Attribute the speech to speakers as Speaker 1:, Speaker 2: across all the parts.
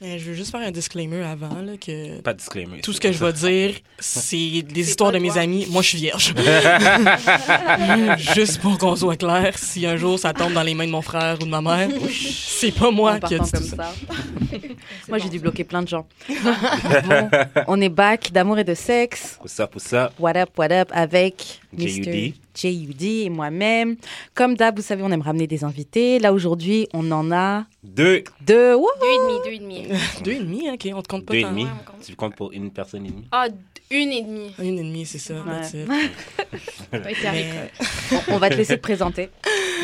Speaker 1: Ben, je veux juste faire un disclaimer avant là, que
Speaker 2: Pas de disclaimer.
Speaker 1: tout ce que je vais dire, c'est des histoires de mes amis. Moi, je suis vierge. juste pour qu'on soit clair, si un jour ça tombe dans les mains de mon frère ou de ma mère, c'est pas moi
Speaker 3: en
Speaker 1: qui a
Speaker 3: partant
Speaker 1: dit tout
Speaker 3: comme
Speaker 1: ça.
Speaker 3: ça. Moi, j'ai dû bloquer plein de gens. Bon, on est back d'amour et de sexe.
Speaker 2: Pour ça, pour ça.
Speaker 3: What up, what up avec Mr.
Speaker 2: J.U.D.
Speaker 3: J.U.D. et moi-même. Comme d'hab, vous savez, on aime ramener des invités. Là, aujourd'hui, on en a
Speaker 2: Deux.
Speaker 3: deux. Wouh
Speaker 4: Deux et demi, deux et demi.
Speaker 1: Deux et demi, hein, ok, on te compte pas
Speaker 2: Deux et
Speaker 1: tant.
Speaker 2: demi.
Speaker 4: ouais, on compte.
Speaker 2: Tu comptes pour une personne et demie.
Speaker 4: Ah, d- une et demie.
Speaker 1: Une et demie, c'est ça.
Speaker 3: Ouais.
Speaker 1: that's it.
Speaker 4: Pas été à l'école.
Speaker 1: Mais, euh,
Speaker 3: on, on va te laisser te présenter.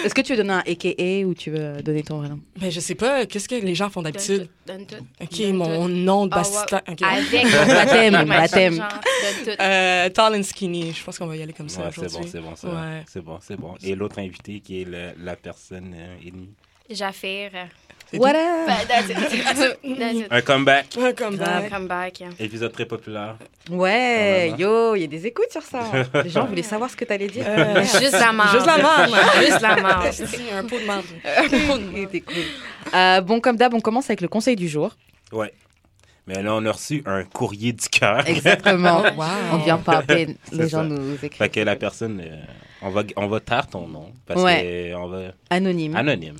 Speaker 3: Est-ce que tu veux donner un a.k.a. ou tu veux donner ton vrai nom
Speaker 1: mais ben, je sais pas, qu'est-ce que les gens font d'habitude?
Speaker 4: Donne tout. donne
Speaker 1: Ok,
Speaker 4: tout. Donne
Speaker 1: mon
Speaker 4: tout.
Speaker 1: nom de
Speaker 4: Ah, ouais.
Speaker 1: bassista. ok.
Speaker 4: Avec
Speaker 3: Baptême,
Speaker 4: Ouais,
Speaker 3: baptême.
Speaker 4: genre, Donne tout.
Speaker 1: Euh, tall and skinny, je pense qu'on va y aller comme ça
Speaker 2: Ouais, c'est
Speaker 1: aujourd'hui.
Speaker 2: bon, c'est bon, c'est
Speaker 1: Ouais.
Speaker 2: bon. C'est bon, c'est bon. Et l'autre invité qui est le- la personne euh, et demie.
Speaker 4: J'affaire.
Speaker 1: C'est
Speaker 3: Voilà
Speaker 4: Bah, that's it. That's it.
Speaker 2: Un comeback.
Speaker 1: Un comeback.
Speaker 4: Come back. yeah.
Speaker 2: Épisode très populaire.
Speaker 1: Ah, bah,
Speaker 3: Ouais,
Speaker 2: Voilà.
Speaker 3: yo, il y a des écoutes sur ça. Les gens voulaient savoir ce que t'allais dire.
Speaker 1: Euh,
Speaker 4: Juste la marge.
Speaker 1: Juste la marge.
Speaker 4: Juste la marge.
Speaker 1: C'est un pot de marge.
Speaker 3: Il était cool. Euh, bon, comme d'hab, on commence avec le conseil du jour.
Speaker 2: Ouais. Mais là, on a reçu un courrier du cœur.
Speaker 3: Exactement.
Speaker 1: Wow.
Speaker 3: On vient pas à peine. Les
Speaker 2: C'est
Speaker 3: gens
Speaker 2: ça.
Speaker 3: nous écrivent.
Speaker 2: Fait que la personne, euh, on, va, on va taire ton nom. Parce
Speaker 3: Ouais. Mm.
Speaker 2: que on va.
Speaker 3: Anonyme.
Speaker 2: Anonyme.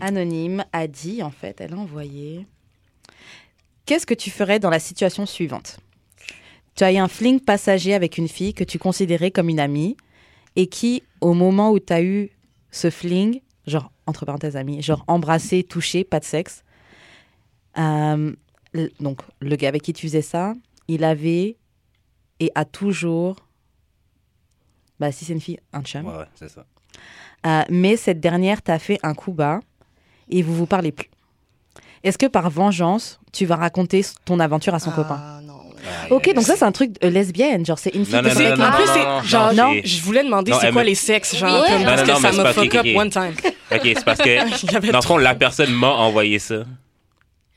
Speaker 3: Anonyme a dit, en fait, elle a envoyé Qu'est-ce que tu ferais dans la situation suivante Tu as eu un fling passager avec une fille que tu considérais comme une amie et qui, au moment où tu as eu ce fling, genre, entre parenthèses, amie, genre embrassé, touché, pas de sexe, euh, l- donc le gars avec qui tu faisais ça, il avait et a toujours, bah, si c'est une fille, un chum.
Speaker 2: Ouais, ouais, c'est ça.
Speaker 3: Euh, mais cette dernière t'a fait un coup bas et vous vous parlez plus. Est-ce que par vengeance, tu vas raconter s- ton aventure à son copain
Speaker 1: Ah, non.
Speaker 2: Ah,
Speaker 3: Ok,
Speaker 2: yes.
Speaker 3: donc ça c'est un truc de lesbienne, genre c'est une fille
Speaker 2: Non,
Speaker 3: qui
Speaker 2: non,
Speaker 3: s'est
Speaker 1: C'est-
Speaker 2: non,
Speaker 3: fait-
Speaker 2: non,
Speaker 1: en plus,
Speaker 2: non,
Speaker 1: c'est
Speaker 2: non,
Speaker 1: genre,
Speaker 2: non, c'est-
Speaker 1: je voulais demander
Speaker 2: Non,
Speaker 1: c'est
Speaker 2: elle
Speaker 1: quoi
Speaker 2: me-
Speaker 1: les sexes, genre,
Speaker 4: Oui.
Speaker 1: comme,
Speaker 4: Non,
Speaker 1: parce
Speaker 2: non,
Speaker 1: que
Speaker 2: non,
Speaker 1: ça
Speaker 2: mais c'est
Speaker 1: me
Speaker 2: pas-
Speaker 1: fuck
Speaker 2: ok,
Speaker 1: up
Speaker 2: ok.
Speaker 1: one time. Ah,
Speaker 2: Ok, c'est parce que.
Speaker 1: Il y avait
Speaker 2: Dans le
Speaker 1: trop-
Speaker 2: fond, la personne m'a envoyé ça,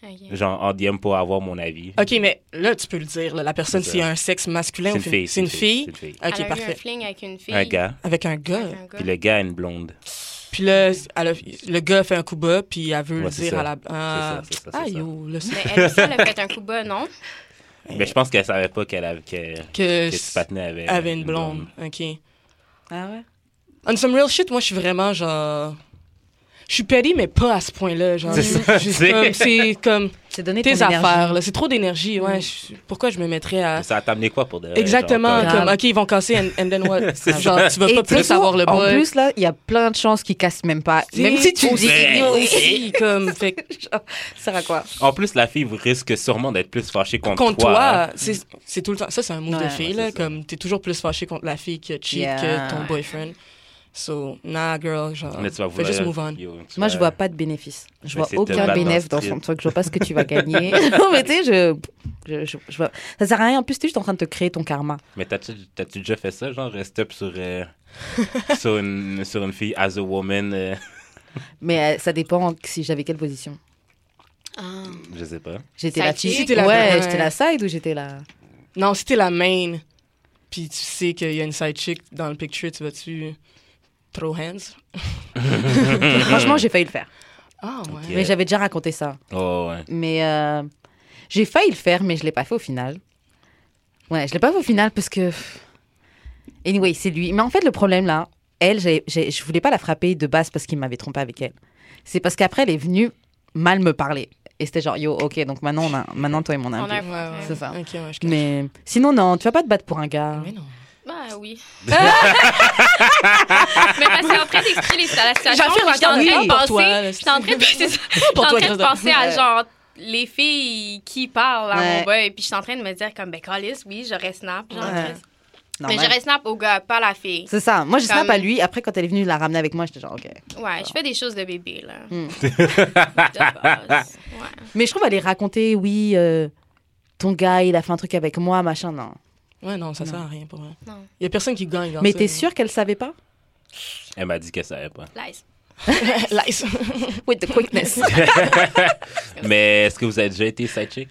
Speaker 4: Ok.
Speaker 2: genre en DM pour avoir mon avis.
Speaker 1: Ok, mais là, tu peux le dire, là, la personne,
Speaker 2: C'est
Speaker 1: c'est
Speaker 2: ça.
Speaker 1: un sexe masculin
Speaker 2: C'est
Speaker 1: ou
Speaker 2: une fille.
Speaker 1: féminin? C'est une fille.
Speaker 2: C'est une fille.
Speaker 1: Ok,
Speaker 4: Elle a eu un
Speaker 1: parfait.
Speaker 4: fling avec une fille.
Speaker 2: Un gars.
Speaker 1: Avec un gars.
Speaker 4: Avec un gars.
Speaker 2: Puis le gars a une blonde.
Speaker 1: Puis là, elle a- le gars fait un coup bas, puis elle veut le
Speaker 2: Ouais, c'est
Speaker 1: dire
Speaker 2: ça.
Speaker 1: à la. Ah,
Speaker 2: C'est ça, c'est ça, c'est
Speaker 1: ah
Speaker 2: ça.
Speaker 1: yo, là, c'est
Speaker 4: Mais elle aussi, elle a fait un coup bas, non?
Speaker 2: Mais je pense qu'elle savait pas qu'elle avait, que,
Speaker 1: que.
Speaker 2: que tu patinais avec,
Speaker 1: Avait une blonde. Ok.
Speaker 3: Ah ouais
Speaker 1: On some real shit, moi, je suis vraiment genre. Je suis petty, mais pas à ce point-là. genre.
Speaker 2: C'est ça,
Speaker 1: Je-
Speaker 2: c'est-
Speaker 1: comme- C'est comme
Speaker 3: C'est donné ton
Speaker 1: tes
Speaker 3: énergie. Mm.
Speaker 1: affaires, là. C'est trop d'énergie, ouais. je- Pourquoi je me mettrais à.
Speaker 2: Mais Ça a t'amené quoi pour de vrai,
Speaker 1: Exactement,
Speaker 2: genre,
Speaker 3: Grave.
Speaker 1: comme, OK, ils vont casser, and, and then what?
Speaker 2: C'est
Speaker 1: Genre,
Speaker 2: ça.
Speaker 1: tu vas
Speaker 3: Et
Speaker 1: pas plus
Speaker 3: surtout,
Speaker 1: avoir le
Speaker 3: En
Speaker 1: bol.
Speaker 3: plus là, il y a plein de chances qu'ils cassent même pas. Même si tu dis
Speaker 2: aussi.
Speaker 3: idiot.
Speaker 1: aussi, comme, fait que
Speaker 3: Ça sert à quoi
Speaker 2: comme- En plus, la fille risque sûrement d'être plus fâchée contre,
Speaker 1: contre
Speaker 2: toi.
Speaker 1: toi, c'est c'est tout le temps. Ça, c'est un move de
Speaker 3: Ouais,
Speaker 1: fille,
Speaker 2: ouais,
Speaker 1: là.
Speaker 2: c'est ça.
Speaker 1: Comme, t'es toujours plus fâché contre la fille que cheat
Speaker 3: Yeah.
Speaker 1: que ton boyfriend. So, nah, girl, genre,
Speaker 2: hein. Mais tu vas
Speaker 1: fais
Speaker 2: vouloir-
Speaker 1: juste move on.
Speaker 2: Yo, tu
Speaker 3: Moi
Speaker 2: vas-
Speaker 3: je vois pas de bénéfice. Je
Speaker 2: Mais
Speaker 3: vois
Speaker 2: c'est
Speaker 3: aucun
Speaker 2: tellement
Speaker 3: bénéfice dans
Speaker 2: dans ce
Speaker 3: son
Speaker 2: trip.
Speaker 3: truc. Je vois pas ce que tu vas gagner. non mais tu sais, je... Je, je- je vois... ça sert à rien. En plus, tu es juste en train de te créer ton karma.
Speaker 2: Mais t'as-tu t'as-tu déjà fait ça, genre, reste up sur, euh, sur, une, sur une fille as a woman, euh,
Speaker 3: Mais euh, ça dépend si j'avais quelle position.
Speaker 4: Ah.
Speaker 2: je sais pas.
Speaker 3: J'étais
Speaker 4: Side
Speaker 3: la
Speaker 4: chick.
Speaker 3: chick.
Speaker 1: C'était la
Speaker 3: ouais,
Speaker 1: vraie.
Speaker 3: j'étais la side ou j'étais la.
Speaker 1: Non, si t'es la main, puis tu sais qu'il y a une side chick dans le picture, tu vas-tu throw hands?
Speaker 3: Franchement, j'ai failli le faire.
Speaker 1: Ah, ouais.
Speaker 2: Ok. Yeah.
Speaker 3: Mais j'avais déjà raconté ça.
Speaker 2: Oh, ouais.
Speaker 3: Mais euh, j'ai failli le faire, mais je l'ai pas fait au final. Ouais, je l'ai pas fait au final parce que. Anyway, c'est lui. Mais en fait, le problème là, elle, j'ai- j'ai- je voulais pas la frapper de base parce qu'il m'avait trompé avec elle. C'est parce qu'après, elle est venue mal me parler. Et c'était genre, yo, ok, donc maintenant, on a, maintenant toi et mon
Speaker 4: On
Speaker 3: ami.
Speaker 4: a
Speaker 1: Ouais, ouais.
Speaker 3: C'est ça.
Speaker 1: Ok, ouais, je capte.
Speaker 3: Mais sinon, non, tu vas pas te battre pour un gars.
Speaker 1: Mais non.
Speaker 4: Bah oui. mais parce qu'en train d'expliquer les- la situation,
Speaker 1: J'affirme
Speaker 4: j'étais en train
Speaker 1: que oui,
Speaker 4: de
Speaker 1: pour
Speaker 4: penser,
Speaker 1: toi, là,
Speaker 4: j'étais en train de, c'est ça. J'étais
Speaker 1: Pour
Speaker 4: en
Speaker 1: toi,
Speaker 4: train de
Speaker 1: Christophe.
Speaker 4: penser à
Speaker 3: Ouais.
Speaker 4: genre les filles qui parlent à
Speaker 3: Ouais.
Speaker 4: mon boy, puis j'étais en train de me dire comme ben Callis, oui, j'aurais snap, genre,
Speaker 3: Ouais.
Speaker 4: Chris. mais
Speaker 3: Normal.
Speaker 4: j'aurais snap au gars, pas à la fille.
Speaker 3: C'est ça. Moi, je snap
Speaker 4: Comme-
Speaker 3: à lui. Après, quand elle est venue la ramener avec moi, j'étais genre, ok.
Speaker 4: Ouais, je fais des choses de bébé là.
Speaker 3: Hmm.
Speaker 4: De base. Ouais.
Speaker 3: Mais je trouve aller raconter, oui, euh, ton gars, il a fait un truc avec moi, machin, non.
Speaker 1: Ouais, non, ça
Speaker 3: Non.
Speaker 1: sert à rien pour moi.
Speaker 4: Non.
Speaker 1: Il y a personne qui gagne. dans
Speaker 3: Mais
Speaker 1: ça.
Speaker 3: t'es sûre qu'elle savait pas
Speaker 2: Elle m'a dit qu'elle savait pas.
Speaker 4: Lies.
Speaker 1: Lies.
Speaker 3: With the quickness.
Speaker 2: Mais est-ce que vous avez déjà été side chick?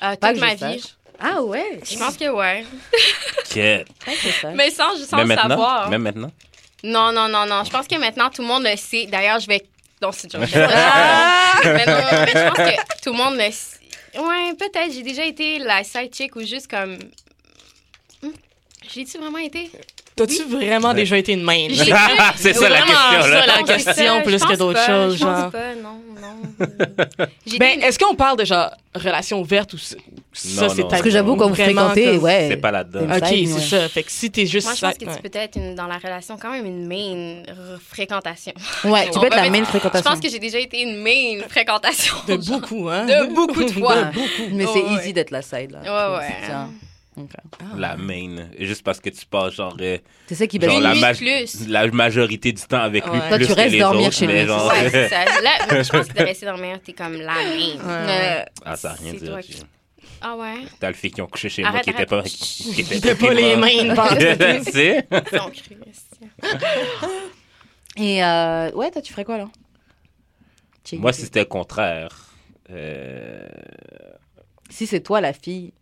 Speaker 4: Euh,
Speaker 3: Pas
Speaker 4: toute
Speaker 3: que
Speaker 4: ma
Speaker 3: je
Speaker 4: vie.
Speaker 3: sache. Ah ouais?
Speaker 4: Je pense que ouais.
Speaker 2: Quête.
Speaker 3: Ouais, c'est ça.
Speaker 4: Mais sans, sans
Speaker 2: Même
Speaker 4: le
Speaker 2: maintenant?
Speaker 4: savoir.
Speaker 2: Même maintenant?
Speaker 4: Non, non, non, non. Je pense que maintenant, tout le monde le sait. D'ailleurs, je vais. Non, c'est une joke. mais non, mais je pense que tout le monde le sait. Ouais, peut-être. J'ai déjà été la side chick ou juste comme. Hmm, J'ai-tu vraiment été?
Speaker 1: T'as-tu vraiment
Speaker 2: Ouais.
Speaker 1: déjà été une main?
Speaker 4: J'ai-
Speaker 2: c'est
Speaker 1: C'est
Speaker 2: ça la
Speaker 1: vraiment
Speaker 2: question, là.
Speaker 1: ça, la
Speaker 4: Non, c'est
Speaker 1: question,
Speaker 4: ça,
Speaker 1: plus
Speaker 4: je
Speaker 1: que
Speaker 4: pense
Speaker 1: d'autres
Speaker 4: pas,
Speaker 1: choses,
Speaker 4: Je pense
Speaker 1: genre.
Speaker 4: pas, non, non. J'ai
Speaker 1: Ben,
Speaker 4: été-
Speaker 1: est-ce qu'on parle de genre relation ouverte ou ça, ça,
Speaker 2: non.
Speaker 1: c'est
Speaker 2: Parce
Speaker 1: ta-
Speaker 3: Parce que j'avoue qu'on vous
Speaker 1: vraiment
Speaker 3: fréquentez,
Speaker 1: comme-
Speaker 3: ouais.
Speaker 2: C'est pas là-dedans.
Speaker 1: Ok, c'est
Speaker 3: Inside, ouais.
Speaker 1: ça. Fait que si t'es juste.
Speaker 4: Moi, je pense
Speaker 1: ça-
Speaker 4: que tu
Speaker 1: ouais.
Speaker 4: peux être une- dans la relation quand même une main r- fréquentation.
Speaker 3: Ouais, tu
Speaker 4: On
Speaker 3: peux être
Speaker 4: va
Speaker 3: la
Speaker 4: mettre-
Speaker 3: main
Speaker 4: Je
Speaker 3: fréquentation.
Speaker 4: pense que j'ai déjà été une main fréquentation.
Speaker 1: De
Speaker 4: genre,
Speaker 1: beaucoup, hein?
Speaker 4: de beaucoup de fois.
Speaker 3: Ouais. Mais c'est
Speaker 4: Ouais,
Speaker 3: easy
Speaker 4: ouais.
Speaker 3: d'être la side, là.
Speaker 4: Ouais, ouais.
Speaker 3: C'est ça. Ok.
Speaker 2: La main. Juste parce que tu passes genre, euh,
Speaker 3: C'est ça qui
Speaker 2: genre
Speaker 3: baisse.
Speaker 4: Minuit
Speaker 2: la,
Speaker 4: de
Speaker 2: ma-
Speaker 4: plus.
Speaker 2: la majorité du temps avec lui.
Speaker 1: Ouais.
Speaker 2: Plus
Speaker 1: Toi,
Speaker 3: tu
Speaker 2: que
Speaker 3: restes
Speaker 2: les
Speaker 3: dormir
Speaker 2: autres,
Speaker 3: chez
Speaker 2: mais
Speaker 3: lui,
Speaker 2: genre-
Speaker 4: Ouais, c'est ça. Là, je pense que de rester dans le meilleur, t'es comme la main.
Speaker 3: euh.
Speaker 1: Ouais.
Speaker 2: Ah, ça a rien
Speaker 4: C'est
Speaker 2: dire.
Speaker 4: toi
Speaker 2: tu-
Speaker 4: qui- Ah ouais?
Speaker 2: T'as le fille qui ont couché chez moi
Speaker 4: Arrête,
Speaker 2: qui était pas.
Speaker 4: arrête.
Speaker 2: Qui
Speaker 1: T'as pas les mains,
Speaker 2: mains. Tu sais?
Speaker 4: Ils ont cru, esti.
Speaker 3: Et euh, ouais, toi, tu ferais quoi, alors?
Speaker 2: Moi, si c'était le contraire. euh,
Speaker 3: Si c'est toi la fille,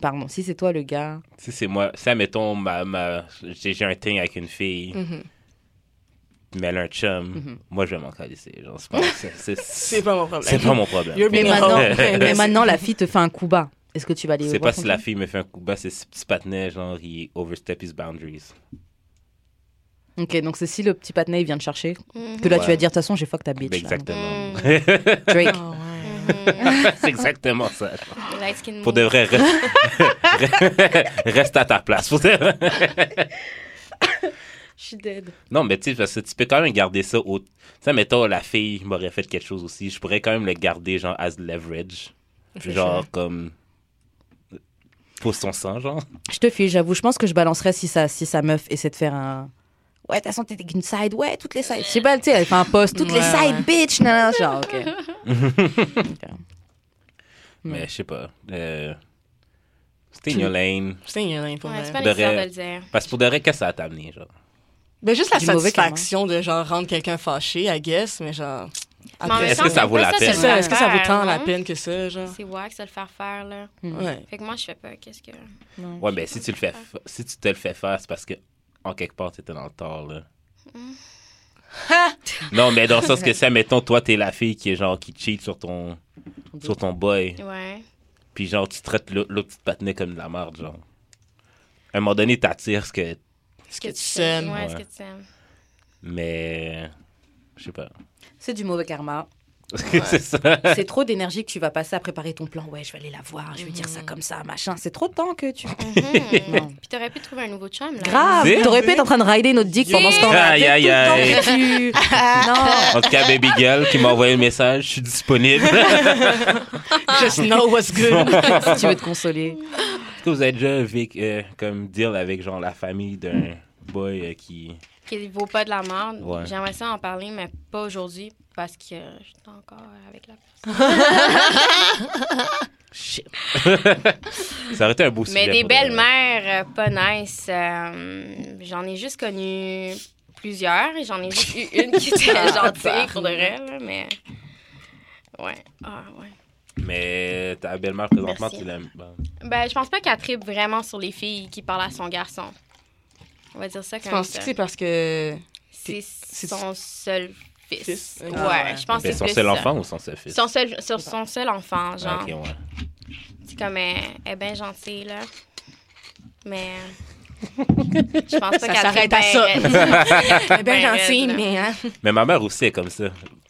Speaker 3: pardon, si c'est toi le gars,
Speaker 2: Si c'est moi, ça mettons, ma, ma, j'ai j'ai un thing avec une fille,
Speaker 1: Mhm.
Speaker 2: mais elle a un chum, moi je vais m'en calisser. genre, C'est pas, c'est- c'est-
Speaker 1: C'est pas mon problème.
Speaker 2: c'est pas mon problème.
Speaker 1: You're
Speaker 3: mais
Speaker 1: Mais
Speaker 3: maintenant,
Speaker 1: non.
Speaker 3: mais maintenant la fille te fait un coup bas. Est-ce que tu vas aller
Speaker 2: C'est
Speaker 3: voir
Speaker 2: pas
Speaker 3: son
Speaker 2: si la
Speaker 3: chum
Speaker 2: fille me fait un coup bas, c'est ce petit patinet, genre, il overstep his boundaries.
Speaker 3: Ok, donc c'est si le petit patinet il vient te chercher
Speaker 4: Mhm.
Speaker 3: que là
Speaker 2: Ouais.
Speaker 3: tu vas dire de toute façon j'ai fuck ta bitch.
Speaker 2: Ben,
Speaker 3: là, donc,
Speaker 2: exactement.
Speaker 3: Mm. Drake.
Speaker 1: Ah ouais.
Speaker 4: Mhm.
Speaker 2: c'est exactement ça. genre.
Speaker 4: Light skin
Speaker 2: Pour de vrai, reste, reste à ta place. Pour de vrai.
Speaker 3: Je suis dead.
Speaker 2: Non, mais tu sais, parce que tu peux quand même garder ça au. Tu sais, mettons, la fille m'aurait fait quelque chose aussi. Je pourrais quand même le garder, genre, as leverage. Genre, comme. Pour son sang, genre.
Speaker 3: Je te file, j'avoue. Je pense que je balancerais si sa si sa meuf essaie de faire un. Ouais, de toute façon, t'es une side, ouais, toutes les sides. Je sais pas, tu sais, elle fait un post, toutes les
Speaker 1: Ouais,
Speaker 3: sides,
Speaker 1: ouais.
Speaker 3: bitch, non, non, genre, ok.
Speaker 2: Mais je sais pas. Euh... C'était une lane.
Speaker 1: C'est une lane pour
Speaker 4: Ouais,
Speaker 1: vrai.
Speaker 4: c'est pas
Speaker 2: De
Speaker 4: nécessaire
Speaker 2: vrai.
Speaker 4: de le dire.
Speaker 2: Parce que pour de vrai, qu'est-ce que ça a t'amené, genre?
Speaker 1: Ben, juste la
Speaker 3: Du mauvais
Speaker 1: satisfaction de genre rendre quelqu'un fâché, I guess, mais genre.
Speaker 4: Mais en
Speaker 1: après-
Speaker 4: même
Speaker 2: est-ce
Speaker 4: temps,
Speaker 2: que ça
Speaker 4: c'est
Speaker 2: vaut
Speaker 4: pas
Speaker 2: la
Speaker 4: de
Speaker 2: peine?
Speaker 1: C'est
Speaker 4: le
Speaker 1: ça,
Speaker 4: faire
Speaker 1: est-ce que ça vaut tant la
Speaker 4: non? Hmm.
Speaker 1: peine Mm. que ça, genre?
Speaker 4: C'est wax de le faire faire, là.
Speaker 1: Ouais.
Speaker 4: Fait que moi, je fais pas. Qu'est-ce que.
Speaker 2: Ouais, mais si tu le fais, fa- si tu te le fais faire, c'est parce que, en quelque part, t'étais dans le tort, là.
Speaker 4: Hmm.
Speaker 2: non, mais dans le sens que ça, mettons, toi, t'es la fille qui est genre, qui cheat sur ton, sur ton boy.
Speaker 4: Ouais.
Speaker 2: Puis genre, tu traites l'au- l'autre petite patinet comme de la merde, genre. À un moment donné, t'attires ce que.
Speaker 1: Ce que tu
Speaker 4: sais
Speaker 1: sèmes.
Speaker 4: Ouais, ce
Speaker 2: ouais.
Speaker 4: que tu sèmes.
Speaker 2: Mais. Je sais pas.
Speaker 3: C'est du mauvais karma.
Speaker 2: c'est ça.
Speaker 3: c'est trop d'énergie que tu vas passer à préparer ton plan. Ouais, je vais aller la voir, je vais dire ça comme ça, machin. C'est trop de temps que tu. Non.
Speaker 4: Mhm. Puis t'aurais pu trouver un nouveau chum, là.
Speaker 3: Grave,
Speaker 2: C'est-
Speaker 3: t'aurais pu être en train de rider notre dick pendant ce temps-là.
Speaker 2: Aïe, aïe, aïe.
Speaker 3: T'aurais pu- Non.
Speaker 2: En tout cas, Baby Girl qui m'a envoyé un message, je suis disponible.
Speaker 1: Just know what's good.
Speaker 3: Si tu veux te consoler.
Speaker 2: Est-ce que vous avez déjà vécu, euh, comme deal avec genre la famille d'un boy euh, qui.
Speaker 4: Qu'il vaut pas de la merde.
Speaker 2: Ouais.
Speaker 4: J'aimerais ça en parler, mais pas aujourd'hui parce que je suis encore avec la personne.
Speaker 2: Ça aurait été un beau sujet.
Speaker 4: Mais des
Speaker 2: pour de-
Speaker 4: belles-mères euh, pas nice, euh, j'en ai juste connu plusieurs et j'en ai juste eu une qui était gentille pour de vrai, là, mais. Ouais. Ah, ouais.
Speaker 2: Mais ta belle-mère présentement,
Speaker 4: Merci.
Speaker 2: tu l'aimes. Bon.
Speaker 4: Ben, je pense pas qu'elle tripe vraiment sur les filles qui parlent à son garçon. On va dire ça
Speaker 1: Tu
Speaker 4: comme
Speaker 1: penses que
Speaker 4: ça.
Speaker 1: c'est parce que.
Speaker 4: C'est
Speaker 1: c'est-
Speaker 4: son seul fils.
Speaker 1: Fils, ok.
Speaker 4: Ouais,
Speaker 1: Ah ouais.
Speaker 4: je pense que
Speaker 2: Mais
Speaker 4: c'est
Speaker 2: son
Speaker 4: plus
Speaker 2: seul
Speaker 4: ça.
Speaker 2: enfant ou son seul fils?
Speaker 4: Son seul, sur son seul enfant, genre.
Speaker 2: Ah, ok, ouais.
Speaker 4: C'est comme elle, elle est bien gentille, là. Mais. Je pense pas
Speaker 1: Ça
Speaker 4: qu'elle
Speaker 1: s'arrête
Speaker 4: tripe
Speaker 1: à ça.
Speaker 4: bien raide.
Speaker 1: Ben
Speaker 4: Bien
Speaker 1: gentil,
Speaker 4: raide, là.
Speaker 1: mais hein.
Speaker 2: Mais ma mère aussi est comme ça.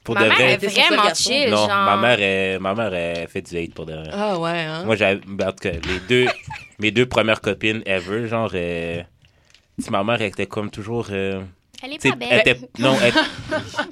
Speaker 2: Pour
Speaker 4: Ma
Speaker 2: de
Speaker 4: mère
Speaker 2: vrai.
Speaker 4: est
Speaker 3: C'est son seul
Speaker 4: vraiment
Speaker 3: garçon.
Speaker 4: chill,
Speaker 2: non,
Speaker 4: genre. Uh-huh.
Speaker 2: ma mère, est, ma mère est fait du hate pour de vrai.
Speaker 1: Ah ouais, hein.
Speaker 2: Moi, j'avais. ben, En tout cas, les deux, mes deux premières copines ever, genre. euh, tu sais, ma mère, elle était comme toujours. euh,
Speaker 4: Elle
Speaker 2: tu
Speaker 4: est
Speaker 2: sais,
Speaker 4: pas
Speaker 2: elle
Speaker 4: belle.
Speaker 2: était. Non, elle-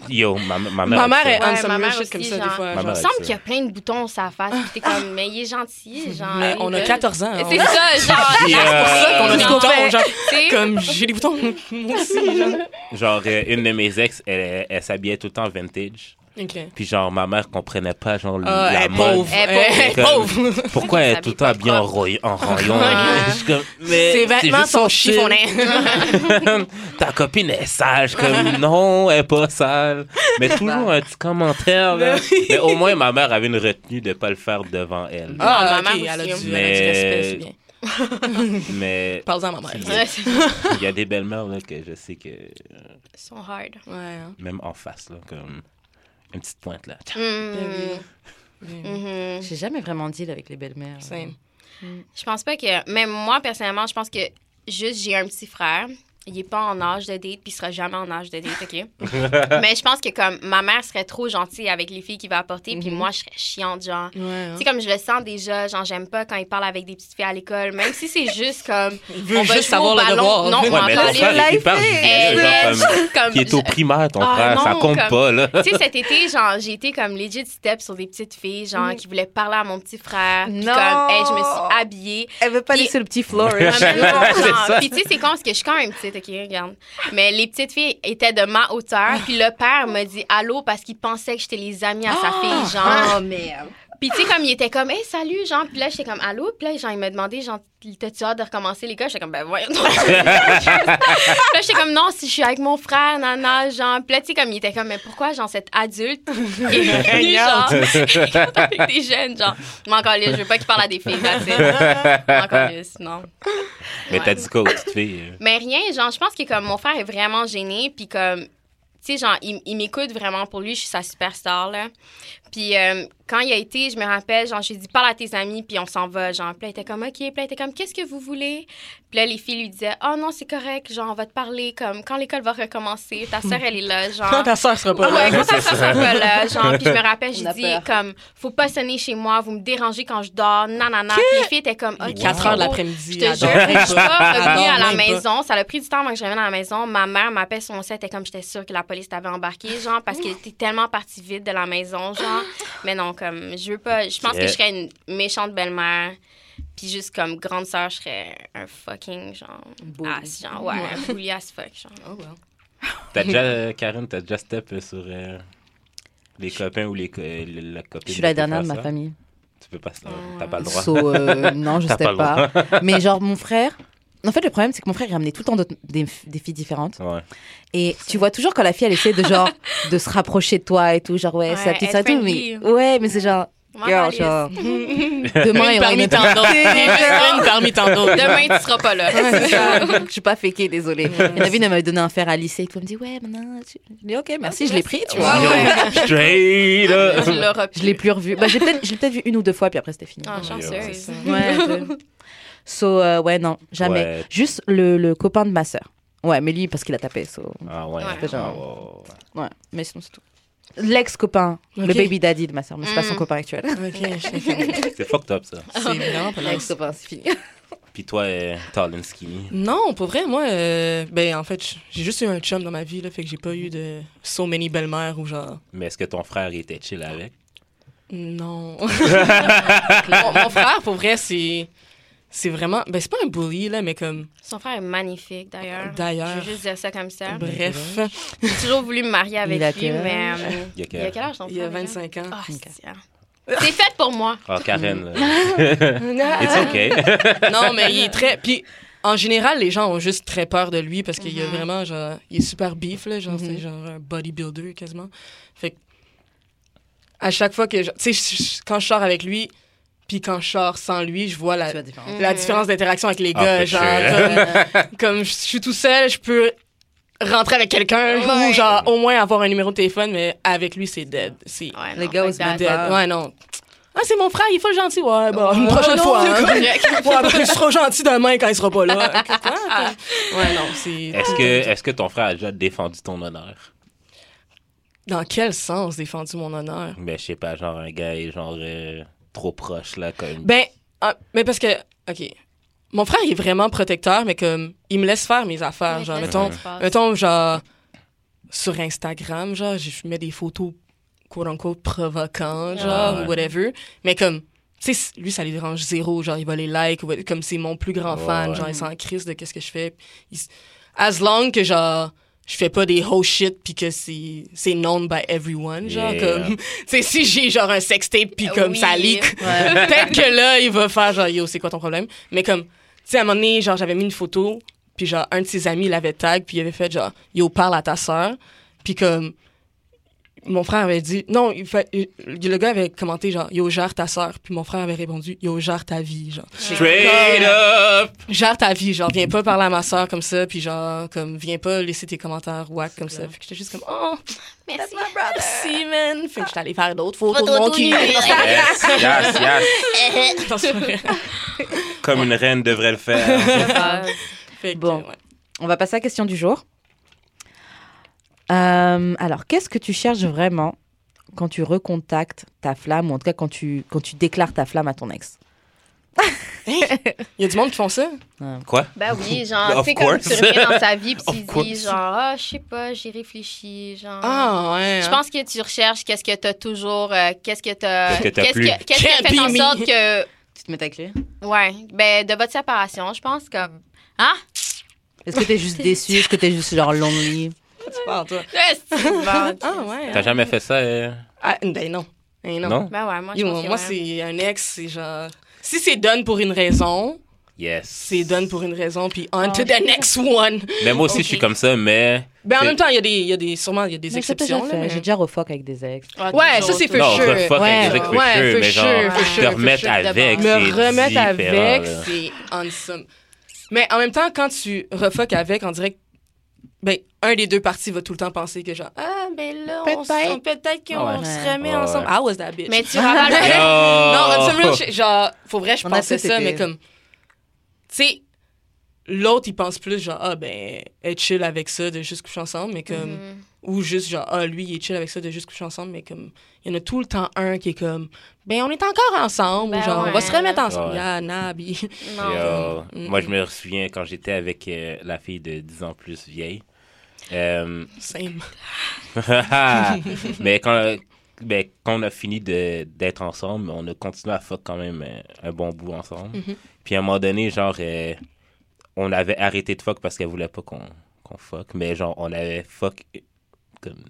Speaker 2: Yo, ma, ma mère.
Speaker 1: Ma mère
Speaker 2: ça.
Speaker 1: est
Speaker 4: Ouais,
Speaker 1: on some
Speaker 4: ma
Speaker 1: real
Speaker 4: mère
Speaker 1: shit comme
Speaker 4: aussi,
Speaker 1: ça, des
Speaker 4: genre.
Speaker 1: fois.
Speaker 2: Ma
Speaker 4: Il me
Speaker 1: genre.
Speaker 2: mère.
Speaker 4: semble qu'il y a plein de boutons sur sa face. puis T'es comme, mais il est gentil, genre.
Speaker 1: Ah,
Speaker 4: Euh,
Speaker 1: Mais on a 14 ans.
Speaker 4: C'est ça, genre.
Speaker 2: Puis, euh,
Speaker 1: C'est ça qu'on a des
Speaker 4: Genre,
Speaker 1: boutons, genre.
Speaker 4: tu sais.
Speaker 1: Comme j'ai des boutons, moi aussi, genre.
Speaker 2: Genre, euh, une de mes ex, elle, elle s'habillait tout le temps vintage.
Speaker 1: OK.
Speaker 2: Puis genre, ma mère comprenait pas,
Speaker 4: Oh,
Speaker 2: genre,
Speaker 1: Ah, elle
Speaker 2: la
Speaker 1: est
Speaker 2: mode.
Speaker 1: pauvre. Elle est pauvre. Elle est pauvre.
Speaker 2: Pourquoi elle est tout le temps
Speaker 4: S'habille
Speaker 2: habillée
Speaker 4: pas
Speaker 2: en, roy- en rayon?
Speaker 4: Ouais.
Speaker 2: Je suis comme, mais
Speaker 1: Ses vêtements
Speaker 2: juste
Speaker 1: sont
Speaker 2: son style.
Speaker 1: chiffonnés.
Speaker 2: Ta copine est sale. Je suis comme, non, elle est pas sale. Mais toujours un petit commentaire. là. Mais au moins, ma mère avait une retenue de pas le faire devant elle.
Speaker 1: Ah,
Speaker 4: ma
Speaker 1: ok,
Speaker 4: mère
Speaker 1: elle a
Speaker 4: aussi.
Speaker 1: du, elle a du
Speaker 2: Mais-
Speaker 1: respect, c'est bien.
Speaker 2: Mais
Speaker 1: Parle-en à ma mère.
Speaker 2: Ouais. il y a des belles-mères là, que je sais que,
Speaker 4: sont hard.
Speaker 1: Ouais, hein.
Speaker 2: même en face, là, comme une petite pointe là. Ben
Speaker 4: Mm. Mhm.
Speaker 3: J'ai jamais vraiment deal avec les belles-mères.
Speaker 1: Same.
Speaker 4: Je pense pas que. Même moi, personnellement, je pense que juste j'ai un petit frère. Il est pas en âge de date, puis il sera jamais en âge de date, OK? Mais je pense que comme ma mère serait trop gentille avec les filles qu'il va apporter,
Speaker 2: Mm-hmm.
Speaker 4: puis moi, je serais chiante, genre.
Speaker 1: Ouais, hein.
Speaker 4: Tu sais, comme je le sens déjà, genre, j'aime pas quand il parle avec des petites filles à l'école, même si c'est juste comme.
Speaker 1: Il veut
Speaker 4: on
Speaker 1: juste
Speaker 4: va jouer au
Speaker 1: savoir le
Speaker 4: ballon.
Speaker 1: devoir.
Speaker 4: Non,
Speaker 1: Ouais,
Speaker 4: on
Speaker 2: mais
Speaker 4: va
Speaker 2: ton
Speaker 4: aller-
Speaker 2: frère, il parle du
Speaker 4: Eh,
Speaker 2: genre,
Speaker 4: ouais,
Speaker 2: comme,
Speaker 4: comme-
Speaker 2: qui est au primaire, ton
Speaker 4: Ah,
Speaker 2: frère, ça
Speaker 4: non,
Speaker 2: compte
Speaker 4: comme-
Speaker 2: pas, là.
Speaker 4: Tu sais, cet été, genre, j'ai été comme legit step sur des petites filles, genre, qui voulaient parler à mon petit frère. Puis
Speaker 3: Non.
Speaker 4: comme, hey, je me suis habillée.
Speaker 3: Elle veut pas
Speaker 4: Puis-
Speaker 3: laisser le petit Flourish.
Speaker 4: Ah, mais non,
Speaker 2: C'est
Speaker 4: genre.
Speaker 2: ça.
Speaker 4: Puis tu sais, c'est con parce que je suis quand même petite, OK, regarde. Mais les petites filles étaient de ma hauteur. Puis le père m'a dit allô parce qu'il pensait que j'étais les amis à sa
Speaker 2: Ah!
Speaker 4: fille, genre.
Speaker 3: merde.
Speaker 4: Puis tu sais, comme il était comme, hey, salut, genre. Puis là, j'étais comme, allô. Puis là, genre, il m'a demandé, genre, t'as-tu hâte de recommencer les gars? J'étais comme, ben voyons. donc. Puis là, j'étais comme, non, si je suis avec mon frère, nana, genre. Puis là, tu sais, comme, il était comme, mais pourquoi, genre, cette adulte qui est venue, genre, avec des jeunes, genre. Mais encore là, je veux pas qu'il parle à des filles, là, tu sais. Encore là, non.
Speaker 2: Mais t'as dit quoi aux petites filles? euh?
Speaker 4: Mais rien, genre, je pense que comme mon frère est vraiment gêné, puis comme, tu sais, genre, il, il m'écoute vraiment pour lui, je suis sa superstar, là. Puis euh, quand il a été, je me rappelle, genre, j'ai dit, parle à tes amis, puis on s'en va, genre. Puis là, il était comme, OK, puis là, il était comme, qu'est-ce que vous voulez? Puis là, les filles lui disaient, oh non, c'est correct, genre, on va te parler, comme, quand l'école va recommencer, ta sœur, elle est là,
Speaker 1: Quand
Speaker 4: genre.
Speaker 1: ta soeur sera pas
Speaker 4: Ouais,
Speaker 1: là.
Speaker 4: quand ça se ressemble pas là, genre, puis je me rappelle, j'ai
Speaker 3: On a
Speaker 4: dit,
Speaker 3: peur.
Speaker 4: comme, faut pas sonner chez moi, vous me dérangez quand je dors, nanana. Puis les filles étaient comme, OK,
Speaker 1: 4 heures de
Speaker 4: gros,
Speaker 1: l'après-midi.
Speaker 4: je te
Speaker 1: elle
Speaker 4: jure,
Speaker 1: dort
Speaker 4: je suis pas revenue à la
Speaker 1: Même pas.
Speaker 4: maison. Ça a pris du temps avant que je revienne à la maison. Ma mère m'appelle sur mon set. Elle était comme, j'étais sûre que la police t'avait embarqué, genre, parce que t'es tellement partie vite de la maison, genre. Mais non, comme, je veux pas. Je pense que je serais une méchante belle-mère. Puis juste comme grande sœur, je serais un fucking, genre,
Speaker 3: Bully.
Speaker 4: ass, genre, ouais, un bully as fuck, genre.
Speaker 1: Oh, well.
Speaker 2: T'as déjà, euh, Karen, t'as déjà step euh, sur euh, les copains ou les, co- euh, le- la copine?
Speaker 3: Je suis la
Speaker 2: tu peux
Speaker 3: dernière de
Speaker 2: faire
Speaker 3: ma
Speaker 2: ça?
Speaker 3: famille.
Speaker 2: Tu peux pas ça, t'as pas le droit.
Speaker 3: So, euh, non, je
Speaker 2: T'as
Speaker 3: sais
Speaker 2: pas le
Speaker 3: pas. Mais genre, mon frère. En fait, le problème, c'est que mon frère, il ramenait tout le temps d'autres- des, des filles différentes.
Speaker 2: Ouais.
Speaker 3: Et tu vois toujours quand la fille, elle essaie de genre, de se rapprocher de toi et tout. Genre, ouais,
Speaker 4: Ouais,
Speaker 3: ça te
Speaker 4: être
Speaker 3: ça et tout.
Speaker 4: friendly.
Speaker 3: Mais, ouais, mais c'est genre.
Speaker 4: Moi,
Speaker 3: girl,
Speaker 4: Alice.
Speaker 3: genre. Demain,
Speaker 1: Une
Speaker 3: il y aura
Speaker 1: parmi
Speaker 3: une autre-
Speaker 1: tant d'autres. Une parmi tant d'autres.
Speaker 4: Demain, tu seras pas là.
Speaker 3: Ouais, c'est ça. Je suis pas féquée, désolée. Et David, elle m'avait donné un fer à lycée et tout. Elle me dit, ouais, maintenant. tu- Je dis, ok, merci, je l'ai pris, tu vois.
Speaker 4: Ouais, ouais.
Speaker 2: Straight up!
Speaker 4: Tu l'auras
Speaker 3: Je l'ai
Speaker 4: plus.
Speaker 3: plus revu. Bah, j'ai peut-être- je l'ai peut-être vu une ou deux fois, puis après, c'était fini.
Speaker 4: Ah,
Speaker 2: Ouais,
Speaker 4: chanceuse.
Speaker 3: Ouais. je- So, euh, ouais, non, jamais.
Speaker 2: Ouais.
Speaker 3: Juste le, le copain de ma sœur. Ouais, mais lui, parce qu'il a tapé, so.
Speaker 2: Ah ouais.
Speaker 4: Ouais.
Speaker 2: ah,
Speaker 3: Genre.
Speaker 2: ouais, ouais.
Speaker 3: Ouais, mais sinon, c'est tout. L'ex-copain, le
Speaker 1: Ok.
Speaker 3: baby daddy de ma sœur, mais c'est pas son
Speaker 4: Mm.
Speaker 3: copain actuel.
Speaker 1: Ok, je sais pas.
Speaker 2: C'est fucked up ça.
Speaker 1: C'est vraiment pas nice.
Speaker 3: L'ex-copain, c'est fini.
Speaker 2: Puis toi, euh, tall and skinny.
Speaker 1: Non, pour vrai, moi, euh, ben en fait, j'ai juste eu un chum dans ma vie, là, fait que j'ai pas eu de so many belles-mères ou genre.
Speaker 2: Mais est-ce que ton frère il était chill avec?
Speaker 1: Non. mon, mon frère, pour vrai, c'est. C'est vraiment. Ben, c'est pas un bully, là, mais comme.
Speaker 4: Son frère est magnifique, d'ailleurs.
Speaker 1: D'ailleurs.
Speaker 4: Je veux juste dire ça comme ça.
Speaker 1: Bref.
Speaker 4: J'ai toujours voulu me marier avec
Speaker 3: Il a
Speaker 4: lui,
Speaker 3: quel
Speaker 4: mais
Speaker 3: âge?
Speaker 4: euh,
Speaker 2: Il y a quel
Speaker 4: âge ton
Speaker 1: Il y a
Speaker 4: frère, déjà?
Speaker 1: 25 ans.
Speaker 4: Ah, c'est- c'est fait pour moi.
Speaker 2: Ah, Karen, là.
Speaker 1: Ah.
Speaker 2: It's okay.
Speaker 1: Non, mais il est très. Puis, en général, les gens ont juste très peur de lui parce qu'il est vraiment, genre, il est super beef, là. Genre, c'est genre un bodybuilder quasiment. Fait que, à chaque fois que. je- Tu sais, je- je- quand je sors avec lui, puis quand je sors sans lui, je vois la,
Speaker 3: Tu vois, différent.
Speaker 1: la différence d'interaction avec les
Speaker 2: Ah,
Speaker 1: gars.
Speaker 2: for
Speaker 1: genre,
Speaker 2: sure.
Speaker 1: comme, comme je suis tout seul, je peux rentrer avec quelqu'un
Speaker 4: Ouais.
Speaker 1: ou, genre, au moins avoir un numéro de téléphone, mais avec lui, c'est dead. C'est
Speaker 4: Ouais,
Speaker 3: Les
Speaker 4: non,
Speaker 3: gars
Speaker 4: fait
Speaker 3: osent
Speaker 4: que
Speaker 3: même
Speaker 4: that-
Speaker 1: dead.
Speaker 3: Ah.
Speaker 1: bah, Ouais, non. Ah, c'est mon frère, il faut le gentil. Ouais, bah, une
Speaker 4: Oh,
Speaker 1: prochaine
Speaker 4: non,
Speaker 1: fois.
Speaker 4: c'est
Speaker 1: hein.
Speaker 4: correct.
Speaker 1: Ouais, après, tu seras gentil demain quand il sera pas là. ouais, non, c'est.
Speaker 2: Est-ce que, est que ton frère a déjà défendu ton honneur?
Speaker 1: Dans quel sens défendu mon honneur?
Speaker 2: Ben, je sais pas, genre un gars est genre euh, trop proche, là, comme.
Speaker 1: Ben, ah, mais parce que, OK. Mon frère, il est vraiment protecteur, mais comme, il me laisse faire mes affaires.
Speaker 4: Ouais,
Speaker 1: Genre,
Speaker 4: laisse
Speaker 1: mettons,
Speaker 4: faire ce qui se passe.
Speaker 1: mettons, genre, sur Instagram, genre, je mets des photos, quote unquote, provocantes, genre,
Speaker 2: Ah ouais.
Speaker 1: ou whatever. Mais comme, tu sais, lui, ça lui dérange zéro. Genre, il va les like, ou- comme c'est mon plus grand
Speaker 2: Ouais,
Speaker 1: fan.
Speaker 2: ouais.
Speaker 1: Genre, il s'en crisse de qu'est-ce que je fais. Il s- as long que, genre, je fais pas des whole shit puis que c'est c'est known by everyone genre
Speaker 2: Yeah.
Speaker 1: comme tu sais si j'ai genre un sextape puis comme
Speaker 4: Oui.
Speaker 1: ça leak peut-être que là il va faire genre yo c'est quoi ton problème mais comme tu sais à un moment donné genre j'avais mis une photo puis genre un de ses amis l'avait tag puis il avait fait genre yo parle à ta sœur puis comme mon frère avait dit non il fait- il- le gars avait commenté genre yo gère ta sœur puis mon frère avait répondu yo gère ta vie genre
Speaker 2: Straight up!
Speaker 1: gère ta vie, genre viens pas parler à ma soeur comme ça, puis genre comme viens pas laisser tes commentaires whack comme ça. Fait que j'étais juste comme oh
Speaker 4: Merci.
Speaker 1: merci man. Fait que j'étais allée faire d'autres photos
Speaker 4: Photo
Speaker 1: de mon
Speaker 4: tout
Speaker 1: cul.
Speaker 4: nu.
Speaker 2: Yes, yes, yes. Comme une reine devrait le faire.
Speaker 1: Fait que,
Speaker 3: Bon.
Speaker 1: ouais.
Speaker 3: On va passer à la question du jour. Euh, alors, qu'est-ce que tu cherches vraiment quand tu recontactes ta flamme, ou en tout cas quand tu, quand tu déclares ta flamme à ton ex
Speaker 1: Il y a du monde qui font ça.
Speaker 2: Quoi?
Speaker 4: Ben oui, genre,
Speaker 2: Of
Speaker 4: tu sais, comme tu
Speaker 2: course.
Speaker 4: reviens dans ta vie, puis
Speaker 2: Of
Speaker 4: tu
Speaker 2: course.
Speaker 4: dis, genre, ah, je sais pas, j'ai réfléchi, genre.
Speaker 1: Ah ouais.
Speaker 4: Je
Speaker 1: hein.
Speaker 4: pense que tu recherches qu'est-ce que t'as toujours, euh, qu'est-ce que t'as,
Speaker 2: Qu'est-ce que t'as plus.
Speaker 4: que, qu'est-ce qui a
Speaker 1: Can't
Speaker 4: fait en
Speaker 1: be me.
Speaker 4: sorte que,
Speaker 3: Tu te mets ta clé
Speaker 4: ouais, ben de votre séparation, je pense comme, ah,
Speaker 3: Est-ce que t'es juste déçu Est-ce que t'es juste genre lonely
Speaker 1: Tu parles, toi. Ah
Speaker 4: ah
Speaker 1: ouais.
Speaker 2: T'as jamais fait ça? euh?
Speaker 1: Ah, ben non. Ben non.
Speaker 2: Non?
Speaker 4: Ben ouais, moi je
Speaker 1: Yo,
Speaker 4: pense que
Speaker 1: moi
Speaker 4: ouais.
Speaker 1: c'est un ex, c'est genre si c'est done pour une raison,
Speaker 2: Yes.
Speaker 1: c'est done pour une raison, puis on to
Speaker 4: Ah.
Speaker 1: the next one.
Speaker 2: Mais moi aussi,
Speaker 4: Ok.
Speaker 2: je suis comme ça, mais.
Speaker 1: Ben en
Speaker 2: C'est-
Speaker 1: même temps, il y a des, il y a des, sûrement il y a des
Speaker 3: Mais c'est
Speaker 1: exceptions
Speaker 3: déjà
Speaker 1: là.
Speaker 3: fait.
Speaker 1: mais-
Speaker 3: J'ai déjà refoc avec des ex.
Speaker 4: Ah,
Speaker 1: Ouais,
Speaker 4: toujours,
Speaker 1: ça, c'est
Speaker 4: toujours.
Speaker 1: for
Speaker 2: Non,
Speaker 1: sure.
Speaker 2: refuck
Speaker 3: Ouais,
Speaker 2: les ex, for
Speaker 1: ouais,
Speaker 2: sure,
Speaker 1: for
Speaker 2: mais genre,
Speaker 1: sure, for
Speaker 2: te
Speaker 1: sure, for
Speaker 2: remettre
Speaker 4: sure,
Speaker 2: avec,
Speaker 4: d'abord.
Speaker 1: me remettre
Speaker 2: c'est différent,
Speaker 1: avec,
Speaker 2: là.
Speaker 1: c'est handsome. Mais en même temps, quand tu refuck avec, on dirait que ben, un des deux parties va tout le temps penser que genre, ah, ben là, on s-
Speaker 3: Peut-être.
Speaker 1: on- peut-être qu'on
Speaker 3: Ouais.
Speaker 1: se remet
Speaker 2: Ouais.
Speaker 1: ensemble. Ah, was that bitch?
Speaker 4: Mais tu revales
Speaker 2: Yo!
Speaker 4: le
Speaker 2: Oh.
Speaker 1: non, on some real shit, genre, faut vrai, je
Speaker 3: On a
Speaker 1: pensais
Speaker 3: tous
Speaker 1: ça,
Speaker 3: été.
Speaker 1: mais comme, tu sais, l'autre, il pense plus genre, ah, ben, être chill avec ça, de juste coucher ensemble, mais comme,
Speaker 4: Mhm.
Speaker 1: ou juste genre, ah, lui, il est chill avec ça, de juste coucher ensemble, mais comme, il y en a tout le temps un qui est comme, ben, on est encore ensemble,
Speaker 4: Ben
Speaker 1: ou genre, on va
Speaker 4: ouais.
Speaker 1: se remettre ensemble.
Speaker 2: Ouais.
Speaker 1: Yeah, nah, bi.
Speaker 4: Non.
Speaker 2: Yo.
Speaker 1: Mm-mm.
Speaker 2: Moi, je me souviens quand j'étais avec euh, la fille de 10 ans plus vieille. Euh,
Speaker 1: Same.
Speaker 2: Ah. mais quand, ben, quand on a fini de- d'être ensemble, on a continué à fuck quand même euh, un bon bout ensemble.
Speaker 3: Mhm.
Speaker 2: Puis à un moment donné, genre, euh, on avait arrêté de fuck parce qu'elle voulait pas qu'on qu'on fuck. Mais genre, on avait fuck euh, comme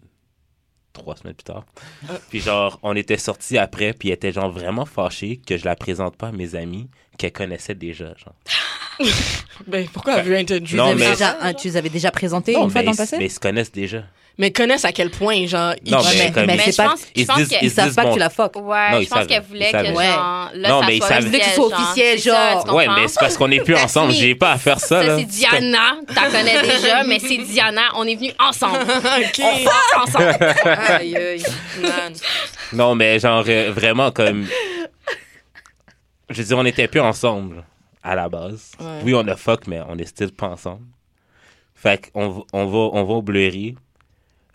Speaker 2: trois semaines plus tard.
Speaker 3: Ah.
Speaker 2: Puis genre, on était sortis après, puis elle était genre vraiment fâchée que je la présente pas à mes amis qu'elle connaissait déjà. Genre.
Speaker 1: Ben, pourquoi elle veut introduire
Speaker 2: Non,
Speaker 3: tu, les
Speaker 2: mais-
Speaker 3: avais déjà, hein, tu les avais déjà présentés
Speaker 2: Non,
Speaker 3: une fois
Speaker 2: mais
Speaker 3: dans le
Speaker 2: ils-
Speaker 3: passé
Speaker 2: Mais ils se connaissent déjà.
Speaker 1: Mais connaissent à quel point, genre, ils-
Speaker 2: Non,
Speaker 3: Ouais,
Speaker 2: Ah, mais comme-
Speaker 4: Mais
Speaker 3: c'est
Speaker 4: je
Speaker 3: pas-
Speaker 4: pense, je
Speaker 2: Ils se
Speaker 4: pense
Speaker 2: disent-
Speaker 4: que.
Speaker 3: Ils savent pas
Speaker 2: bon.
Speaker 3: que tu la foc.
Speaker 4: Ouais,
Speaker 2: Non,
Speaker 4: je
Speaker 2: ils
Speaker 4: pense
Speaker 2: savent,
Speaker 4: qu'elle
Speaker 2: ils
Speaker 4: voulait que,
Speaker 2: savent.
Speaker 4: genre,
Speaker 3: Ouais.
Speaker 4: là,
Speaker 2: Non,
Speaker 4: ça
Speaker 2: mais ils
Speaker 4: soit
Speaker 2: savent.
Speaker 4: officiel,
Speaker 3: Ils voulaient que ce soit officiel,
Speaker 4: c'est ça,
Speaker 3: genre.
Speaker 4: tu
Speaker 2: Ouais,
Speaker 4: comprends?
Speaker 2: mais c'est parce qu'on n'est plus ensemble.
Speaker 4: fini.
Speaker 2: J'ai pas à faire ça,
Speaker 4: Ça,
Speaker 2: là.
Speaker 4: c'est Diana, t'en connais déjà, mais c'est Diana, on est venus ensemble. On part ensemble.
Speaker 1: aïe, aïe, man.
Speaker 2: Non, mais genre, euh, vraiment, comme. Je veux dire, on n'était plus ensemble à la base.
Speaker 1: Ouais.
Speaker 2: Oui, on a fuck, mais on est still pas ensemble. Fait qu'on v- on va, on va au blurry.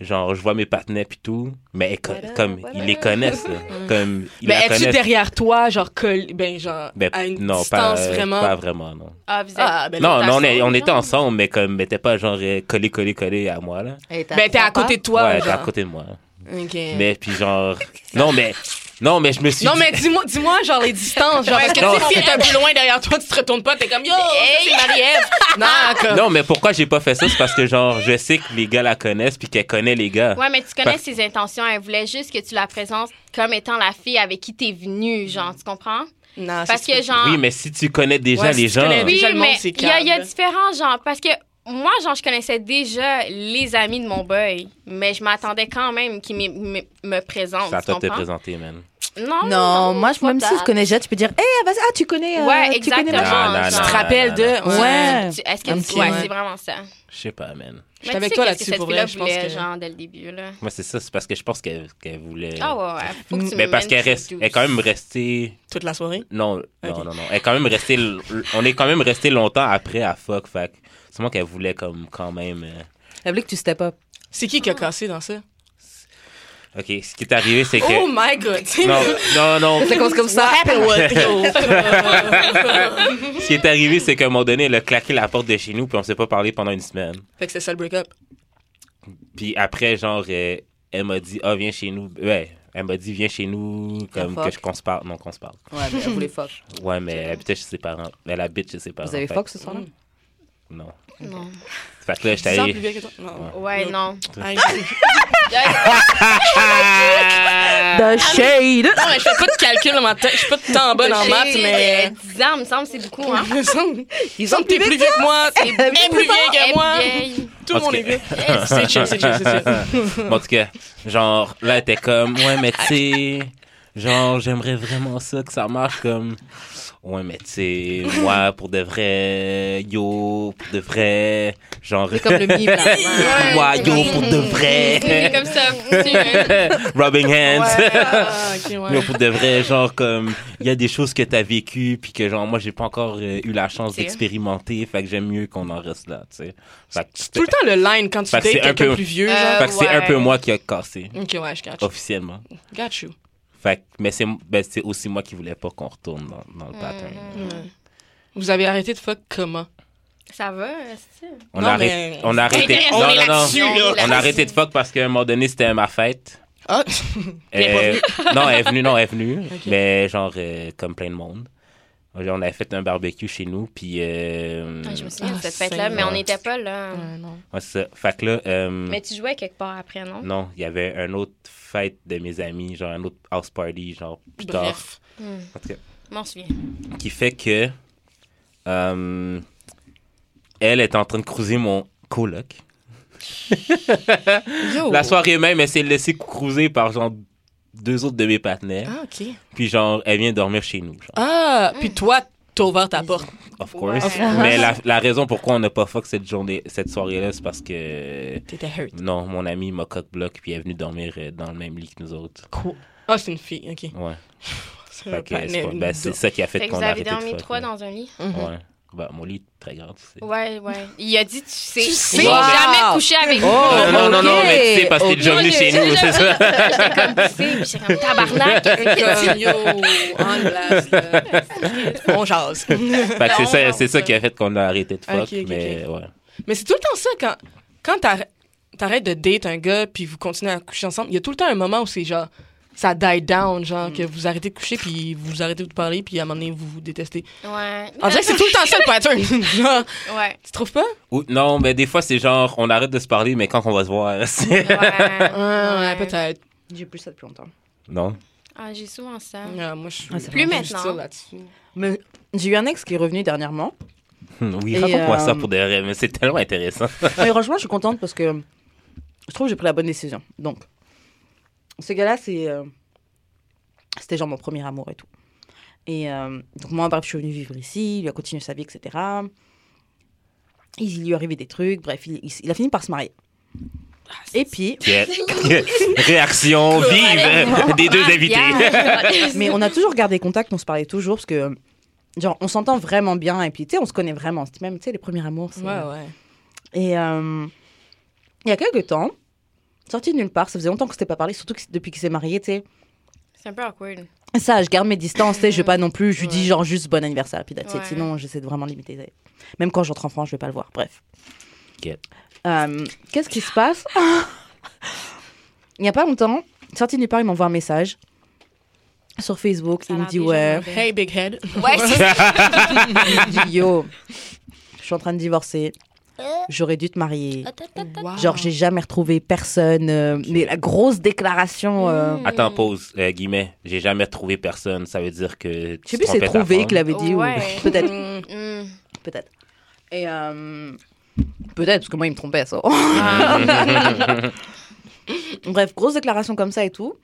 Speaker 2: Genre, je vois mes partenaires pis tout, mais elle co- comme, ils les connaissent, là. Comme, ils
Speaker 1: Ben,
Speaker 2: la
Speaker 1: es-tu
Speaker 2: connaissent.
Speaker 1: derrière toi, genre, coll- ben, genre,
Speaker 2: Ben,
Speaker 1: à une
Speaker 2: non, pas, euh,
Speaker 1: distance vraiment?
Speaker 2: pas vraiment, non.
Speaker 4: Ah, vous êtes-
Speaker 1: Ah, ben,
Speaker 2: Non,
Speaker 4: t'as
Speaker 2: non, on, est-
Speaker 4: raison,
Speaker 2: on était
Speaker 4: genre.
Speaker 2: ensemble, mais comme, mais t'es pas genre euh, collé, collé, collé à moi, là.
Speaker 1: ben, t'es à côté de toi,
Speaker 2: ouais, t'es
Speaker 1: genre.
Speaker 2: à côté de moi.
Speaker 1: Ok.
Speaker 2: Mais puis genre, non, mais, non, mais je me suis
Speaker 1: Non,
Speaker 2: dit-
Speaker 1: mais dis-moi, dis-moi, genre, les distances, genre, parce que,
Speaker 2: Non.
Speaker 1: tu sais, si elle est un peu loin derrière toi, tu te retournes pas, t'es comme, yo,
Speaker 4: Hey, Marie-Ève!
Speaker 1: non, comme,
Speaker 2: Non, mais pourquoi j'ai pas fait ça? C'est parce que, genre, je sais que les gars la connaissent puis qu'elle connaît les gars.
Speaker 4: Ouais, mais tu connais ses intentions. Elle voulait juste que tu la présentes comme étant la fille avec qui t'es venue, genre, tu comprends?
Speaker 1: non,
Speaker 4: Parce
Speaker 1: Ah, c'est-
Speaker 4: que, genre.
Speaker 2: Oui, mais si tu connais déjà
Speaker 1: Ouais, si
Speaker 2: les
Speaker 1: tu
Speaker 2: gens.
Speaker 1: connais les-
Speaker 4: Oui,
Speaker 1: Déjà, le monde,
Speaker 4: mais
Speaker 1: c'est
Speaker 4: il y, a- il y a
Speaker 1: câble.
Speaker 4: différents genres. Parce que moi, genre, je connaissais déjà les amis de mon boy, mais je m'attendais quand même qu'ils me- me- me présentent.
Speaker 2: C'est à
Speaker 4: tu
Speaker 2: toi de te
Speaker 4: comprends?
Speaker 2: présenter, man.
Speaker 4: Non,
Speaker 3: Non, moi, je,
Speaker 4: pas
Speaker 3: même si
Speaker 4: tant.
Speaker 3: je connais déjà, tu peux dire, hé, vas-y, ah, tu connais, euh,
Speaker 4: Ouais,
Speaker 3: tu connais
Speaker 4: exactement.
Speaker 3: machin.
Speaker 2: Non, non,
Speaker 4: genre.
Speaker 1: Tu te
Speaker 2: non.
Speaker 1: rappelles de.
Speaker 3: Ouais.
Speaker 4: Tu- Est-ce que
Speaker 3: Un
Speaker 4: tu-
Speaker 3: petit,
Speaker 4: ouais,
Speaker 1: Ah, ouais.
Speaker 4: c'est vraiment ça.
Speaker 2: Je sais pas, man.
Speaker 1: Je
Speaker 4: Mais
Speaker 1: suis avec
Speaker 4: tu sais
Speaker 1: toi
Speaker 4: qu'est-ce que
Speaker 1: là-dessus,
Speaker 4: cette
Speaker 1: pour
Speaker 4: fille-là
Speaker 1: vrai, je pense
Speaker 4: voulait,
Speaker 1: que.
Speaker 4: genre, dès le début, là.
Speaker 2: Moi, c'est ça. C'est parce que je pense qu'elle qu'elle voulait.
Speaker 4: Ah ouais, ouais, faut que tu
Speaker 2: Mais
Speaker 4: me
Speaker 2: parce
Speaker 4: mènes
Speaker 2: qu'elle
Speaker 4: sur
Speaker 2: reste,
Speaker 4: le
Speaker 2: elle est quand même restée.
Speaker 1: Toute la soirée.
Speaker 2: Non, non, non, non. Elle est quand même restée. l- l- On est quand même resté longtemps après à fuck. Fait que c'est moi qu'elle voulait, comme, quand même. euh,
Speaker 3: Elle voulait que tu step up.
Speaker 1: C'est qui qui a cassé dans ça?
Speaker 2: Ok, ce qui est arrivé, c'est
Speaker 1: Oh
Speaker 2: que.
Speaker 1: my god!
Speaker 2: Non, non, non.
Speaker 3: Ça commence comme ça.
Speaker 2: Ce qui est arrivé, c'est qu'à un moment donné, elle a claqué la porte de chez nous, puis on s'est pas parlé pendant une semaine.
Speaker 1: Fait que c'est ça le break-up.
Speaker 2: Puis après, genre, euh, elle m'a dit, ah, viens chez nous. Ouais, elle m'a dit, viens chez nous, comme
Speaker 3: fuck.
Speaker 2: que je- qu'on se parle. Non, qu'on se parle.
Speaker 4: Oh.
Speaker 3: Ouais, mais elle voulait fuck.
Speaker 2: Ouais, mais elle habitait chez ses parents. Elle habite chez ses parents.
Speaker 3: Vous avez
Speaker 2: Ah, Fait-
Speaker 3: fuck ce soir-là
Speaker 2: Non.
Speaker 4: Non.
Speaker 2: Fait que là,
Speaker 1: Tu
Speaker 2: j'étais
Speaker 1: sens plus
Speaker 2: allé.
Speaker 1: bien que toi? Non.
Speaker 4: Ouais,
Speaker 1: Non.
Speaker 4: non.
Speaker 1: Ah,
Speaker 4: Euh, um,
Speaker 3: The shade.
Speaker 1: Non, mais je fais pas de calcul dans ma tête. Je suis pas tant bonne en maths, mais. euh,
Speaker 4: 10 euh, ans, me semble, c'est beaucoup, hein?
Speaker 1: Il me semble- il me semble que t'es
Speaker 3: plus
Speaker 1: plus vieux que moi, t'es
Speaker 3: Elle est
Speaker 1: Eh bien
Speaker 3: plus
Speaker 1: plus vieux que moi.
Speaker 4: vieille.
Speaker 1: Tout le
Speaker 2: Parce
Speaker 1: monde est
Speaker 2: que-
Speaker 1: vieux. C'est chill, c'est chill, c'est chill.
Speaker 2: Bon, en tout cas, genre, là, elle était comme, ouais, mais tu sais, genre, j'aimerais vraiment ça, que ça marche comme, ouais, mais tu sais, moi, pour de vrai, yo, pour de vrai, genre,
Speaker 3: C'est comme le mi blanc.
Speaker 4: Ouais.
Speaker 2: moi, yo, pour de
Speaker 4: C'est
Speaker 2: vrai,
Speaker 4: comme ça. C'est-
Speaker 2: rubbing hands.
Speaker 1: Ah, ok, ouais.
Speaker 2: Yo, pour de vrai, genre, comme, il y a des choses que t'as vécues, puis que, genre, moi, j'ai pas encore euh, eu la chance
Speaker 4: C'est-
Speaker 2: d'expérimenter, fait que j'aime mieux qu'on en reste là, tu sais. Fait que
Speaker 1: C'est Tout le temps le line quand tu
Speaker 2: Fait que
Speaker 1: dates
Speaker 2: c'est un
Speaker 1: quelqu'un
Speaker 2: peu- Oh.
Speaker 1: plus vieux,
Speaker 4: Euh,
Speaker 1: genre.
Speaker 2: Fait que c'est un
Speaker 4: Ouais. Mm.
Speaker 2: peu moi qui a cassé,
Speaker 1: Ok, ouais, je catch.
Speaker 2: officiellement.
Speaker 1: Got you.
Speaker 2: Fait que- mais c'est ben, c'est aussi moi qui voulais pas qu'on retourne dans, dans
Speaker 4: Mm.
Speaker 2: le pattern.
Speaker 1: Vous avez arrêté de fuck comment?
Speaker 4: Ça va, est-ce que-
Speaker 2: On,
Speaker 1: Non,
Speaker 2: a arrêt-
Speaker 1: mais-
Speaker 2: on a arrêté.
Speaker 4: On
Speaker 2: non,
Speaker 4: est
Speaker 2: non, non.
Speaker 4: là-dessus, là.
Speaker 2: On a arrêté de fuck parce qu'à un moment donné, c'était ma fête.
Speaker 1: Ah!
Speaker 2: Euh, non, elle est venue, non, elle est venue.
Speaker 1: Ok.
Speaker 2: Mais genre, euh, comme plein de monde. On avait fait un barbecue chez nous, puis. euh,
Speaker 4: Ah, Je me souviens de
Speaker 1: Ah,
Speaker 4: cette fête-là, mais on
Speaker 2: Seigneur.
Speaker 4: n'était pas là.
Speaker 1: Euh,
Speaker 2: ouais, c'est ça. Fait que là. euh,
Speaker 4: Mais tu jouais quelque part après, non?
Speaker 2: Non, il y avait un autre fête de mes amis, genre un autre house party, genre plus tard.
Speaker 1: Bref.
Speaker 2: En tout cas,
Speaker 4: Je m'en souviens.
Speaker 2: qui fait que euh, elle est en train de cruiser mon coloc.
Speaker 1: Yo!
Speaker 2: La soirée même, elle s'est laissée cruiser par genre deux autres de mes partenaires.
Speaker 1: Ah, ok.
Speaker 2: Puis genre, elle vient dormir chez nous. genre,
Speaker 1: Ah, puis toi, t'as ouvert ta porte.
Speaker 2: of course.
Speaker 4: Ouais.
Speaker 1: Ah.
Speaker 2: Mais la, la raison pourquoi on n'a pas fuck cette journée, cette soirée-là, c'est parce que
Speaker 1: T'étais hurt.
Speaker 2: non, mon ami m'a cock-block puis elle est venue dormir euh, dans le même lit que nous autres.
Speaker 1: Quoi? Ah, c'est une fille, ok.
Speaker 2: Ouais.
Speaker 1: C'est un
Speaker 2: Fait que, c'est
Speaker 1: panel,
Speaker 2: pas-
Speaker 1: une
Speaker 2: ben, c'est
Speaker 1: dos.
Speaker 2: ça qui a fait,
Speaker 4: Fait que
Speaker 2: qu'on
Speaker 4: vous
Speaker 2: a
Speaker 4: avez
Speaker 2: arrêté de
Speaker 4: dormi
Speaker 2: fuck,
Speaker 4: trois
Speaker 2: là.
Speaker 4: dans un lit?
Speaker 1: Mhm.
Speaker 2: Ouais. Ben, mon lit est très grand, tu sais.
Speaker 4: Ouais, ouais. Il a dit, tu sais,
Speaker 1: Tu sais.
Speaker 4: j'ai
Speaker 1: Wow.
Speaker 4: jamais couché avec vous.
Speaker 2: non, Oh, non, non, non,
Speaker 3: ok.
Speaker 2: mais tu sais, parce que t'es déjà
Speaker 4: Oh,
Speaker 2: venu
Speaker 4: Ok.
Speaker 2: chez nous, c'est ça.
Speaker 4: J'étais comme, tu sais, puis j'étais comme, tabarnak.
Speaker 1: Comme, yo, en glace, là. On jase.
Speaker 2: Fait que c'est
Speaker 4: Non,
Speaker 2: ça,
Speaker 4: non,
Speaker 2: c'est ça
Speaker 4: ouais.
Speaker 2: qui a fait qu'on a arrêté de fuck,
Speaker 1: Ok, ok,
Speaker 2: mais ouais.
Speaker 1: Mais c'est tout le temps ça, quand, quand t'arr- t'arrêtes de date un gars puis vous continuez à coucher ensemble, il y a tout le temps un moment où c'est genre, ça die down, genre, que vous arrêtez de coucher puis vous arrêtez de parler puis à un moment donné, vous vous détestez.
Speaker 4: Ouais.
Speaker 1: On dirait que c'est tout le temps ça le pattern. genre,
Speaker 4: Ouais.
Speaker 1: tu trouves pas?
Speaker 2: Ou- non, mais des fois, c'est genre, on arrête de se parler, mais quand on va se voir, c'est...
Speaker 4: Ouais.
Speaker 2: Ah,
Speaker 1: Ouais, peut-être.
Speaker 3: J'ai plus ça depuis longtemps.
Speaker 2: Non?
Speaker 4: Ah, j'ai souvent ça.
Speaker 1: Ouais, moi, je suis
Speaker 3: Ah, c'est
Speaker 4: Plus
Speaker 1: je suis
Speaker 4: maintenant.
Speaker 1: sûre là-dessus.
Speaker 3: Mais j'ai eu un ex qui est revenu dernièrement.
Speaker 2: Hmm, Oui,
Speaker 3: Et,
Speaker 2: raconte-moi
Speaker 3: euh,
Speaker 2: ça pour des rêves, mais c'est tellement intéressant.
Speaker 3: Mais franchement, je suis contente parce que je trouve que j'ai pris la bonne décision. Donc, ce gars-là, c'est. euh, C'était genre mon premier amour et tout. Et euh, donc, moi, bref, je suis venue vivre ici, il a continué sa vie, etc. Il lui arrivait des trucs, bref, il, il- il a fini par se marier. Et puis,
Speaker 2: Yeah. Réaction vive des deux
Speaker 4: Ah,
Speaker 2: invités.
Speaker 3: Ah, mais on a toujours gardé contact, on se parlait toujours parce que, genre, on s'entend vraiment bien et puis, tu sais, on se connaît vraiment. C'était même, tu sais, les premiers amours, c'est.
Speaker 1: Ouais, ouais.
Speaker 3: Et euh, il y a quelques temps, sorti de nulle part, ça faisait longtemps qu'on s'était pas parlé, surtout que- depuis qu'il s'est marié, tu sais.
Speaker 4: C'est un peu awkward.
Speaker 3: Ça, je garde mes distances, tu sais, je vais pas non plus, je lui dis genre juste bon anniversaire, puis that's it.
Speaker 4: Ouais.
Speaker 3: Sinon, j'essaie de vraiment limiter. Même quand j'entre en France, je vais pas le voir, bref.
Speaker 2: Get.
Speaker 3: Euh, Qu'est-ce qui se passe Il y a pas longtemps, sorti de nulle part, il m'envoie un message sur Facebook,
Speaker 4: Ça a
Speaker 3: il me
Speaker 4: l'air
Speaker 3: dit
Speaker 4: déjà
Speaker 3: ouais,
Speaker 4: demandé.
Speaker 1: Hey, Big Head.
Speaker 4: Ouais, c'est ça.
Speaker 3: il dit, yo, je suis en train de divorcer,
Speaker 4: Euh.
Speaker 3: j'aurais dû te marier.
Speaker 1: Wow.
Speaker 3: Genre, j'ai jamais retrouvé personne. euh, mais la grosse déclaration. euh,
Speaker 4: Hmm.
Speaker 2: Attends, pause, euh, guillemets. J'ai jamais trouvé personne, ça veut dire que...
Speaker 3: je sais plus si c'est trouvé qu'il avait dit
Speaker 4: Ouais.
Speaker 3: ou. Peut-être,
Speaker 1: Mm.
Speaker 4: Mm.
Speaker 3: peut-être. Et. euh, peut-être, parce que moi, il me trompait, ça. Bref, grosse déclaration comme ça et tout.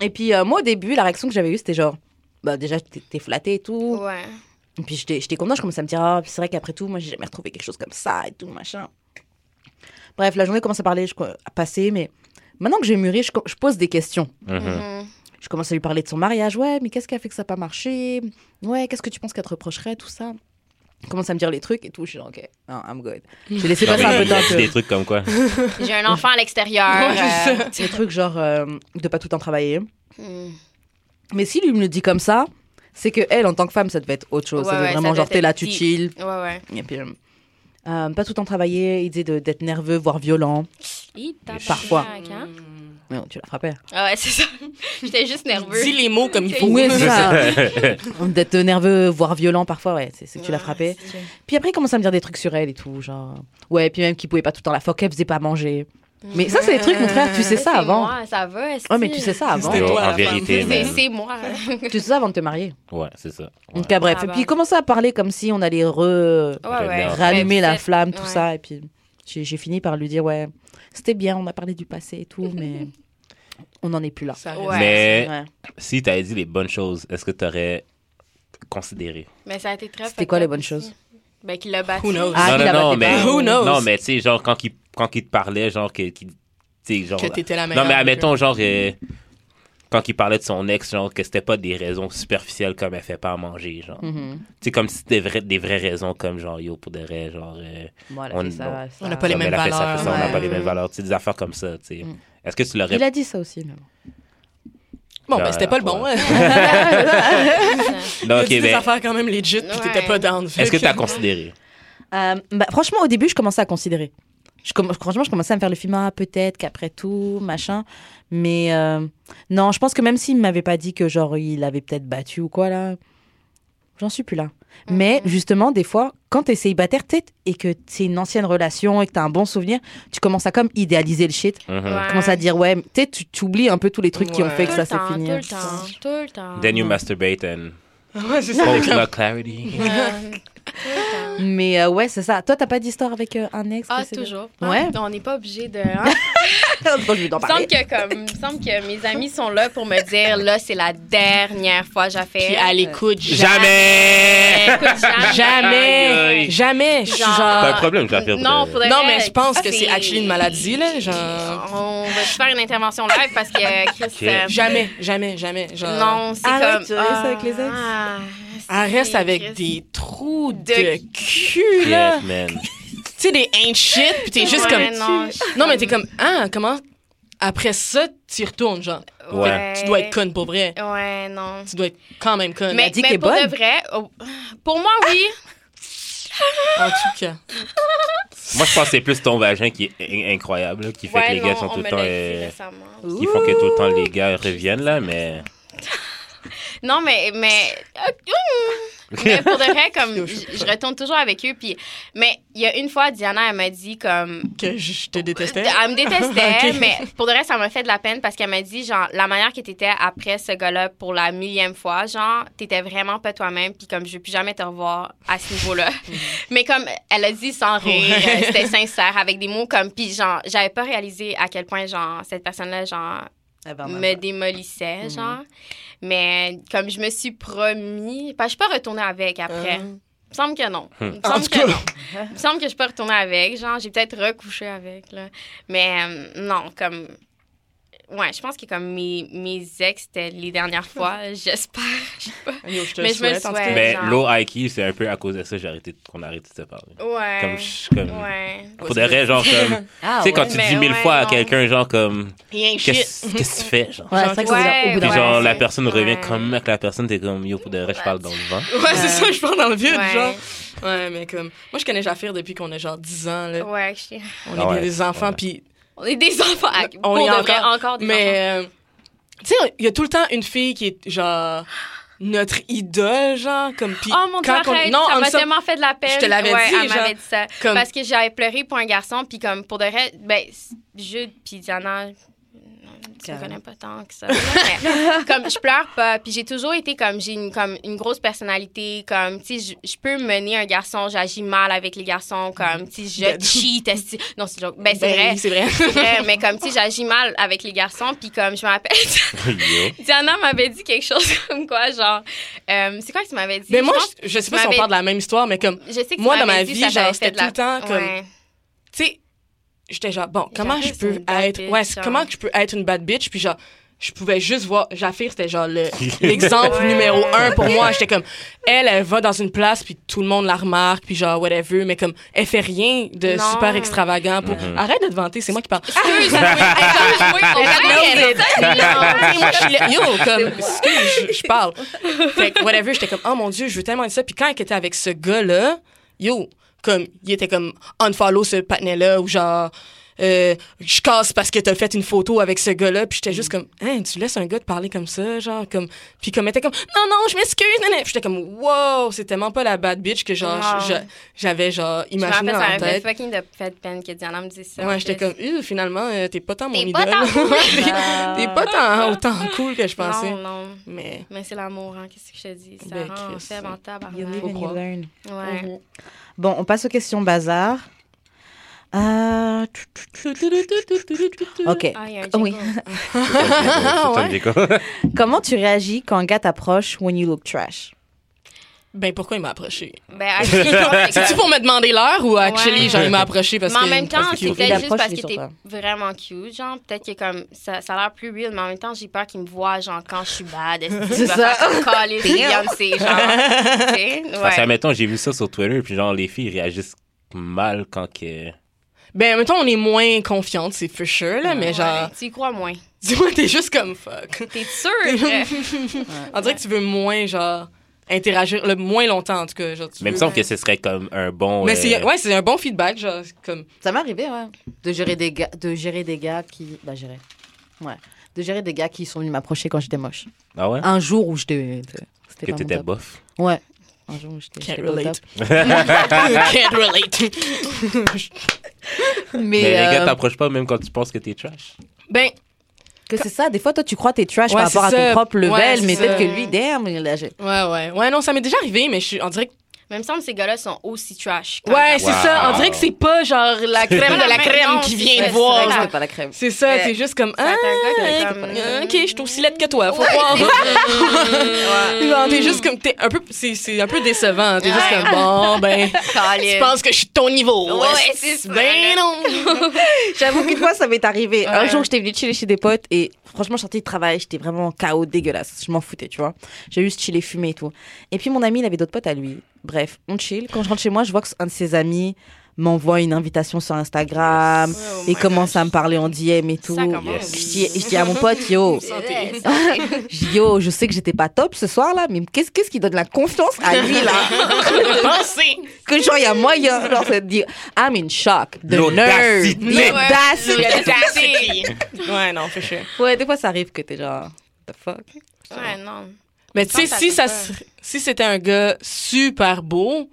Speaker 3: Et puis, euh, moi, au début, la réaction que j'avais eue, c'était genre. Bah, déjà, t'es t'es flattée et tout.
Speaker 4: Ouais.
Speaker 3: Et puis j'étais j'étais contente, je commençais à me dire, ah, puis c'est vrai qu'après tout, moi, j'ai jamais retrouvé quelque chose comme ça et tout, machin. Bref, la journée commence à parler, je, à passer, mais maintenant que j'ai mûri, je, co- je pose des questions.
Speaker 4: Mhm.
Speaker 3: Je commence à lui parler de son mariage. Ouais, mais qu'est-ce qui a fait que ça n'a pas marché Ouais, qu'est-ce que tu penses qu'elle te reprocherait, tout ça Il commence à me dire les trucs et tout. Je suis genre, ok, non, I'm good. J'ai laissé passer un peu de temps
Speaker 2: C'est des
Speaker 3: que-
Speaker 2: trucs comme quoi.
Speaker 4: J'ai un enfant à l'extérieur.
Speaker 1: Ouais, c'est ça.
Speaker 3: Les trucs genre euh, de pas tout le temps travailler.
Speaker 4: euh, mm.
Speaker 3: Mais si lui me le dit comme ça, c'est que elle, en tant que femme, ça devait être autre chose.
Speaker 4: Ouais,
Speaker 3: ça devait
Speaker 4: ouais,
Speaker 3: vraiment
Speaker 4: ça
Speaker 3: genre,
Speaker 4: devait
Speaker 3: t'es là,
Speaker 4: être
Speaker 3: tu
Speaker 4: deep.
Speaker 3: chill.
Speaker 4: Ouais, ouais.
Speaker 3: Et puis, euh, euh, pas tout le temps travailler, idée de- d'être nerveux, voire violent.
Speaker 1: Ah,
Speaker 4: Hi, tabarnak,
Speaker 3: Parfois.
Speaker 4: hein.
Speaker 3: Mais non, tu l'as frappé.
Speaker 4: Ah ouais, c'est ça. J'étais juste nerveux.
Speaker 1: Dis les mots comme il faut.
Speaker 3: Oui,
Speaker 1: là.
Speaker 3: c'est ça. D'être nerveux, voire violent parfois, ouais, c'est c'est que tu l'as
Speaker 1: Ouais,
Speaker 3: frappé.
Speaker 4: c'est-
Speaker 3: Puis après, il commence à me dire des trucs sur elle et tout, genre. Ouais, puis même qu'il pouvait pas tout le temps la fuck, elle faisait pas manger. Mais ça, c'est des trucs, mon frère, tu sais ça
Speaker 4: C'est
Speaker 3: avant.
Speaker 4: moi, ça va. est-ce
Speaker 3: Ouais, mais
Speaker 4: que-
Speaker 3: tu sais ça avant.
Speaker 1: C'était
Speaker 2: Yo,
Speaker 1: toi, la
Speaker 2: en
Speaker 1: femme.
Speaker 2: vérité,
Speaker 4: C'est
Speaker 2: man.
Speaker 4: c'est moi.
Speaker 3: Tu sais ça avant de te marier.
Speaker 2: Ouais, c'est ça. Ouais.
Speaker 3: Donc, bref.
Speaker 4: Ah
Speaker 3: et
Speaker 4: bah.
Speaker 3: puis, il commençait à parler comme si on allait re...
Speaker 4: Ouais, ouais.
Speaker 2: Regarde.
Speaker 3: rallumer la
Speaker 4: Fait-
Speaker 3: flamme, tout
Speaker 4: ouais.
Speaker 3: ça. Et puis, j'ai j'ai fini par lui dire, ouais, c'était bien, on a parlé du passé et tout, mais on n'en est plus là.
Speaker 1: Ça
Speaker 4: Ouais.
Speaker 2: Mais
Speaker 3: Ouais.
Speaker 2: si t'avais dit les bonnes choses, est-ce que t'aurais considéré?
Speaker 4: Mais ça a été très.
Speaker 3: C'était quoi les
Speaker 4: fucked up
Speaker 3: bonnes
Speaker 4: aussi.
Speaker 3: choses
Speaker 4: Ben, qu'il l'a battu.
Speaker 1: Who knows?
Speaker 3: Ah,
Speaker 2: non,
Speaker 3: qu'il a
Speaker 2: non, non,
Speaker 3: batté
Speaker 2: mais...
Speaker 1: pas. Who knows?
Speaker 2: Non, mais tu sais, genre, quand il, quand il te parlait, genre, que... qu'il- tu sais, genre...
Speaker 1: Que t'étais la meilleure.
Speaker 2: Non, mais admettons, genre, euh, quand il parlait de son ex, genre, que c'était pas des raisons superficielles comme elle fait pas à manger,
Speaker 1: Mm.
Speaker 2: genre.
Speaker 3: Mhm.
Speaker 2: Tu sais, comme si c'était vrai- des vraies raisons, comme genre, yo, pour des raisons, genre. euh,
Speaker 3: Voilà,
Speaker 2: On-
Speaker 3: c'est ça,
Speaker 2: non.
Speaker 3: ça.
Speaker 1: On n'a pas les
Speaker 2: comme
Speaker 1: mêmes
Speaker 2: elle a fait ça,
Speaker 1: valeurs.
Speaker 2: fait ça, on n'a pas
Speaker 4: ouais.
Speaker 2: les mêmes valeurs. Tu sais, des affaires comme ça, tu sais.
Speaker 3: Mm.
Speaker 2: Est-ce que tu l'aurais.
Speaker 3: Il a dit ça aussi. mais bon.
Speaker 1: Bon, ben, c'était pas le bon.
Speaker 2: euh, Ouais.
Speaker 1: hein.
Speaker 2: Non,
Speaker 1: T'as dit
Speaker 2: ok,
Speaker 1: des
Speaker 2: ben,
Speaker 1: affaires quand même legit, puis t'étais
Speaker 4: Ouais.
Speaker 1: pas down.
Speaker 2: Est-ce que t'as considéré?
Speaker 3: Euh, bah, franchement, au début, je commençais à considérer. Je comm- Franchement, je commençais à me faire le film, ah, peut-être qu'après tout, machin. Mais euh, non, je pense que même s'il ne m'avait pas dit que, genre, il avait peut-être battu ou quoi, là, j'en suis plus là.
Speaker 4: Mm-hmm.
Speaker 3: Mais justement, des fois, quand t'es célibataire, t'es et que c'est une ancienne relation et que t'as un bon souvenir, tu commences à comme idéaliser le shit.
Speaker 2: Mhm.
Speaker 4: Ouais.
Speaker 3: Tu commences à dire, ouais, t'sais, tu tu oublies un peu tous les trucs qui ont
Speaker 1: Ouais.
Speaker 3: fait
Speaker 4: Tout
Speaker 3: que ça
Speaker 4: le
Speaker 3: s'est
Speaker 4: temps,
Speaker 3: fini. hein?
Speaker 4: Tout le temps, tout le temps.
Speaker 2: Then you masturbate and.
Speaker 1: Ouais, c'est ça.
Speaker 2: Oh,
Speaker 1: t'es
Speaker 2: la clarity.
Speaker 4: Ouais,
Speaker 3: Euh,
Speaker 4: tout le temps.
Speaker 3: Mais euh, ouais, c'est ça. Toi, t'as pas d'histoire avec euh, un ex que
Speaker 4: Ah,
Speaker 3: c'est-
Speaker 4: toujours.
Speaker 3: Ouais.
Speaker 4: Ah, On n'est pas obligé de. hein.
Speaker 3: Bon, je vais t'en
Speaker 4: Il me semble
Speaker 3: parler.
Speaker 4: que comme, il me semble que mes amis sont là pour me dire là c'est la dernière fois que j'ai fait.
Speaker 1: Puis à l'écoute,
Speaker 2: Jamais!
Speaker 4: Écoute, jamais.
Speaker 2: Aïe,
Speaker 1: Jamais!
Speaker 2: aïe.
Speaker 1: Jamais! Je suis genre.
Speaker 4: Genre-
Speaker 2: T'as un problème, j'ai affaire.
Speaker 4: Ah. Non, faudrait Ah,
Speaker 1: Non, mais je pense que c'est actually une maladie, là. Genre.
Speaker 4: On va se faire une intervention live parce que euh, Chris.
Speaker 2: Ok.
Speaker 4: euh,
Speaker 1: Jamais, jamais, jamais. Genre.
Speaker 4: Non, c'est
Speaker 3: Arrête,
Speaker 4: comme.
Speaker 3: tu restes avec les ex.
Speaker 4: ah,
Speaker 1: Elle reste
Speaker 4: c'est
Speaker 1: avec
Speaker 4: Chris.
Speaker 1: des trous de,
Speaker 4: De
Speaker 1: cul, là.
Speaker 2: Yeah, man.
Speaker 1: Tu sais, des ain't shit, pis t'es juste
Speaker 4: Ouais,
Speaker 1: comme.
Speaker 4: Non,
Speaker 1: Non, mais t'es comme, ah, comment. Après ça, t'y retournes, genre.
Speaker 4: je-
Speaker 2: Ouais.
Speaker 1: Tu dois être conne pour vrai.
Speaker 4: Ouais, non.
Speaker 1: Tu dois être quand même conne.
Speaker 4: Mais,
Speaker 3: dit
Speaker 4: mais
Speaker 3: qu'elle est
Speaker 4: pour
Speaker 3: bonne.
Speaker 4: de vrai, oh, pour moi, oui.
Speaker 1: En tout cas.
Speaker 2: Moi, je pense que c'est plus ton vagin qui est in- incroyable, là, qui fait que les
Speaker 4: Ouais,
Speaker 2: gars
Speaker 4: non,
Speaker 2: sont
Speaker 4: on
Speaker 2: tout le
Speaker 4: me
Speaker 2: temps.
Speaker 4: l'a dit
Speaker 2: euh,
Speaker 4: récemment.
Speaker 2: Qui font que tout le temps les gars reviennent, là, mais.
Speaker 4: Non, mais, mais, mais pour de vrai, comme, je je retourne toujours avec eux. Puis, mais il y a une fois, Diana, elle m'a dit comme.
Speaker 1: Que je te détestais.
Speaker 4: Elle me détestait,
Speaker 1: Ok.
Speaker 4: mais pour de vrai, ça m'a fait de la peine parce qu'elle m'a dit, genre, la manière que t'étais après ce gars-là pour la millième fois, genre, t'étais vraiment pas toi-même, puis comme, je veux plus jamais te revoir à ce niveau-là. mais comme, elle a dit sans rire,
Speaker 1: Ouais.
Speaker 4: euh, c'était sincère, avec des mots comme, puis genre, j'avais pas réalisé à quel point, genre, cette personne-là, genre,
Speaker 2: Eh
Speaker 3: Ah,
Speaker 2: ben,
Speaker 3: pardon.
Speaker 4: me démolissait,
Speaker 1: Mm-hmm.
Speaker 4: genre. Mais comme je me suis promis, parce que je suis pas retournée avec après.
Speaker 1: Euh,
Speaker 4: Il me semble que non. Il me
Speaker 1: En
Speaker 4: semble
Speaker 1: tout
Speaker 4: que
Speaker 1: cas.
Speaker 4: non. Il me semble que je suis pas retournée avec, genre j'ai peut-être recouché avec là. Mais euh, non, comme Ouais, je pense que comme mes, mes ex, c'était les dernières fois, j'espère. Je sais pas.
Speaker 1: yo, je te
Speaker 4: Mais je me
Speaker 1: souhaite, en tout cas.
Speaker 4: souhaite.
Speaker 2: Mais
Speaker 4: genre.
Speaker 2: low IQ, c'est un peu à cause de ça j'ai arrêté- qu'on a arrêté de se parler.
Speaker 4: Ouais.
Speaker 2: Comme, je suis comme.
Speaker 4: Ouais.
Speaker 2: Pour des raisons, genre, comme.
Speaker 3: Ah,
Speaker 2: tu sais, quand
Speaker 3: ouais.
Speaker 2: tu
Speaker 4: Mais
Speaker 2: dis mille
Speaker 4: ouais,
Speaker 2: fois à
Speaker 4: non.
Speaker 2: quelqu'un, genre, comme,
Speaker 1: Rien shit.
Speaker 2: qu'est-ce qu'est-ce que tu fais, genre?
Speaker 3: Ouais, c'est vrai que c'est bizarre. au bout
Speaker 2: Puis
Speaker 3: d'un
Speaker 4: Ouais,
Speaker 2: genre,
Speaker 4: ouais.
Speaker 2: la personne revient
Speaker 4: Ouais.
Speaker 2: comme avec la personne, t'es comme, yo, pour de vrai, je parle dans le vent.
Speaker 1: Ouais, c'est ça, je parle dans le vide,
Speaker 4: Ouais.
Speaker 1: genre. Ouais, mais comme. Moi, je connais Jafir depuis qu'on a genre 10 ans, là.
Speaker 4: Ouais, je-
Speaker 1: On
Speaker 2: Ah
Speaker 1: est
Speaker 2: ouais,
Speaker 1: des enfants,
Speaker 2: ouais.
Speaker 1: puis.
Speaker 4: On est des enfants. Ah,
Speaker 1: On
Speaker 4: pour
Speaker 1: est
Speaker 4: de vrai,
Speaker 1: encore-
Speaker 4: encore des enfants.
Speaker 1: Mais. euh, Tu sais, il y a tout le temps une fille qui est genre. Notre idole, genre. Comme. Puis
Speaker 4: Oh mon dieu,
Speaker 1: quand on-
Speaker 4: arrête,
Speaker 1: Non,
Speaker 4: ça
Speaker 1: on
Speaker 4: m'a
Speaker 1: me semble-
Speaker 4: tellement fait de la peine.
Speaker 1: Je te l'avais
Speaker 4: Ouais,
Speaker 1: dit,
Speaker 4: elle
Speaker 1: genre,
Speaker 4: m'avait dit ça.
Speaker 1: comme-
Speaker 4: Parce que j'avais pleuré pour un garçon, puis comme pour de vrai, ben, c- Jude puis Diana, non, tu me
Speaker 3: Calme.
Speaker 4: connais pas tant que ça. là, mais comme je pleure pas, puis j'ai toujours été comme j'ai une comme une grosse personnalité, comme tu sais, je- je peux mener un garçon, j'agis mal avec les garçons, comme tu sais,
Speaker 1: Ben,
Speaker 4: je cheat, esti- non c'est joke. ben
Speaker 1: Ben
Speaker 4: c'est vrai.
Speaker 1: oui, C'est vrai.
Speaker 4: c'est vrai, mais comme tu sais, j'agis mal avec les garçons, puis comme je me rappelle,
Speaker 2: Yo.
Speaker 4: Diana m'avait dit quelque chose comme quoi, genre, euh, c'est quoi que tu m'avais dit?
Speaker 1: Mais Ben, moi,
Speaker 4: pense-
Speaker 1: je, je sais
Speaker 4: tu
Speaker 1: pas si on
Speaker 4: m'avais-
Speaker 1: parle de la même histoire, mais comme,
Speaker 4: je sais que
Speaker 1: Moi,
Speaker 4: tu
Speaker 1: dans
Speaker 4: m'avais
Speaker 1: ma
Speaker 4: dit,
Speaker 1: vie,
Speaker 4: ça
Speaker 1: genre,
Speaker 4: t'avait
Speaker 1: c'était
Speaker 4: fait de la-
Speaker 1: tout le temps comme-
Speaker 4: Ouais.
Speaker 1: tu sais, j'étais genre, bon, comment
Speaker 4: Jafir,
Speaker 1: je
Speaker 4: c'est
Speaker 1: peux
Speaker 4: une bad
Speaker 1: être.
Speaker 4: bitch,
Speaker 1: ouais, c'est-
Speaker 4: genre.
Speaker 1: comment que je peux être une bad bitch? Puis genre, je pouvais juste voir. Jafir, c'était genre le- l'exemple
Speaker 4: Ouais.
Speaker 1: numéro un pour moi. J'étais comme, elle, elle va dans une place, puis tout le monde la remarque, puis genre, whatever, mais comme, elle fait rien de
Speaker 4: Non.
Speaker 1: super extravagant. Pour... Arrête de te vanter, c'est moi qui parle.
Speaker 4: Excuse, oui, excuse, oui, on parlait,
Speaker 1: Et moi, je suis là, yo, comme, excuse, je, je parle. Fait que, whatever, j'étais comme, oh mon Dieu, je veux tellement dire ça. Puis quand elle était avec ce gars-là, yo, comme, il était comme, unfollow ce patinet-là, ou genre, euh, je casse parce que t'as fait une photo avec ce gars-là. Puis j'étais juste comme, hein, tu laisses un gars te parler comme ça, genre, comme. Puis comme, elle était comme, non, non, je m'excuse, non, non. Puis j'étais comme, wow, c'est tellement pas la bad bitch que genre,
Speaker 4: Wow.
Speaker 1: je- j'avais genre
Speaker 4: Ah. Je me rappelle,
Speaker 1: imaginé
Speaker 4: ça
Speaker 1: dans la
Speaker 4: m'avait fait
Speaker 1: tête.
Speaker 4: fucking de fait peine que Diana me dise ça.
Speaker 1: Ouais, j'étais comme, Euh, finalement, euh, t'es pas tant mon
Speaker 4: T'es
Speaker 1: idole.
Speaker 4: pas tant cool.
Speaker 1: T'es- T'es pas tant, autant cool que je pensais.
Speaker 4: Euh, Non, non.
Speaker 1: Mais.
Speaker 4: Mais c'est l'amour, hein, qu'est-ce que je te dis? Ça
Speaker 1: Ben,
Speaker 4: rend
Speaker 1: Chris,
Speaker 4: faible en tabarnak.
Speaker 1: you live
Speaker 3: Faut
Speaker 1: and you
Speaker 3: croire.
Speaker 4: Ouais.
Speaker 3: Mhm. Bon, on passe aux questions bazar. Euh, tu- tu- tu- tu- tu- tu- tu- tu- tu- Ok.
Speaker 4: Ah, il y a un
Speaker 3: Oui.
Speaker 4: jingle.
Speaker 2: Tom Jacob.
Speaker 3: Comment tu réagis quand un gars t'approche when you look trash
Speaker 1: Ben, pourquoi il m'a approché?
Speaker 4: Ben, actually,
Speaker 1: C'est-tu pour me demander l'heure ou actually,
Speaker 4: Ouais.
Speaker 1: genre, il m'a approché parce
Speaker 4: mais en
Speaker 1: que-
Speaker 4: même temps,
Speaker 1: parce qu'il-
Speaker 4: c'est peut-être juste
Speaker 3: approche,
Speaker 4: parce
Speaker 3: il est
Speaker 4: que
Speaker 3: sur
Speaker 4: t'es
Speaker 3: toi.
Speaker 4: vraiment cute, genre. Peut-être que comme ça, ça a l'air plus real, mais en même temps, j'ai peur qu'il me voie, genre, quand je suis bad.
Speaker 3: C'est
Speaker 4: C'est
Speaker 3: ça.
Speaker 4: ça. Coller Beyoncé, genre. Tu sais?
Speaker 2: Parce que,
Speaker 4: Ouais.
Speaker 2: admettons, j'ai vu ça sur Twitter, puis genre, les filles réagissent mal quand que.
Speaker 1: Ben, mettons, on est moins confiante, c'est for sure, là, mais
Speaker 4: Ouais,
Speaker 1: genre,
Speaker 4: Tu y crois moins.
Speaker 1: dis-moi, t'es juste comme fuck.
Speaker 4: T'es sûr?
Speaker 1: On dirait que tu veux moins, genre, interagir, le moins longtemps, en tout cas. Genre, tu
Speaker 2: Mais il
Speaker 1: veux-
Speaker 2: me semble que ce serait comme un bon.
Speaker 1: Mais
Speaker 2: euh,
Speaker 1: c'est, ouais, c'est un bon feedback, genre, comme.
Speaker 3: Ça m'est arrivé, ouais. De gérer des gars, de gérer des gars qui, bah gérer. Ouais. De gérer des gars qui sont venus m'approcher quand j'étais moche.
Speaker 2: Ah ouais?
Speaker 3: Un jour où j'étais, euh, c'était pas
Speaker 2: Que
Speaker 3: mon
Speaker 2: t'étais
Speaker 3: top.
Speaker 2: bof.
Speaker 3: Ouais. Un jour où j'étais.
Speaker 1: Can't
Speaker 3: j'étais pas au
Speaker 1: relate.
Speaker 3: top.
Speaker 1: Can't relate.
Speaker 3: Mais,
Speaker 2: Mais les
Speaker 3: euh,
Speaker 2: gars t'approchent pas même quand tu penses que t'es trash.
Speaker 1: ben,
Speaker 3: que c'est ça. Des fois, toi, tu crois t'es trash
Speaker 1: Ouais,
Speaker 3: par rapport à
Speaker 1: c'est
Speaker 3: ton
Speaker 1: ça.
Speaker 3: propre level,
Speaker 1: Ouais, c'est
Speaker 3: mais
Speaker 1: ça.
Speaker 3: peut-être que lui, damn, il a.
Speaker 1: ouais, ouais. Ouais, non, ça m'est déjà arrivé, mais je suis, on dirait que.
Speaker 4: Même semble que ces gars-là sont aussi trash. quand
Speaker 1: Ouais,
Speaker 4: ils
Speaker 1: c'est ça. On
Speaker 2: Wow.
Speaker 1: dirait que c'est pas, genre, la crème de la crème
Speaker 4: Non,
Speaker 1: qui
Speaker 4: c'est
Speaker 1: vient
Speaker 4: vrai,
Speaker 1: te voir.
Speaker 4: c'est vrai.
Speaker 1: genre.
Speaker 3: C'était pas la crème.
Speaker 1: C'est ça,
Speaker 4: Ouais.
Speaker 1: t'es juste comme.
Speaker 4: Ça va
Speaker 1: Ah,
Speaker 4: être un gars qui est
Speaker 1: euh,
Speaker 4: comme-
Speaker 1: ok, je suis aussi laide que toi, faut croire. Genre, t'es juste comme. T'es un peu, c'est, c'est un peu décevant. T'es juste comme, bon, ben.
Speaker 4: Calais.
Speaker 1: Tu penses que je suis de ton niveau.
Speaker 4: Ouais,
Speaker 1: est-ce-
Speaker 4: c'est ça,
Speaker 1: Ben
Speaker 4: là.
Speaker 1: non.
Speaker 3: J'avoue qu'une fois, ça m'est arrivé. Un
Speaker 4: Ouais.
Speaker 3: jour, j'étais venue chiller chez des potes et franchement, je sortais de travail, j'étais vraiment KO dégueulasse. Je m'en foutais, tu vois. J'ai juste chillé, fumé et tout. Et puis, mon ami, il avait d'autres potes à lui. Bref, on chill. Quand je rentre chez moi, je vois que un de ses amis m'envoie une invitation sur Instagram.
Speaker 4: Oh
Speaker 3: Il
Speaker 4: my
Speaker 3: commence à me parler en DM et tout.
Speaker 4: Ça commence.
Speaker 2: Yes.
Speaker 3: Je dis- je dis à mon pote,
Speaker 1: Oh.
Speaker 3: yo,
Speaker 4: Santé.
Speaker 3: je dis, yo, je sais que j'étais pas top ce soir là, mais qu'est-ce qu'est-ce qui donne la confiance à lui là
Speaker 1: Pensez.
Speaker 3: Que genre, il y a moyen, genre, c'est de dire, I'm in shock. The nerve.
Speaker 2: L'audacité.
Speaker 3: L'audacité.
Speaker 4: L'audacité.
Speaker 1: Ouais, non, fait chier.
Speaker 3: Ouais, des fois, ça arrive que t'es genre, the fuck.
Speaker 4: Ouais, non.
Speaker 1: Mais tu sais,
Speaker 4: Tant
Speaker 1: si,
Speaker 4: ça
Speaker 1: ça,
Speaker 4: fait
Speaker 1: se- si c'était un gars super beau,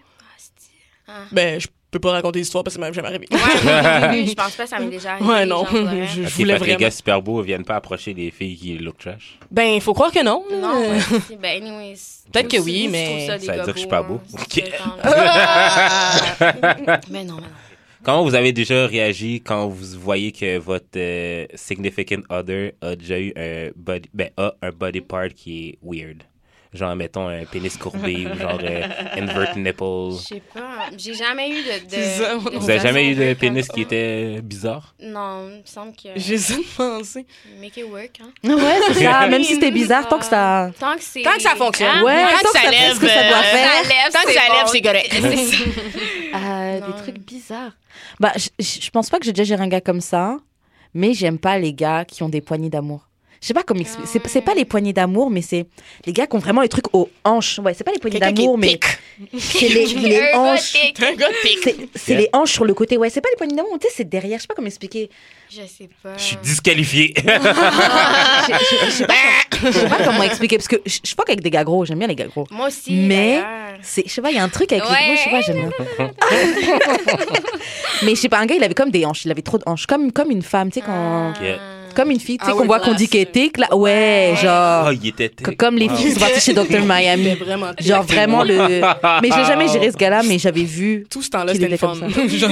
Speaker 4: Ah.
Speaker 1: ben, je peux pas raconter l'histoire parce que ça m'est jamais arrivé.
Speaker 4: Ouais, je pense pas que ça m'est déjà arrivé.
Speaker 1: Ouais, non.
Speaker 4: genre, pour
Speaker 1: Je,
Speaker 4: vrai.
Speaker 1: je
Speaker 2: Parce
Speaker 1: voulais
Speaker 2: que les
Speaker 1: vraiment.
Speaker 2: gars super beaux viennent pas approcher les filles qui look trash.
Speaker 1: Ben, faut croire que non.
Speaker 4: Non,
Speaker 1: Euh,
Speaker 4: ouais, c'est- ben anyways.
Speaker 1: Peut-être que
Speaker 4: Nous,
Speaker 1: oui,
Speaker 4: nous,
Speaker 1: mais-
Speaker 4: je trouve des
Speaker 2: Ça veut
Speaker 4: gars
Speaker 2: dire que je suis pas
Speaker 4: beaux,
Speaker 2: beau.
Speaker 4: hein,
Speaker 2: Ok.
Speaker 4: c'est ça, genre. Mais non, mais non.
Speaker 2: Comment vous avez déjà réagi quand vous voyez que votre euh, significant other a déjà eu un body, ben, a un body part qui est weird? Genre, mettons, un pénis courbé ou genre euh, invert
Speaker 4: Je
Speaker 2: nipple.
Speaker 4: sais pas. J'ai jamais eu de. de-
Speaker 1: C'est ça,
Speaker 4: de
Speaker 1: Vous
Speaker 2: Vous avez jamais eu de
Speaker 4: comme
Speaker 2: pénis
Speaker 4: ça. Euh.
Speaker 2: qui était bizarre?
Speaker 4: Non, il me semble que.
Speaker 1: J'ai ça de penser.
Speaker 4: Make it work, hein.
Speaker 3: Ouais, c'est ça. Même si c'était bizarre, tant que ça.
Speaker 4: Tant que c'est.
Speaker 1: Tant que ça fonctionne.
Speaker 4: Hein?
Speaker 3: Ouais,
Speaker 1: Tant que
Speaker 3: tant que
Speaker 1: ça
Speaker 3: ça fait
Speaker 1: lève,
Speaker 3: ce que ça doit
Speaker 1: euh,
Speaker 3: faire.
Speaker 4: lève,
Speaker 1: Tant que ça lève,
Speaker 4: bon.
Speaker 1: c'est correct.
Speaker 4: C'est ça.
Speaker 3: Euh,
Speaker 4: Non.
Speaker 3: des trucs bizarres. Bah, je- je je pense pas que j'ai déjà géré un gars comme ça, mais j'aime pas les gars qui ont des poignées d'amour. Je sais pas comment expliquer. C'est- C'est pas les poignées d'amour, mais c'est les gars qui ont vraiment les trucs aux hanches. Ouais, c'est pas les poignées
Speaker 1: Quelqu'un qui
Speaker 3: d'amour, mais
Speaker 1: pique.
Speaker 3: c'est les, les
Speaker 4: Un
Speaker 3: hanches.
Speaker 4: gothique.
Speaker 1: T'es un gars pique.
Speaker 3: C'est c'est les hanches sur le côté. Ouais, c'est pas les poignées d'amour, tu sais, c'est derrière. Je sais pas comment expliquer.
Speaker 4: Je sais pas.
Speaker 2: Je suis disqualifié.
Speaker 3: Je je- je sais pas, comment- je sais pas comment expliquer, parce que je je fuck avec des gars gros. J'aime bien les gars gros.
Speaker 4: Moi aussi.
Speaker 3: Mais-
Speaker 4: d'ailleurs.
Speaker 3: C'est- Je sais pas, il y a un truc avec les
Speaker 4: Ouais.
Speaker 3: gros, je sais pas, j'aime bien. Mais je sais pas, un gars, il avait comme des hanches, il avait trop de hanches, comme, comme une femme, tu sais, quand.
Speaker 4: Ah.
Speaker 3: Comme une fille, tu sais,
Speaker 1: Ah
Speaker 3: qu'on
Speaker 1: oui,
Speaker 3: voit qu'on
Speaker 1: classe.
Speaker 3: dit qu'elle est tic, là. Ouais, genre.
Speaker 2: oh, il était.
Speaker 3: que- Ah, Comme les
Speaker 2: Wow.
Speaker 1: Ah,
Speaker 3: filles qui sont parties chez Dr.
Speaker 1: C'était
Speaker 3: Miami.
Speaker 1: vraiment pique.
Speaker 3: Genre vraiment le. Mais j'ai jamais géré ce gars-là, mais j'avais vu.
Speaker 1: Tout ce temps-là,
Speaker 3: Qu'il
Speaker 1: c'était le
Speaker 3: était
Speaker 1: fun.
Speaker 3: comme
Speaker 1: Genre,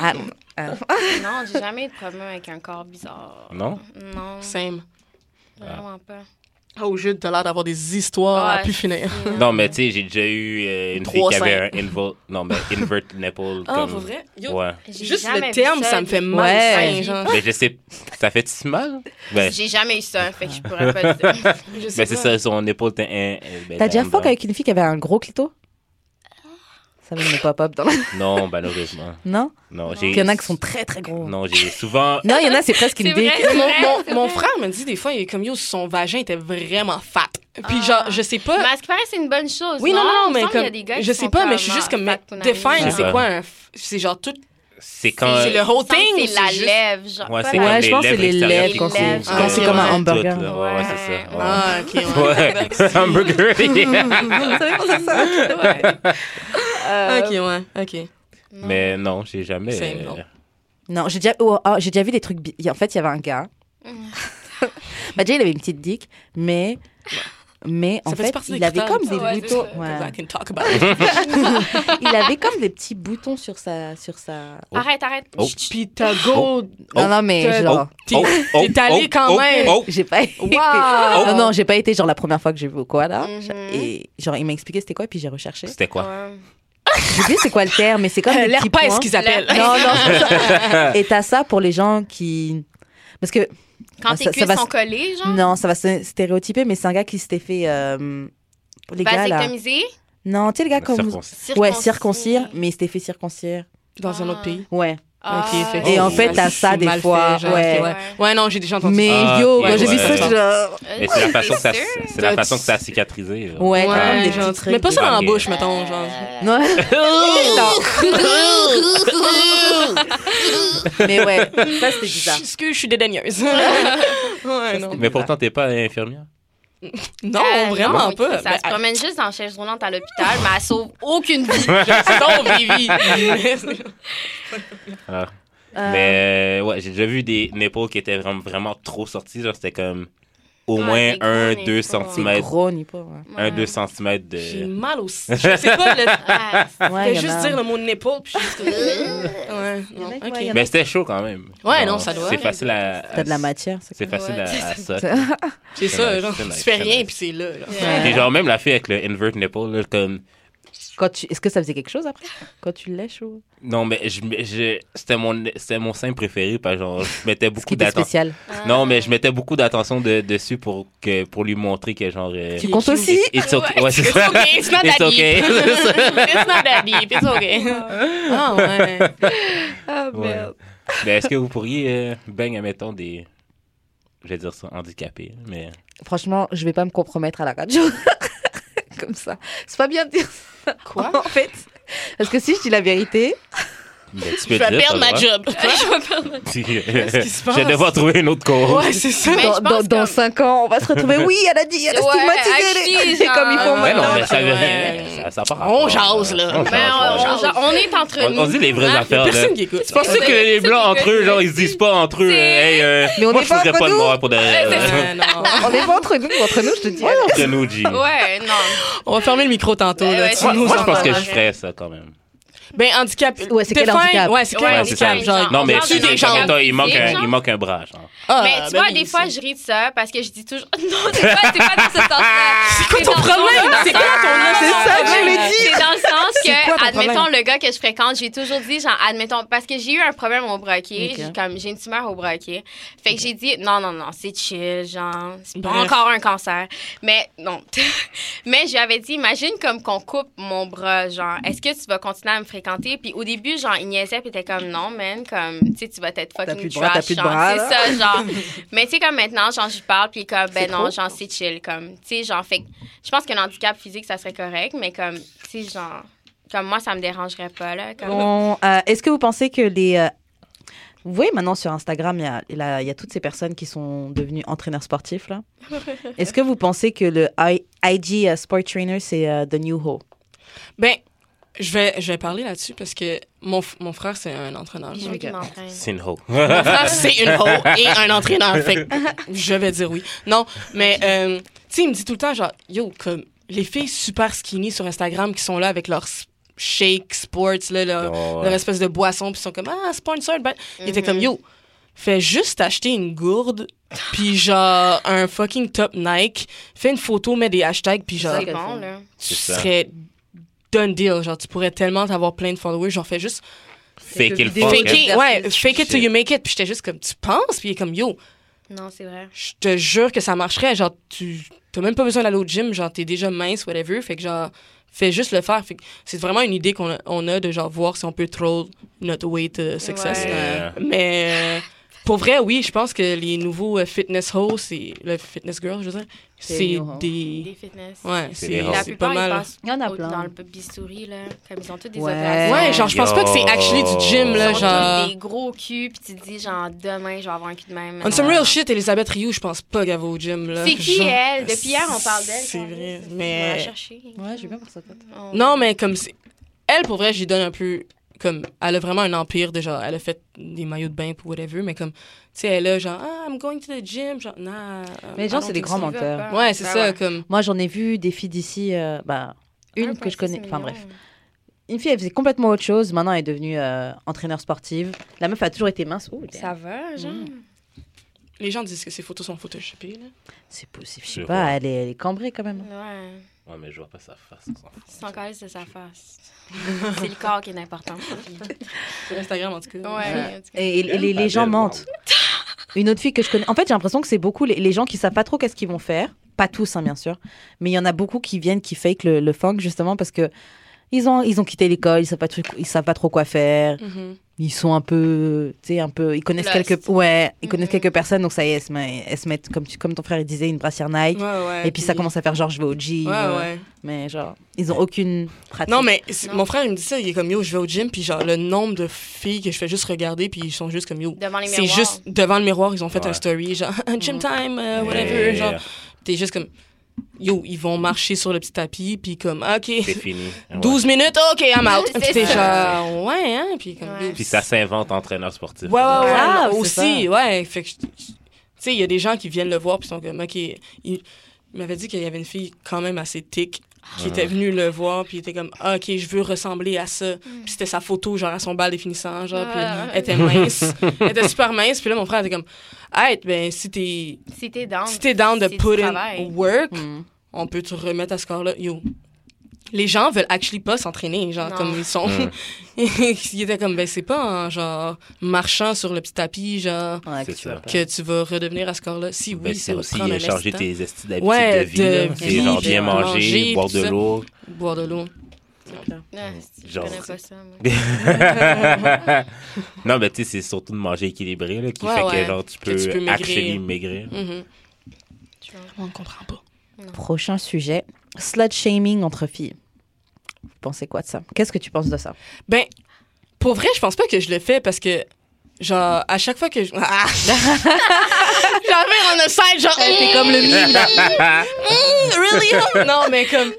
Speaker 3: Ah,
Speaker 4: Non, j'ai jamais eu de problème avec un corps bizarre.
Speaker 2: Non?
Speaker 4: Non,
Speaker 1: same.
Speaker 4: vraiment pas.
Speaker 1: Oh, Jude, t'as l'air d'avoir des histoires à
Speaker 4: Ouais.
Speaker 1: plus finir.
Speaker 2: Ah. Non, mais tu sais, j'ai déjà eu euh, une fille
Speaker 1: Trois
Speaker 2: qui avait un invol... non, mais invert nipple.
Speaker 1: Ah,
Speaker 2: comme...
Speaker 1: pour vrai? Yo,
Speaker 2: Ouais.
Speaker 4: J'ai
Speaker 1: Juste
Speaker 4: jamais
Speaker 1: le
Speaker 4: vu
Speaker 1: terme, ça me fait mal.
Speaker 3: Ouais.
Speaker 1: au sein, genre.
Speaker 2: Mais je sais, ça fait si mal? Ben,
Speaker 4: J'ai jamais eu ça, fait que je pourrais pas le dire.
Speaker 1: Je sais
Speaker 2: ben c'est
Speaker 1: pas.
Speaker 2: ça, son épaule était. un- un- ben,
Speaker 3: T'as déjà
Speaker 2: un
Speaker 3: fuck
Speaker 2: bras.
Speaker 3: avec une fille qui avait un gros clito Ça me met pas pop dans la.
Speaker 2: Non, malheureusement.
Speaker 3: Non
Speaker 2: Non, j'ai.
Speaker 3: Il y en a qui sont très très gros. Non,
Speaker 2: Non, j'ai souvent.
Speaker 3: il y en a, c'est presque
Speaker 4: C'est
Speaker 3: une dick.
Speaker 4: vrai.
Speaker 1: Mon, mon- mon frère me dit des fois, il est comme yo, son vagin était vraiment fat. Puis genre, je sais pas.
Speaker 4: Ah. Mais à ce qui paraît, c'est une bonne chose.
Speaker 1: Oui, non, non, non, mais
Speaker 4: Il me semble qu'il y a
Speaker 1: comme.
Speaker 4: des gars qui
Speaker 1: je sais
Speaker 4: sont ah,
Speaker 1: pas, mais je suis juste
Speaker 4: comme,
Speaker 1: comme,
Speaker 4: ah,
Speaker 1: mais define,
Speaker 4: Fatpunami,
Speaker 2: Ouais.
Speaker 1: c'est quoi un. f- C'est genre tout.
Speaker 2: c'est quand.
Speaker 1: C'est le whole
Speaker 4: Il me semble
Speaker 1: thing,
Speaker 4: que
Speaker 1: ou
Speaker 4: C'est la
Speaker 1: c'est juste-
Speaker 4: lèvre, genre.
Speaker 2: Ouais, c'est
Speaker 3: Ouais,
Speaker 2: comme
Speaker 3: je
Speaker 2: les
Speaker 3: pense que c'est
Speaker 2: lèvres
Speaker 3: les
Speaker 2: extérieures
Speaker 3: lèvres
Speaker 2: qui
Speaker 3: qu'on
Speaker 4: Les lèvres,
Speaker 2: couvrent.
Speaker 4: quand c'est comme un
Speaker 2: Toutes,
Speaker 3: hamburger.
Speaker 2: là. Ouais, ouais,
Speaker 4: Ouais.
Speaker 2: c'est ça. Ouais.
Speaker 1: Ah, ok, ouais.
Speaker 2: Ouais,
Speaker 1: Ah, ok,
Speaker 2: hamburger. yeah.
Speaker 1: ouais, ok.
Speaker 4: Non.
Speaker 2: Mais non, j'ai jamais.
Speaker 1: C'est non.
Speaker 2: euh,
Speaker 3: Non, j'ai déjà, oh, oh, j'ai déjà vu des trucs. bi- En fait, il y avait un gars.
Speaker 1: Mm.
Speaker 3: bah, déjà, il avait une petite dick, mais. Mais en
Speaker 1: Ça fait
Speaker 3: fait,
Speaker 1: partie des
Speaker 3: il avait
Speaker 1: critères,
Speaker 3: comme
Speaker 1: ça.
Speaker 3: des
Speaker 4: Ouais,
Speaker 3: boutons.
Speaker 4: c'est ça.
Speaker 3: ouais.
Speaker 1: Cause I can talk about it.
Speaker 3: Il avait comme des petits boutons sur sa. Sur sa... Oh.
Speaker 2: Oh.
Speaker 4: Arrête, arrête.
Speaker 2: Oh.
Speaker 1: Puis ta go,
Speaker 3: Non, non, mais
Speaker 2: Euh,
Speaker 1: Peut-être.
Speaker 3: genre.
Speaker 1: T'es- t'es allé quand même.
Speaker 2: oh.
Speaker 3: J'ai pas été.
Speaker 1: Wow. Mm-hmm.
Speaker 3: Non, non, j'ai pas été genre la première fois que j'ai vu au koala.
Speaker 4: Mhm.
Speaker 3: Et genre, il m'a expliqué c'était quoi, et puis j'ai recherché.
Speaker 2: C'était quoi?
Speaker 4: Ouais.
Speaker 3: J'ai oublié c'est quoi le terme, mais c'est comme. hein. des petits
Speaker 1: l'herpès
Speaker 3: points.
Speaker 1: qu'ils appellent.
Speaker 3: Non, non, c'est ça. Et t'as ça pour les gens qui. Parce que Ah,
Speaker 4: Quand tes
Speaker 3: ça- ça
Speaker 4: cuisses
Speaker 3: va
Speaker 4: sont
Speaker 3: se-
Speaker 4: collées, genre.
Speaker 3: Non, ça va se stéréotyper, mais c'est un gars qui s'était fait. euh,
Speaker 4: ben,
Speaker 3: les gars, là.
Speaker 4: Vasectomisé.
Speaker 3: Non, tu sais, les gars comme. vous-
Speaker 2: Circoncis-
Speaker 3: Ouais, circoncire, mais il s'était fait circoncire.
Speaker 1: Dans un autre pays.
Speaker 3: Ouais.
Speaker 4: Ah,
Speaker 1: Ok, fait que-
Speaker 3: Et en
Speaker 2: Oh.
Speaker 3: fait, t'as
Speaker 1: C'est
Speaker 3: ça des
Speaker 1: mal
Speaker 3: fois.
Speaker 1: fait, genre,
Speaker 3: ouais.
Speaker 1: ok, Ouais, non, j'ai déjà entendu
Speaker 3: Mais
Speaker 2: Ah,
Speaker 3: yo,
Speaker 2: ok,
Speaker 3: quand j'ai vu
Speaker 2: ouais.
Speaker 3: ça, j'étais là.
Speaker 2: Et c'est la façon que ça,
Speaker 4: sûr.
Speaker 2: c'est la façon que ça a cicatrisé. là.
Speaker 3: Ouais, t'as comme
Speaker 1: Ouais,
Speaker 3: des
Speaker 1: genre,
Speaker 3: petits trucs. Euh,
Speaker 1: mais pas ça
Speaker 2: des
Speaker 1: dans la
Speaker 2: baguettes.
Speaker 1: bouche, mettons, genre.
Speaker 3: Non. mais ouais, ça c'était bizarre.
Speaker 1: Est-ce que je suis dédaigneuse? ouais, Ah, non.
Speaker 2: Mais pourtant, t'es pas infirmière.
Speaker 1: Non,
Speaker 4: Ah,
Speaker 1: vraiment
Speaker 4: non,
Speaker 1: pas.
Speaker 4: Ça
Speaker 1: Ben,
Speaker 4: se promène juste en chaise roulante à l'hôpital, mais elle sauve aucune vie.
Speaker 1: Je sauve, Vivi.
Speaker 2: Ah.
Speaker 3: Euh,
Speaker 2: Mais euh, ouais, j'ai déjà vu des nipples qui étaient vraiment, vraiment trop sortis. Genre, c'était comme au
Speaker 4: Ah,
Speaker 2: moins
Speaker 4: des gros
Speaker 2: 1,
Speaker 4: nipples.
Speaker 2: 2
Speaker 3: c'est
Speaker 2: cm.
Speaker 3: gros ni pas. Ouais,
Speaker 4: Ouais.
Speaker 2: 1, 2 cm
Speaker 1: J'ai
Speaker 2: de.
Speaker 1: mal aussi. Je sais pas, le...
Speaker 2: Ben,
Speaker 4: Ah, c'est-
Speaker 1: je
Speaker 3: Ouais,
Speaker 1: fais
Speaker 3: y en
Speaker 1: juste
Speaker 3: a-
Speaker 1: dire le mot nipple, puis juste... ouais,
Speaker 3: y en
Speaker 1: non,
Speaker 3: a qui-
Speaker 1: ok.
Speaker 3: ouais, y en a-
Speaker 2: Mais c'était chaud quand même.
Speaker 1: Ouais, non,
Speaker 2: Genre,
Speaker 1: ça doit.
Speaker 2: C'est facile à.
Speaker 3: T'as de la matière. c'est
Speaker 2: C'est facile à, à ça.
Speaker 1: C'est ça,
Speaker 2: nice,
Speaker 1: genre,
Speaker 2: c'est
Speaker 1: tu
Speaker 2: nice,
Speaker 1: fais
Speaker 2: c'est
Speaker 1: rien,
Speaker 2: nice.
Speaker 1: puis c'est là, là.
Speaker 3: Ouais.
Speaker 2: Et genre, même la fille avec le invert nipple, là, comme.
Speaker 3: Quand tu... Est-ce que ça faisait quelque chose après Quand tu lèches ou
Speaker 2: Non, mais je, je- c'était mon, c'était mon sein préféré, parce que genre, je mettais
Speaker 3: Ce qui
Speaker 2: beaucoup
Speaker 3: était
Speaker 2: d'attention.
Speaker 3: spécial.
Speaker 2: Non, mais je mettais beaucoup d'attention de- dessus pour que, pour lui montrer que genre. euh,
Speaker 3: Tu comptes aussi
Speaker 2: It's okay. Ouais, c'est
Speaker 1: It's
Speaker 2: ça.
Speaker 1: okay, it's not
Speaker 2: It's
Speaker 1: that
Speaker 2: okay.
Speaker 1: deep. It's not that deep, it's okay. Ah, ouais. Ah,
Speaker 2: Ouais. Mais est-ce que vous pourriez, euh, bang, admettons, des. Je vais dire ça, handicapés, mais.
Speaker 3: Franchement, je vais pas me compromettre à la radio. Comme ça. C'est pas bien de dire ça.
Speaker 1: Quoi?
Speaker 3: En fait. Parce que si je dis la vérité,
Speaker 2: mais ben, tu
Speaker 1: Je
Speaker 2: peux
Speaker 1: vais
Speaker 2: dire,
Speaker 1: perdre
Speaker 2: t'as
Speaker 1: ma
Speaker 2: le
Speaker 1: job.
Speaker 2: droit.
Speaker 1: qui se passe?
Speaker 2: je vais devoir trouver une autre cause.
Speaker 1: Ouais, c'est ça.
Speaker 4: Mais
Speaker 3: dans,
Speaker 4: je pense
Speaker 3: dans, dans
Speaker 4: comme-
Speaker 3: 5 ans, on va se retrouver. Oui, elle a dit, elle a
Speaker 4: Ouais,
Speaker 3: stigmatisé les-
Speaker 4: actually,
Speaker 3: C'est comme il faut
Speaker 4: genre-
Speaker 2: mais non,
Speaker 3: maintenant.
Speaker 2: mais ça veut
Speaker 1: Ouais.
Speaker 2: rien. Ça, ça a pas
Speaker 1: On
Speaker 2: rapport,
Speaker 1: jase, là. Ben,
Speaker 2: On
Speaker 4: Mais Ben, on,
Speaker 2: jase, on jase.
Speaker 4: on- on est entre
Speaker 2: On-
Speaker 4: nous.
Speaker 2: on dit les vraies
Speaker 4: hein.
Speaker 2: affaires, là.
Speaker 1: Ah, Personne qui écoute.
Speaker 2: C'est pour ça que les blancs entre eux, genre, ils se disent pas entre eux, euh, hey, euh,
Speaker 3: Mais on
Speaker 2: moi
Speaker 3: est
Speaker 2: je
Speaker 3: pas
Speaker 2: ferais
Speaker 3: entre
Speaker 2: pas de
Speaker 3: nous.
Speaker 2: mort pour de.
Speaker 1: Ouais, non.
Speaker 3: On est pas entre nous, entre nous, je te dis.
Speaker 2: de nous, G.
Speaker 4: Ouais, non.
Speaker 1: On va fermer le micro tantôt.
Speaker 4: Ouais,
Speaker 1: là,
Speaker 4: ouais,
Speaker 1: tu
Speaker 2: Moi,
Speaker 4: Nous,
Speaker 2: moi, je
Speaker 4: on
Speaker 2: pense
Speaker 4: en
Speaker 2: que je
Speaker 4: parle.
Speaker 2: ferais ça quand même.
Speaker 1: Ben, handicap.
Speaker 3: Ouais, c'est quel
Speaker 1: défin-
Speaker 3: handicap?
Speaker 1: Ouais, c'est quel
Speaker 4: Ouais,
Speaker 2: c'est
Speaker 1: handicap?
Speaker 4: ça.
Speaker 1: Genre,
Speaker 2: Non, mais
Speaker 4: genre
Speaker 1: tu
Speaker 2: si,
Speaker 4: de
Speaker 1: des
Speaker 4: handicap
Speaker 1: gens.
Speaker 2: mettons, il manque
Speaker 4: physique,
Speaker 2: un-
Speaker 4: genre.
Speaker 2: il manque un bras, genre.
Speaker 1: Ah,
Speaker 4: mais tu
Speaker 1: ben
Speaker 4: vois,
Speaker 1: oui,
Speaker 4: des
Speaker 1: ça.
Speaker 4: fois, je ris de ça parce que je dis toujours. Non, c'est pas, c'est pas dans ce sens-là. C'est
Speaker 1: quoi ton
Speaker 4: dans le sens-
Speaker 1: problème? C'est quoi ton-
Speaker 3: C'est ça que je voulais dire.
Speaker 4: C'est dans le sens
Speaker 3: C'est quoi ton
Speaker 4: que, admettons,
Speaker 3: problème?
Speaker 4: le gars que je fréquente, j'ai toujours dit, genre, admettons, parce que j'ai eu un problème au broquet,
Speaker 3: Ok.
Speaker 4: j'ai comme, j'ai une tumeur au broquet. Fait que j'ai dit, non, non, non, c'est chill, genre, c'est pas
Speaker 1: Bref.
Speaker 4: encore un cancer. Mais, non. Mais je lui avais dit, imagine comme qu'on coupe mon bras, genre, est-ce que tu vas continuer à me fréquenter? Puis au début, genre, il niaisait, puis il était comme, non, man, comme, tu sais, tu vas t'être fucking
Speaker 3: plus de bras,
Speaker 4: trash,
Speaker 3: t'as plus de
Speaker 4: genre,
Speaker 3: bras,
Speaker 4: c'est
Speaker 3: là.
Speaker 4: ça, genre. Mais tu sais, comme maintenant, genre, je parle, puis comme,
Speaker 3: C'est
Speaker 4: ben non,
Speaker 3: trop.
Speaker 4: genre, c'est chill, comme, tu sais, genre, fait que je pense qu'un handicap physique, ça serait correct, mais comme, tu sais, genre, comme moi, ça me dérangerait pas, là. Comme...
Speaker 3: Bon, euh, Est-ce que vous pensez que les. euh, Vous voyez maintenant sur Instagram, il y a- il y, a- il y a toutes ces personnes qui sont devenues entraîneurs sportifs. là. Est-ce que vous pensez que le I- IG euh, Sport Trainer, c'est euh, The New Ho
Speaker 1: Ben, je vais, je vais parler là-dessus parce que mon, f- mon frère, c'est un entraîneur.
Speaker 4: Je veux qu'il m'entraîne.
Speaker 2: C'est une hoe.
Speaker 1: Mon frère, c'est une hoe et un entraîneur. Fait que je vais dire oui. Non, mais, euh, tu sais, il me dit tout le temps, genre, yo, comme, les filles super skinny sur Instagram qui sont là avec leurs s- shake sports, là, leur,
Speaker 2: Ouais.
Speaker 1: leur espèce de boisson, puis ils sont comme, ah, sponsored. by- Il était comme, yo, fais juste acheter une gourde, puis genre, un fucking top Nike, fais une photo, mets des hashtags, puis genre,
Speaker 4: C'est bon, là.
Speaker 1: tu
Speaker 2: ça.
Speaker 1: serais done deal. Genre, tu pourrais tellement avoir plein de followers. Genre, fais juste
Speaker 2: Fake it,
Speaker 3: vidéo.
Speaker 2: fuck
Speaker 1: fake
Speaker 2: it.
Speaker 1: it. Ouais, fake it till
Speaker 2: Shit.
Speaker 1: you make it. Puis j'étais juste comme, tu penses? Puis il est comme, yo,
Speaker 4: Non, c'est vrai.
Speaker 1: je te jure que ça marcherait. Genre, tu t'as même pas besoin d'aller au gym. Genre, t'es déjà mince, whatever. Fait que genre, fais juste le faire. Fait que c'est vraiment une idée qu'on a, on a de genre voir si on peut troll notre way to euh, success.
Speaker 4: Ouais.
Speaker 1: Mais euh, Pour vrai, oui, je pense que les nouveaux euh, fitness hoes, c'est le fitness girl, je veux dire,
Speaker 3: C'est
Speaker 1: c'est
Speaker 3: les hoes.
Speaker 1: des.
Speaker 4: Des fitness.
Speaker 1: Ouais,
Speaker 2: C'est
Speaker 1: c'est
Speaker 2: les hoes.
Speaker 4: La
Speaker 1: c'est
Speaker 4: plupart,
Speaker 1: pas mal.
Speaker 4: ils passent
Speaker 3: Il y en a
Speaker 4: au-
Speaker 3: plein.
Speaker 4: dans le bistouri, là. Comme ils ont tous des
Speaker 3: Ouais.
Speaker 4: opérations.
Speaker 1: Ouais, genre, je pense pas que c'est actually du gym, là,
Speaker 4: Ils ont tous
Speaker 1: genre.
Speaker 4: des gros culs, puis tu te dis, genre, demain, je vais avoir un cul de même.
Speaker 1: On some real shit, Elisabeth Rioux, je pense pas qu'elle va au gym, là.
Speaker 4: C'est qui,
Speaker 1: Genre-
Speaker 4: elle? Depuis hier, on parle d'elle.
Speaker 1: C'est
Speaker 4: Carlis.
Speaker 1: vrai,
Speaker 4: On
Speaker 1: mais-
Speaker 4: va la chercher.
Speaker 3: Ouais, j'ai bien pour ça. tête.
Speaker 4: On-
Speaker 1: Non, mais comme c'est. Elle, pour vrai, j'y donne un peu. Comme, elle a vraiment un empire déjà. Elle a fait des maillots de bain pour whatever, mais comme, tu sais, elle a genre, ah, I'm going to the gym. Genre, nah.
Speaker 3: Mais les gens, c'est des Ah grands
Speaker 4: Ils veulent
Speaker 3: menteurs.
Speaker 4: pas.
Speaker 1: Ouais, c'est
Speaker 4: Ben
Speaker 1: ça,
Speaker 4: ouais.
Speaker 1: comme.
Speaker 3: Moi, j'en ai vu des filles d'ici, euh, bah, une que je
Speaker 4: 1,6
Speaker 3: connais. Enfin
Speaker 4: million.
Speaker 3: bref. Une fille, elle faisait complètement autre chose. Maintenant, elle est devenue euh, entraîneur sportive. La meuf a toujours été mince. Ouh, damn.
Speaker 4: Ça va, genre.
Speaker 3: Mm.
Speaker 1: Les gens disent que ces photos sont photoshopées, là.
Speaker 3: c'est possible. Je
Speaker 2: C'est
Speaker 3: sais pas, elle est, elle est cambrée quand même.
Speaker 4: Ouais.
Speaker 2: Ouais, mais je vois pas sa face. on s'en fout.
Speaker 4: C'est encore de sa face. c'est le corps qui est important.
Speaker 1: Sur Instagram, en tout cas.
Speaker 4: Ouais. en tout cas.
Speaker 3: Et, et- et les, les
Speaker 2: Pas
Speaker 3: gens
Speaker 2: belle,
Speaker 3: mentent. Une autre fille que je connais. En fait, j'ai l'impression que c'est beaucoup les, les gens qui savent pas trop qu'est-ce qu'ils vont faire. Pas tous, hein, bien sûr. Mais il y en a beaucoup qui viennent, qui fake le, le funk, justement, parce que ils ont, ils ont quitté l'école, ils savent pas, truc- ils savent pas trop quoi faire.
Speaker 1: Mhm.
Speaker 3: Ils sont un peu, tu sais, un peu, ils connaissent
Speaker 4: Lost.
Speaker 3: quelques, ouais, ils connaissent
Speaker 4: Mhm.
Speaker 3: quelques personnes, donc ça y est, elles se, met- elles se mettent, comme, tu, comme ton frère il disait, une brassière Nike.
Speaker 1: Ouais, ouais.
Speaker 3: Et puis ça commence à faire genre je vais au gym.
Speaker 1: Ouais,
Speaker 3: euh,
Speaker 1: ouais.
Speaker 3: Mais genre, ils ont aucune pratique.
Speaker 1: Non, mais c'est-
Speaker 4: Non.
Speaker 1: mon frère, il me dit ça, il est comme yo, je vais au gym, puis genre, le nombre de filles que je fais juste regarder, puis ils sont juste comme yo.
Speaker 4: Devant les
Speaker 1: C'est
Speaker 4: miroirs. Mhm.
Speaker 1: juste devant le miroir, ils ont fait
Speaker 2: Ouais.
Speaker 1: un story, genre, gym time, euh, whatever.
Speaker 2: Yeah.
Speaker 1: Genre, t'es juste comme yo, ils vont marcher sur le petit tapis, puis comme, ok,
Speaker 2: C'est fini. Ouais.
Speaker 1: 12 minutes, ok, I'm out.
Speaker 4: C'est
Speaker 1: Puis t'es
Speaker 4: ça.
Speaker 1: genre, ouais, hein, puis comme
Speaker 4: Ouais.
Speaker 1: yo,
Speaker 2: Puis ça s'invente entraîneur sportif.
Speaker 1: Ouais, ouais, ouais.
Speaker 3: Ah,
Speaker 1: non,
Speaker 3: c'est
Speaker 1: aussi, ouais. Fait que, je- je- tu sais, il y a des gens qui viennent le voir puis sont comme, OK. Il, il m'avait dit qu'il y avait une fille quand même assez tic qui
Speaker 2: Ah.
Speaker 1: était venue le voir puis était comme, ah, OK, je veux ressembler à ça. Puis c'était sa photo, genre, à son bal définissant, genre, puis
Speaker 4: Mm. Ah.
Speaker 1: elle était mince. elle était super mince. Puis là, mon frère était comme, hey, ben, si t'es
Speaker 4: Si t'es down.
Speaker 1: si t'es down de
Speaker 4: c'est du
Speaker 1: put in Oh.
Speaker 4: travail.
Speaker 1: work,
Speaker 2: Mm.
Speaker 3: Mhm.
Speaker 1: on peut te remettre à ce corps-là. Yo. Les gens veulent actually pas s'entraîner, genre,
Speaker 4: Non.
Speaker 1: comme ils sont.
Speaker 2: Mm.
Speaker 1: ils étaient comme, ben, c'est pas en, genre, marchant sur le petit tapis, genre,
Speaker 3: Ouais, que
Speaker 2: C'est
Speaker 3: tu vas
Speaker 2: ça.
Speaker 3: pas.
Speaker 1: que tu vas redevenir à ce corps-là. Si
Speaker 2: Ben,
Speaker 1: oui,
Speaker 2: c'est
Speaker 1: c'est
Speaker 2: aussi
Speaker 1: prendre un
Speaker 2: changer
Speaker 1: instant,
Speaker 2: tes styles d'habitude
Speaker 1: Ouais,
Speaker 2: de vie. là.
Speaker 1: de
Speaker 2: C'est
Speaker 1: vie,
Speaker 2: genre
Speaker 1: de
Speaker 2: bien manger,
Speaker 1: manger,
Speaker 2: boire
Speaker 1: tout
Speaker 2: de
Speaker 1: ça.
Speaker 2: l'eau.
Speaker 1: boire de l'eau.
Speaker 4: Ouais, c'est- je
Speaker 2: Genre.
Speaker 4: connais pas ça, moi.
Speaker 2: non, mais tu sais, c'est surtout de manger équilibré là, qui
Speaker 1: Ouais,
Speaker 2: fait
Speaker 1: ouais.
Speaker 2: que genre tu
Speaker 1: Que
Speaker 2: peux,
Speaker 1: tu peux maigrir.
Speaker 2: actually maigrir.
Speaker 1: Mhm.
Speaker 4: Je pense.
Speaker 1: On ne comprend pas.
Speaker 3: Prochain sujet, slut shaming entre filles. Vous pensez quoi de ça Qu'est-ce que tu penses de ça
Speaker 1: Ben, pour vrai, je pense pas que je le fais parce que, genre, à chaque fois que je. Ah! J'avais un aside, genre. Mm,
Speaker 3: C'est comme le mime. là.
Speaker 1: really? non, mais comme,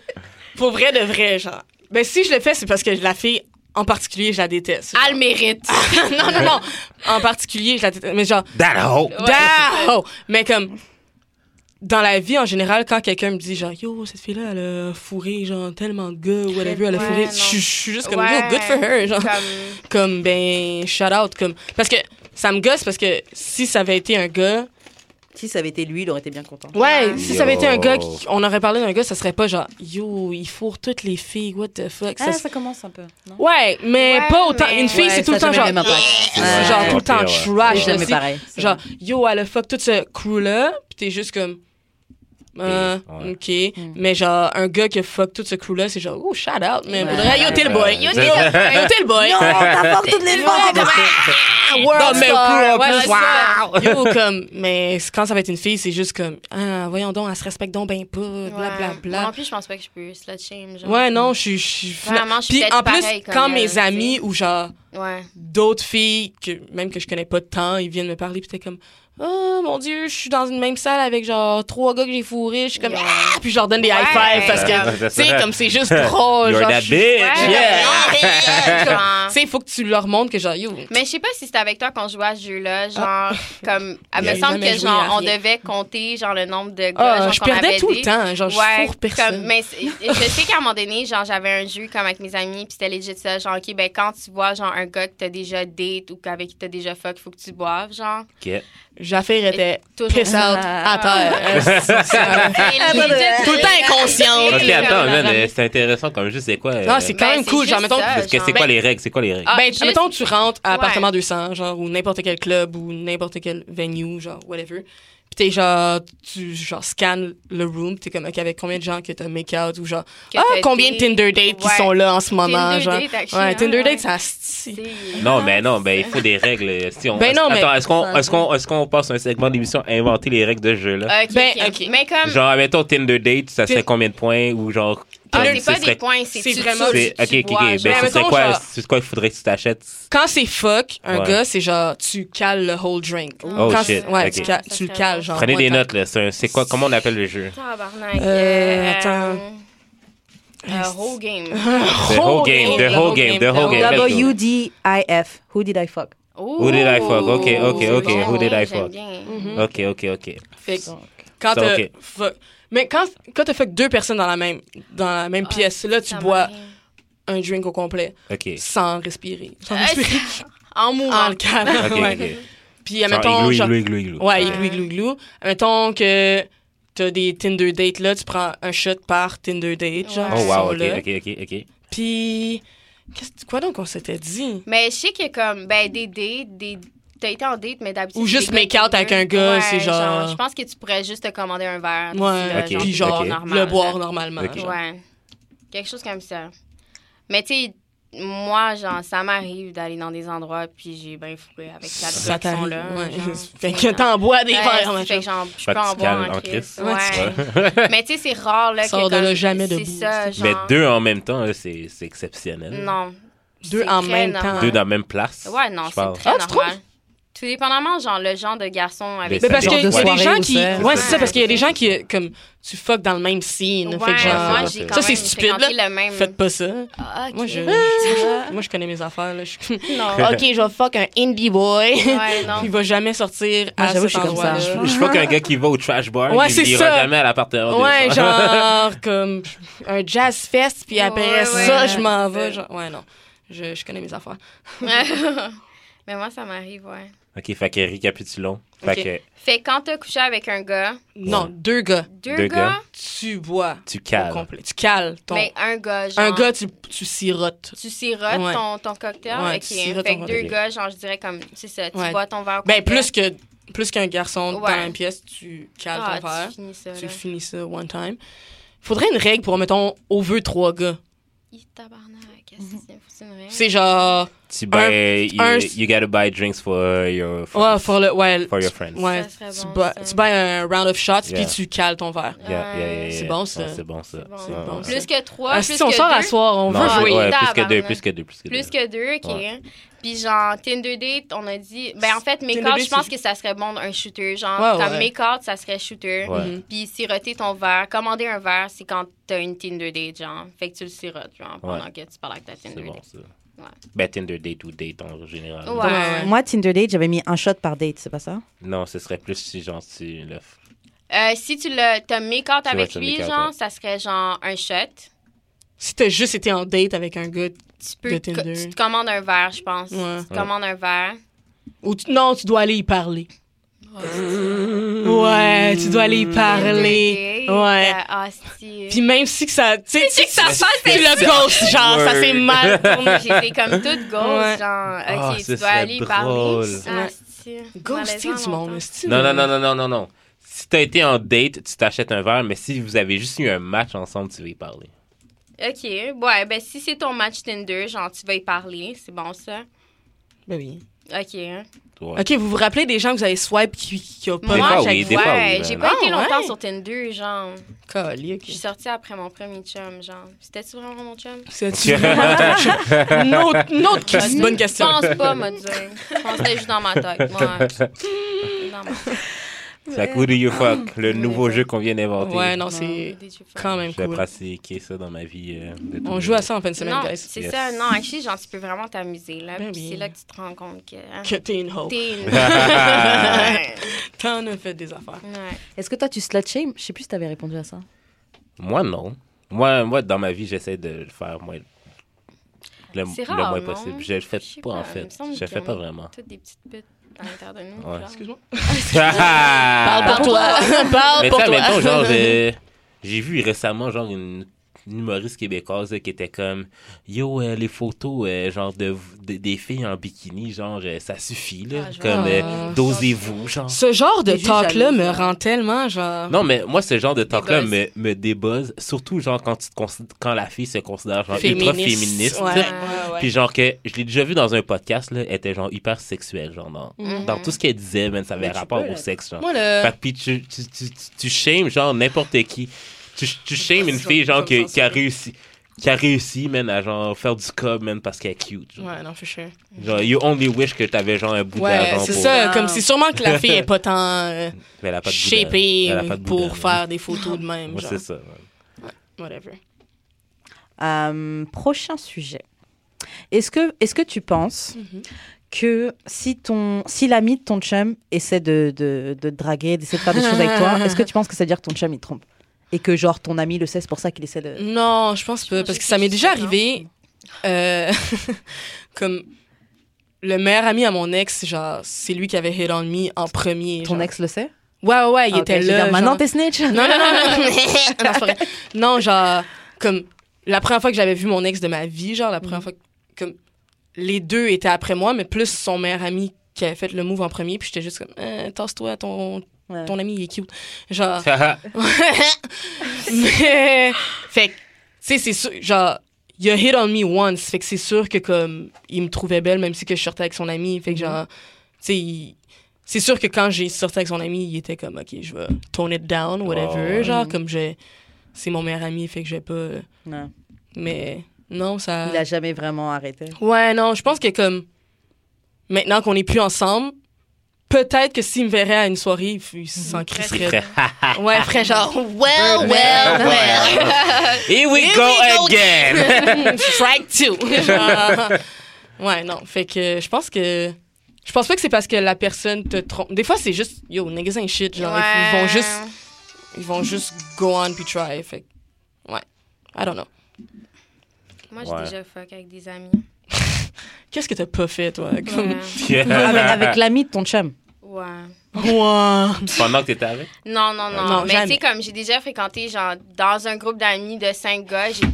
Speaker 1: pour vrai de vrai, genre. Ben, si je le fais, c'est parce que la fille, en particulier, je la déteste.
Speaker 4: Elle mérite.
Speaker 1: Ah, non, non, non. En particulier, je la déteste. Mais genre,
Speaker 2: That hope.
Speaker 4: Ouais.
Speaker 1: Dah! Oh! Mais comme, dans la vie, en général, quand quelqu'un me dit, genre, yo, cette fille-là, elle a fourré, genre, tellement de gars, ou whatever, elle a
Speaker 4: Ouais,
Speaker 1: fourré,
Speaker 4: non.
Speaker 1: je je suis juste comme,
Speaker 4: Ouais.
Speaker 1: yo, good for her, genre.
Speaker 4: Ah, Comme,
Speaker 1: Comme, ben, shout out, comme. Parce que, ça me gosse parce que si ça avait été un gars,
Speaker 3: Si ça avait été lui, il aurait été bien content.
Speaker 1: Ouais,
Speaker 4: Ouais.
Speaker 1: si ça avait été un
Speaker 2: Yo.
Speaker 1: gars, qui- on aurait parlé d'un gars, ça serait pas genre yo, il fourre toutes les filles, what the fuck.
Speaker 3: Ah,
Speaker 1: ça, c'est-
Speaker 3: commence un peu. Non
Speaker 1: ouais, mais
Speaker 4: Ouais,
Speaker 1: pas autant.
Speaker 4: mais-
Speaker 1: Une fille,
Speaker 3: Ouais,
Speaker 1: c'est tout
Speaker 3: ça
Speaker 1: le temps
Speaker 3: jamais
Speaker 1: genre.
Speaker 3: même impact.
Speaker 1: C'est
Speaker 3: Ouais.
Speaker 1: genre tout le temps
Speaker 2: Ouais.
Speaker 1: trash.
Speaker 3: Jamais
Speaker 1: aussi.
Speaker 3: Ah, pareil.
Speaker 1: Ah, Genre, yo, elle a fuck tout ce crew-là, pis t'es juste comme. Euh,
Speaker 2: Ouais.
Speaker 1: ok.
Speaker 3: Mm.
Speaker 1: Mais genre, un gars qui a fuck tout ce crew-là, c'est genre, oh, shout out, man. Faudrait- Yo, t'es le boy. Yo, t'es le yo, t'es le boy.
Speaker 3: t'apportes toutes les
Speaker 1: bah,
Speaker 3: femmes
Speaker 1: World
Speaker 2: ah, Dans le même
Speaker 1: star.
Speaker 2: crew, en
Speaker 1: ah, Ouais,
Speaker 2: plus.
Speaker 1: c'est ça. Yo, comme, mais quand ça va être une fille, c'est juste comme, ah, voyons donc, elle se respecte donc ben pas, blablabla.
Speaker 4: ouais. Moi, En plus, je pense pas que je peux slut shame. Genre.
Speaker 1: Ouais, non, je suis- je suis. fla-
Speaker 4: Vraiment, je suis
Speaker 1: Puis
Speaker 4: peut-être
Speaker 1: en plus,
Speaker 4: pareil comme
Speaker 1: quand
Speaker 4: elle,
Speaker 1: mes
Speaker 4: tu sais.
Speaker 1: amis ou genre
Speaker 4: Ouais.
Speaker 1: d'autres filles, que, même que je connais pas tant, ils viennent me parler, puis t'es comme, oh mon dieu, je suis dans une même salle avec genre trois gars que j'ai fourrés, je suis comme,
Speaker 4: Yeah.
Speaker 1: ah, puis je leur donne des high five
Speaker 4: Ouais.
Speaker 1: parce
Speaker 2: Ouais,
Speaker 1: que,
Speaker 2: c'est
Speaker 1: tu sais,
Speaker 2: ça.
Speaker 1: comme c'est juste trop,
Speaker 2: You're
Speaker 1: Oh, genre.
Speaker 2: that
Speaker 1: je suis-
Speaker 2: bitch.
Speaker 4: Ouais.
Speaker 2: Yeah.
Speaker 4: Genre.
Speaker 1: Tu sais, faut que tu leur montres que genre, yo.
Speaker 4: Mais je sais pas si c'était avec toi qu'on jouait à ce jeu-là, genre,
Speaker 1: Ah.
Speaker 4: comme, il
Speaker 1: J'ai
Speaker 4: me semble
Speaker 1: jamais
Speaker 4: que,
Speaker 1: joué à
Speaker 4: genre, on
Speaker 1: rien.
Speaker 4: devait compter, genre, le nombre de gars,
Speaker 1: Ah,
Speaker 4: genre,
Speaker 1: je
Speaker 4: qu'on
Speaker 1: perdais
Speaker 4: avait
Speaker 1: tout le
Speaker 4: dit.
Speaker 1: temps, genre, je
Speaker 4: Ouais,
Speaker 1: fourre personne.
Speaker 4: comme- mais c'est- je sais qu'à un moment donné, genre, j'avais un jeu comme avec mes amis, puis c'était legit ça, genre, OK, ben, quand tu vois, genre, un gars que t'as déjà date ou avec qui t'as déjà fuck, faut que tu boives, genre.
Speaker 2: Ok.
Speaker 1: Jaffaire était
Speaker 4: Toujours. Ah,
Speaker 1: piss out à Euh, terre. Tout le temps inconsciente.
Speaker 2: Ok,
Speaker 1: Comme la
Speaker 2: attends, man,
Speaker 1: rame.
Speaker 2: euh, c'est intéressant comme juste, c'est quoi? euh,
Speaker 1: Non, c'est quand
Speaker 4: Ben,
Speaker 1: même
Speaker 4: c'est
Speaker 1: cool, genre,
Speaker 4: Ben,
Speaker 1: ben mettons,
Speaker 4: juste ça,
Speaker 2: Parce que c'est
Speaker 4: genre.
Speaker 2: quoi les règles? C'est quoi les règles?
Speaker 4: Ah,
Speaker 1: ben,
Speaker 4: juste-
Speaker 1: mettons que tu rentres à
Speaker 4: Ouais.
Speaker 1: appartement 200, genre, ou n'importe quel club, ou n'importe quel venue, genre, whatever. Puis t'es genre, tu genre scannes le room, t'es comme, OK, avec combien de gens que t'as make out ou genre,
Speaker 4: Que
Speaker 1: ah,
Speaker 4: t'as
Speaker 1: combien de
Speaker 4: été-
Speaker 1: Tinder dates qui
Speaker 4: Ouais.
Speaker 1: sont là en ce moment,
Speaker 4: Tinder
Speaker 1: genre.
Speaker 4: date, actually,
Speaker 1: ouais,
Speaker 4: hein,
Speaker 1: Tinder
Speaker 4: ouais.
Speaker 1: date, ça asti.
Speaker 4: C'est-
Speaker 2: Non, mais non, ben, il faut des règles. Si on,
Speaker 1: Ben non, mais-
Speaker 2: Attends, est-ce qu'on est qu'on est qu'on passe un segment d'émission à inventer les règles de ce jeu, là?
Speaker 4: Ok,
Speaker 1: Ben,
Speaker 4: ok.
Speaker 1: ok.
Speaker 4: Mais comme,
Speaker 2: Genre, mettons Tinder Date, ça serait
Speaker 1: Tinder-
Speaker 2: combien de points? Ou genre.
Speaker 4: ah,
Speaker 2: quel-
Speaker 4: c'est
Speaker 2: ce
Speaker 4: pas des
Speaker 2: serait-
Speaker 4: points, c'est
Speaker 1: c'est
Speaker 4: tu
Speaker 1: vraiment
Speaker 4: touches,
Speaker 2: c'est-
Speaker 4: tu
Speaker 2: Ok, ok,
Speaker 4: vois,
Speaker 2: ok. Ben,
Speaker 4: genre.
Speaker 2: ce serait
Speaker 1: mettons,
Speaker 2: quoi?
Speaker 1: genre-
Speaker 2: C'est quoi qu'il faudrait que tu t'achètes?
Speaker 1: Quand c'est fuck, un
Speaker 2: Ouais.
Speaker 1: gars, c'est genre, tu cales le whole drink.
Speaker 4: Oh,
Speaker 1: Quand
Speaker 2: shit,
Speaker 1: c'est- Ouais,
Speaker 2: ok.
Speaker 1: tu, cales- tu le cales, genre.
Speaker 2: Prenez
Speaker 1: ouais,
Speaker 2: des
Speaker 1: t'as-
Speaker 2: notes, là. C'est un- C'est quoi? Comment on appelle le jeu?
Speaker 4: Tabarnak.
Speaker 1: Euh, attends. Ah,
Speaker 4: Euh, whole game.
Speaker 2: The whole game, the whole game, the whole game. let's go.
Speaker 3: W-D-I-F. Who did I fuck?
Speaker 4: Who
Speaker 2: did I fuck? Ok, ok, ok, who did I fuck?
Speaker 1: Mhm.
Speaker 4: J'aime
Speaker 2: Ok, ok, ok.
Speaker 1: Fait que quand
Speaker 2: Ça,
Speaker 1: t'as
Speaker 2: ok.
Speaker 1: fuck- Mais quand, quand t'as fuck deux personnes dans la même, dans la même
Speaker 4: Ah,
Speaker 1: pièce, là, tu bois un drink au complet
Speaker 2: Ok.
Speaker 1: sans respirer. Sans
Speaker 4: Ah,
Speaker 1: respirer.
Speaker 4: En
Speaker 1: en
Speaker 4: mouvement.
Speaker 1: le calant,
Speaker 2: Ok,
Speaker 1: ouais.
Speaker 2: ok.
Speaker 1: Puis,
Speaker 2: Genre,
Speaker 1: admettons,
Speaker 2: igloo,
Speaker 1: genre-
Speaker 2: igloo, igloo, igloo.
Speaker 1: Ouais, igloo, igloo, igloo. Admettons que t'as des Tinder dates, là, tu prends un shot par Tinder date, genre,
Speaker 4: Ouais.
Speaker 1: qui
Speaker 2: Oh, wow,
Speaker 1: sont
Speaker 2: ok,
Speaker 1: là.
Speaker 2: ok, ok, ok.
Speaker 1: Puis, qu'est-ce- quoi donc on s'était dit?
Speaker 4: Mais je sais que comme, ben, des dates, des... T'as été en date, mais d'habitude...
Speaker 1: Ou juste
Speaker 4: des gars
Speaker 1: make out
Speaker 4: qui
Speaker 1: avec
Speaker 4: veulent-
Speaker 1: un gars,
Speaker 4: Ouais,
Speaker 1: c'est genre-
Speaker 4: Je pense que tu pourrais juste te commander un verre. euh, d'ici là,
Speaker 1: Ouais,
Speaker 2: Ok.
Speaker 1: puis genre,
Speaker 2: ok.
Speaker 4: normal,
Speaker 1: le
Speaker 4: là.
Speaker 1: boire normalement.
Speaker 2: Ok.
Speaker 1: genre.
Speaker 4: Ouais. Quelque chose comme ça. Mais tu sais, moi, genre, ça m'arrive d'aller dans des endroits, puis j'ai bien fourré avec quatre
Speaker 1: Ça
Speaker 4: gars qui sont
Speaker 1: t'arrive.
Speaker 4: là.
Speaker 1: ouais.
Speaker 4: genre.
Speaker 1: fait que t'en bois des
Speaker 4: Ouais,
Speaker 1: verres, machin.
Speaker 4: fait que genre, je
Speaker 2: Fait
Speaker 4: peux
Speaker 2: que
Speaker 4: en
Speaker 2: tu
Speaker 4: boire
Speaker 2: cales en
Speaker 4: en crise.
Speaker 2: crise.
Speaker 4: Ouais. Mais tu sais, c'est rare, là,
Speaker 1: Sors
Speaker 4: que
Speaker 1: de là
Speaker 4: comme-
Speaker 1: jamais
Speaker 4: c'est
Speaker 1: debout,
Speaker 4: ça,
Speaker 1: c'est-
Speaker 4: genre...
Speaker 2: Mais deux en même temps, là, c'est c'est exceptionnel.
Speaker 4: Non.
Speaker 1: Deux
Speaker 4: C'est
Speaker 1: en
Speaker 4: très
Speaker 1: même
Speaker 4: normal.
Speaker 1: temps.
Speaker 2: Deux dans la même place.
Speaker 4: Ouais, non,
Speaker 2: je
Speaker 4: c'est
Speaker 2: parle.
Speaker 4: très
Speaker 1: Ah,
Speaker 4: normal. Tout dépendamment, genre, le genre de garçon avec...
Speaker 1: Mais
Speaker 2: Ça
Speaker 1: parce
Speaker 2: dépend
Speaker 1: qu'il y a
Speaker 2: de
Speaker 1: des
Speaker 3: soirée
Speaker 1: gens
Speaker 3: où
Speaker 1: qui.
Speaker 3: c'est.
Speaker 1: Ouais, c'est ça,
Speaker 4: Ouais.
Speaker 1: parce qu'il y a des gens qui, euh, comme, tu fuck dans le même scene.
Speaker 4: Ouais,
Speaker 1: fait que genre,
Speaker 4: moi,
Speaker 2: ouais,
Speaker 4: j'ai quand
Speaker 1: ça, c'est
Speaker 4: même
Speaker 1: stupide,
Speaker 4: fréquenté
Speaker 1: là.
Speaker 4: le même.
Speaker 1: Faites pas ça.
Speaker 4: Ah, ok.
Speaker 1: Moi, je. Moi, je connais mes affaires, là. Je-
Speaker 4: Non.
Speaker 1: ok, je vais fuck un indie boy.
Speaker 4: Ouais, non.
Speaker 1: Il va jamais sortir
Speaker 3: Moi,
Speaker 1: à
Speaker 3: j'avoue,
Speaker 1: cet
Speaker 3: je suis comme ça.
Speaker 1: endroit-là.
Speaker 2: Je suis pas qu'un gars qui va au trash bar,
Speaker 1: Ouais,
Speaker 2: il
Speaker 1: c'est
Speaker 2: ira
Speaker 1: ça.
Speaker 2: jamais à l'appartement. de-
Speaker 1: Ouais, genre, comme un jazz fest, puis après
Speaker 4: Ouais,
Speaker 1: ça,
Speaker 4: ouais.
Speaker 1: je m'en vais. Genre, ouais, non. Je, je connais mes affaires.
Speaker 4: Mais moi, ça m'arrive, ouais.
Speaker 2: Ok, fait que récapitulons. Fait
Speaker 1: Ok.
Speaker 2: que
Speaker 4: Fait que quand t'as couché avec un gars,
Speaker 1: Non, deux gars.
Speaker 4: deux,
Speaker 2: Deux
Speaker 4: gars,
Speaker 1: Tu bois.
Speaker 2: tu
Speaker 1: Au
Speaker 2: cales.
Speaker 1: complet. Tu cales ton.
Speaker 4: mais un gars, genre.
Speaker 1: un gars, tu, tu sirotes.
Speaker 4: Tu sirotes
Speaker 1: Ouais.
Speaker 4: ton, ton cocktail.
Speaker 1: Ouais,
Speaker 4: ok.
Speaker 1: tu sirotes
Speaker 4: fait
Speaker 1: ton
Speaker 4: que deux
Speaker 2: cocktail.
Speaker 4: gars, genre, je dirais comme, c'est ça, tu
Speaker 1: Ouais.
Speaker 4: bois ton verre. au
Speaker 1: Ben,
Speaker 4: complet.
Speaker 1: plus que plus qu'un garçon dans
Speaker 4: Ouais.
Speaker 1: la même pièce, tu cales
Speaker 4: ah,
Speaker 1: ton verre.
Speaker 4: Tu finis ça.
Speaker 1: Tu
Speaker 4: là.
Speaker 1: finis ça one time. Faudrait une règle pour, mettons, au vœu trois gars.
Speaker 4: Hi, tabarnak, qu'est-ce
Speaker 1: Mhm.
Speaker 4: que c'est? Faut-tu une règle?
Speaker 1: C'est genre.
Speaker 2: Tu
Speaker 1: Un-
Speaker 2: buy, you,
Speaker 1: un-
Speaker 2: you gotta buy drinks for your
Speaker 1: Ouais,
Speaker 2: friends.
Speaker 1: for le. Ouais.
Speaker 2: For
Speaker 1: tu-
Speaker 2: your friends.
Speaker 1: Ouais,
Speaker 4: Ça serait
Speaker 1: tu,
Speaker 4: bon,
Speaker 1: bois-
Speaker 4: ça.
Speaker 1: tu bois un round of shots,
Speaker 2: Yeah.
Speaker 1: puis tu cales ton verre.
Speaker 2: Yeah, yeah, yeah, yeah,
Speaker 4: C'est
Speaker 2: yeah.
Speaker 1: Euh, bon,
Speaker 2: Ouais,
Speaker 1: ça.
Speaker 2: c'est bon, ça.
Speaker 4: C'est bon.
Speaker 2: C'est
Speaker 4: C'est
Speaker 2: bon,
Speaker 1: bon,
Speaker 2: ça.
Speaker 1: ça.
Speaker 4: Plus que trois,
Speaker 1: Ah,
Speaker 4: plus
Speaker 1: si
Speaker 4: que
Speaker 1: on sort
Speaker 4: deux.
Speaker 1: à soir, on
Speaker 2: Non,
Speaker 1: veut
Speaker 4: Ah,
Speaker 2: ouais,
Speaker 1: jouer.
Speaker 2: ouais, plus que
Speaker 4: Tabarnak.
Speaker 2: deux, plus que deux, plus que
Speaker 4: Plus
Speaker 2: deux.
Speaker 4: que deux, OK.
Speaker 2: Ouais.
Speaker 4: Puis genre, Tinder date, on a dit... Ben en fait, make
Speaker 1: Tinder
Speaker 4: out,
Speaker 1: date,
Speaker 4: je pense
Speaker 1: c'est-
Speaker 4: que ça serait bon un shooter. Genre,
Speaker 1: Ouais,
Speaker 4: comme
Speaker 1: ouais.
Speaker 4: make out, ça serait shooter.
Speaker 2: Ouais.
Speaker 1: Mhm.
Speaker 4: Puis siroter ton verre, commander un verre, c'est quand t'as une Tinder date, genre. Fait que tu le sirotes, genre, pendant
Speaker 2: Ouais.
Speaker 4: que tu parles avec ta
Speaker 2: C'est
Speaker 4: Tinder
Speaker 2: bon,
Speaker 4: date.
Speaker 2: ça.
Speaker 4: Ouais.
Speaker 2: Ben, Tinder date ou date en général.
Speaker 4: Ouais.
Speaker 3: Moi, Tinder date, j'avais mis un shot par date, c'est pas ça?
Speaker 2: Non, ce serait plus si genre tu le f-
Speaker 4: Euh, si tu le, t'as make out
Speaker 2: Tu
Speaker 4: avec
Speaker 2: vas te
Speaker 4: lui,
Speaker 2: make out,
Speaker 4: genre,
Speaker 2: ouais.
Speaker 4: ça serait genre un shot.
Speaker 1: Si t'as juste été en date avec un gars,
Speaker 4: Tu peux,
Speaker 1: De
Speaker 4: te co-
Speaker 1: Tinder.
Speaker 4: tu te commandes un verre, je pense.
Speaker 1: Ouais.
Speaker 4: Tu te commandes un verre.
Speaker 1: ou tu- non, tu dois aller y parler. Ouais, tu dois aller y parler.
Speaker 4: Tinder date,
Speaker 1: Ouais.
Speaker 4: euh, ah, si.
Speaker 1: Puis même si que ça. Tu sais,
Speaker 4: que ça fasse
Speaker 1: tu le ghost, genre, ça c'est mal tourné.
Speaker 4: J'étais comme toute gauche,
Speaker 1: Ouais.
Speaker 4: genre,
Speaker 2: Ah,
Speaker 4: OK,
Speaker 2: ce
Speaker 4: tu dois aller
Speaker 2: serait
Speaker 4: parler.
Speaker 2: drôle.
Speaker 4: Ah,
Speaker 1: Ouais.
Speaker 4: si.
Speaker 1: Ghoster du
Speaker 4: Malaisant
Speaker 1: monde,
Speaker 4: longtemps.
Speaker 1: est-ce que-
Speaker 2: Non, non, non, non, non, non, non. Si t'as été en date, tu t'achètes un verre, mais si vous avez juste eu un match ensemble, tu vas y parler.
Speaker 4: OK, ouais, ben si c'est ton match Tinder, genre, tu vas y parler, c'est bon ça.
Speaker 1: Ben oui.
Speaker 4: OK. hein.
Speaker 2: Toi.
Speaker 1: Ok, vous vous rappelez des gens que vous avez swipe qui, qui ont pas
Speaker 4: Moi,
Speaker 2: Des fois,
Speaker 1: match
Speaker 2: oui,
Speaker 4: j'ai-
Speaker 1: avec
Speaker 2: des
Speaker 1: vous?
Speaker 2: fois,
Speaker 4: ouais,
Speaker 2: oui, ben
Speaker 4: j'ai
Speaker 2: vraiment.
Speaker 4: pas été
Speaker 1: Ah, ouais?
Speaker 4: longtemps sur Tinder, genre.
Speaker 1: Collier,
Speaker 4: Je suis
Speaker 1: ok.
Speaker 4: sortie après mon premier chum, genre. C'était-tu vraiment mon chum?
Speaker 1: C'est-tu vraiment ton chum? Notre, notre question. Bonne question.
Speaker 4: Je pense pas, m'a dit. Je pense que c'était juste dans ma tête. Ouais. C'était dans ma tête.
Speaker 2: Fait que Who Do You Fuck, le nouveau jeu qu'on vient d'inventer.
Speaker 1: Ouais, non, c'est quand même
Speaker 2: Je vais
Speaker 1: cool.
Speaker 2: pratiquer ça dans ma vie. euh, de tous
Speaker 1: On
Speaker 2: les
Speaker 1: joue à
Speaker 2: jours.
Speaker 1: ça en fin de semaine,
Speaker 4: Non,
Speaker 1: guys.
Speaker 4: c'est
Speaker 2: Yes.
Speaker 4: ça. Non, actually, genre, tu peux vraiment t'amuser, là.
Speaker 1: Ben
Speaker 4: puis
Speaker 1: oui.
Speaker 4: c'est là que tu te rends compte que... hein,
Speaker 1: Que t'es une hoe.
Speaker 4: T'es une... ouais.
Speaker 1: T'en as fait des affaires.
Speaker 4: Ouais.
Speaker 3: Est-ce que toi, tu slut shame? Je sais plus si t'avais répondu à ça.
Speaker 2: Moi, non. Moi, moi, dans ma vie, j'essaie de le faire moi, le,
Speaker 4: C'est
Speaker 2: le
Speaker 4: rare,
Speaker 2: moins
Speaker 4: non?
Speaker 2: possible. Je le fais
Speaker 4: Je sais
Speaker 2: pas,
Speaker 4: pas,
Speaker 2: en
Speaker 4: il me
Speaker 2: fait.
Speaker 4: semble
Speaker 2: Je le fais
Speaker 4: qu'on-
Speaker 2: pas vraiment.
Speaker 4: Toutes des petites putes à l'intérieur de nous.
Speaker 2: Ouais.
Speaker 4: genre.
Speaker 1: Excuse-moi.
Speaker 2: Ah!
Speaker 1: Parle Ah, pour toi. Parle
Speaker 2: Mais
Speaker 1: pour
Speaker 2: ça, euh,
Speaker 1: toi.
Speaker 2: mettons, genre, j'ai j'ai vu récemment, genre, une une humoriste québécoise là, qui était comme Yo, euh, les photos, euh, genre, de, de- des filles en bikini, genre, euh, ça suffit, là.
Speaker 4: Ah, je vois.
Speaker 2: comme, euh,
Speaker 1: Ah.
Speaker 2: dosez-vous, genre.
Speaker 1: Ce genre de
Speaker 3: T'es juste
Speaker 1: talk-là
Speaker 3: jalouse,
Speaker 1: me
Speaker 3: hein.
Speaker 1: rend tellement genre.
Speaker 2: Non, mais moi, ce genre de talk-là
Speaker 4: Débuzz.
Speaker 2: me, me débuzz, surtout, genre, quand, tu te consid- quand la fille se considère, genre, ultra féministe.
Speaker 1: Ouais,
Speaker 2: tu sais.
Speaker 1: ouais, ouais.
Speaker 2: Puis genre que je l'ai déjà vu dans un podcast là, elle était genre hyper sexuelle genre dans,
Speaker 4: Mhm.
Speaker 2: dans tout ce qu'elle disait, man, ça avait
Speaker 3: Mais tu
Speaker 2: rapport
Speaker 3: peux,
Speaker 2: au
Speaker 3: là.
Speaker 2: sexe genre.
Speaker 1: Mm-hmm. Moi, le.
Speaker 2: Fait que puis tu tu tu, tu, tu shames, genre n'importe qui. Tu tu shames une
Speaker 1: Ils sont-
Speaker 2: fille genre
Speaker 1: ils
Speaker 2: que-
Speaker 1: sont
Speaker 2: qui a
Speaker 1: censurés.
Speaker 2: réussi qui a réussi man à genre faire du cob man parce qu'elle est cute. Genre,
Speaker 1: Ouais, non, for sure.
Speaker 2: Genre, you only wish que t'avais genre un bout
Speaker 1: Ouais,
Speaker 2: d'argent
Speaker 1: c'est
Speaker 2: pour-
Speaker 1: ça.
Speaker 3: Wow.
Speaker 1: Comme c'est sûrement que la fille est pas tant euh,
Speaker 2: Mais elle a pas de bout
Speaker 1: shapée
Speaker 2: d'âne. Elle a pas de bout
Speaker 1: pour
Speaker 2: d'âne.
Speaker 1: faire des photos de même.
Speaker 2: Ouais,
Speaker 1: Genre.
Speaker 2: c'est ça. ouais.
Speaker 1: Whatever.
Speaker 3: Euh, prochain sujet. Est-ce que, est que tu penses que si, ton, si l'ami de ton chum essaie de, de, de te draguer, d'essayer de faire des choses avec toi, est-ce que tu penses que ça veut dire que ton chum il te trompe Et que genre ton ami le sait, c'est pour ça qu'il essaie de.
Speaker 1: Non, je pense pas.
Speaker 4: pense
Speaker 1: Parce que
Speaker 4: que
Speaker 1: ça m'est
Speaker 4: c'est
Speaker 1: déjà
Speaker 4: différent.
Speaker 1: arrivé. euh, comme le meilleur ami à mon ex, genre, c'est lui qui avait hit on me en premier.
Speaker 3: Ton
Speaker 1: genre.
Speaker 3: ex le sait
Speaker 1: Ouais, ouais, ouais, il
Speaker 3: Ah, ok,
Speaker 1: était
Speaker 3: je veux
Speaker 1: là.
Speaker 3: dire, Maintenant
Speaker 1: genre.
Speaker 3: t'es snitch
Speaker 1: Non, non, non, non. non, c'est pas vrai. Non, genre, comme, la première fois que j'avais vu mon ex de ma vie, genre, la première fois, que- comme, les deux étaient après moi, mais plus son meilleur ami qui avait fait le move en premier, puis j'étais juste comme, Euh, tasse-toi, ton,
Speaker 3: Ouais.
Speaker 1: ton ami, il est cute. Genre,
Speaker 2: Haha.
Speaker 1: mais, fait que, tu sais, c'est sûr, genre, il a hit on me once, fait que c'est sûr que, comme, il me trouvait belle, même si que je sortais avec son ami, fait que, genre, tu
Speaker 3: Mm-hmm.
Speaker 1: sais, il- c'est sûr que quand j'ai sorti avec son ami, il était comme, OK, je vais tone it down, whatever,
Speaker 2: Ouais, ouais.
Speaker 1: genre,
Speaker 3: Mhm.
Speaker 1: comme j'ai... C'est mon meilleur ami, fait que j'ai pas...
Speaker 3: Non.
Speaker 1: Mais non, ça...
Speaker 3: Il a jamais vraiment arrêté.
Speaker 1: Ouais, non, je pense que, comme, maintenant qu'on est plus ensemble, peut-être que s'il me verrait à une soirée,
Speaker 3: Mm-hmm.
Speaker 1: il s'en
Speaker 2: C'est
Speaker 1: crisserait.
Speaker 2: vrai.
Speaker 1: Ouais, frère, genre, well, well, well.
Speaker 2: Here we
Speaker 1: Here
Speaker 2: go
Speaker 1: we go
Speaker 2: again.
Speaker 1: Strike two. Genre, Euh, ouais, non. Fait que je pense que. Je pense pas que c'est parce que la personne te trompe. Des fois, c'est juste, yo, niggas ain't shit. Genre, ils, ils vont juste, ils vont juste go on puis try. Fait que, ouais. I don't know.
Speaker 4: Moi, j'ai
Speaker 2: Ouais.
Speaker 4: déjà fuck avec des amis.
Speaker 1: Qu'est-ce que t'as pas fait, toi? Comme...
Speaker 4: Ouais.
Speaker 3: avec, Ah, ben, avec l'ami de ton chum.
Speaker 4: Ouais.
Speaker 1: Ouah.
Speaker 2: Pendant que t'étais avec.
Speaker 4: Non, non, non.
Speaker 1: Non,
Speaker 4: mais tu
Speaker 1: jamais.
Speaker 4: sais, comme j'ai déjà fréquenté, genre, dans un groupe d'amis de cinq gars, j'ai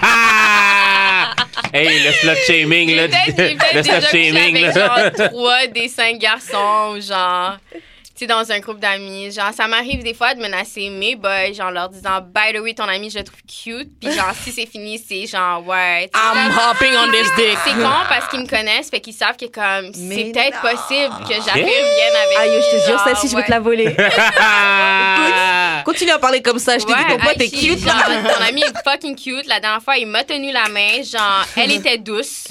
Speaker 2: Ah! hey, le slut shaming, là.
Speaker 4: j'ai peut-être j'ai peut-être
Speaker 2: Le
Speaker 4: déjà
Speaker 2: slut
Speaker 4: couché
Speaker 2: shaming,
Speaker 4: avec,
Speaker 2: là.
Speaker 4: genre, trois des cinq garçons, ou genre, tu sais, dans un groupe d'amis. Genre, ça m'arrive des fois de menacer mes boys, genre, leur disant, by the way, ton ami, je le trouve cute. Puis, genre, si c'est fini, c'est genre, ouais. tu sais,
Speaker 1: I'm hopping on this dick.
Speaker 4: C'est con parce qu'ils me connaissent, fait qu'ils savent que comme
Speaker 3: Mais
Speaker 4: c'est peut-être possible que j'arrive
Speaker 2: Yeah.
Speaker 4: bien avec.
Speaker 3: Aïe, Ah, je te jure,
Speaker 4: genre,
Speaker 3: celle-ci, je vais
Speaker 4: ouais.
Speaker 3: te la voler.
Speaker 2: Ah!
Speaker 3: Continue à parler comme ça, je t'ai dit, ton
Speaker 4: Ouais,
Speaker 3: pote est
Speaker 4: Aichi,
Speaker 3: cute.
Speaker 4: genre, ton ami est fucking cute. La dernière fois, il m'a tenu la main. Genre, elle était douce.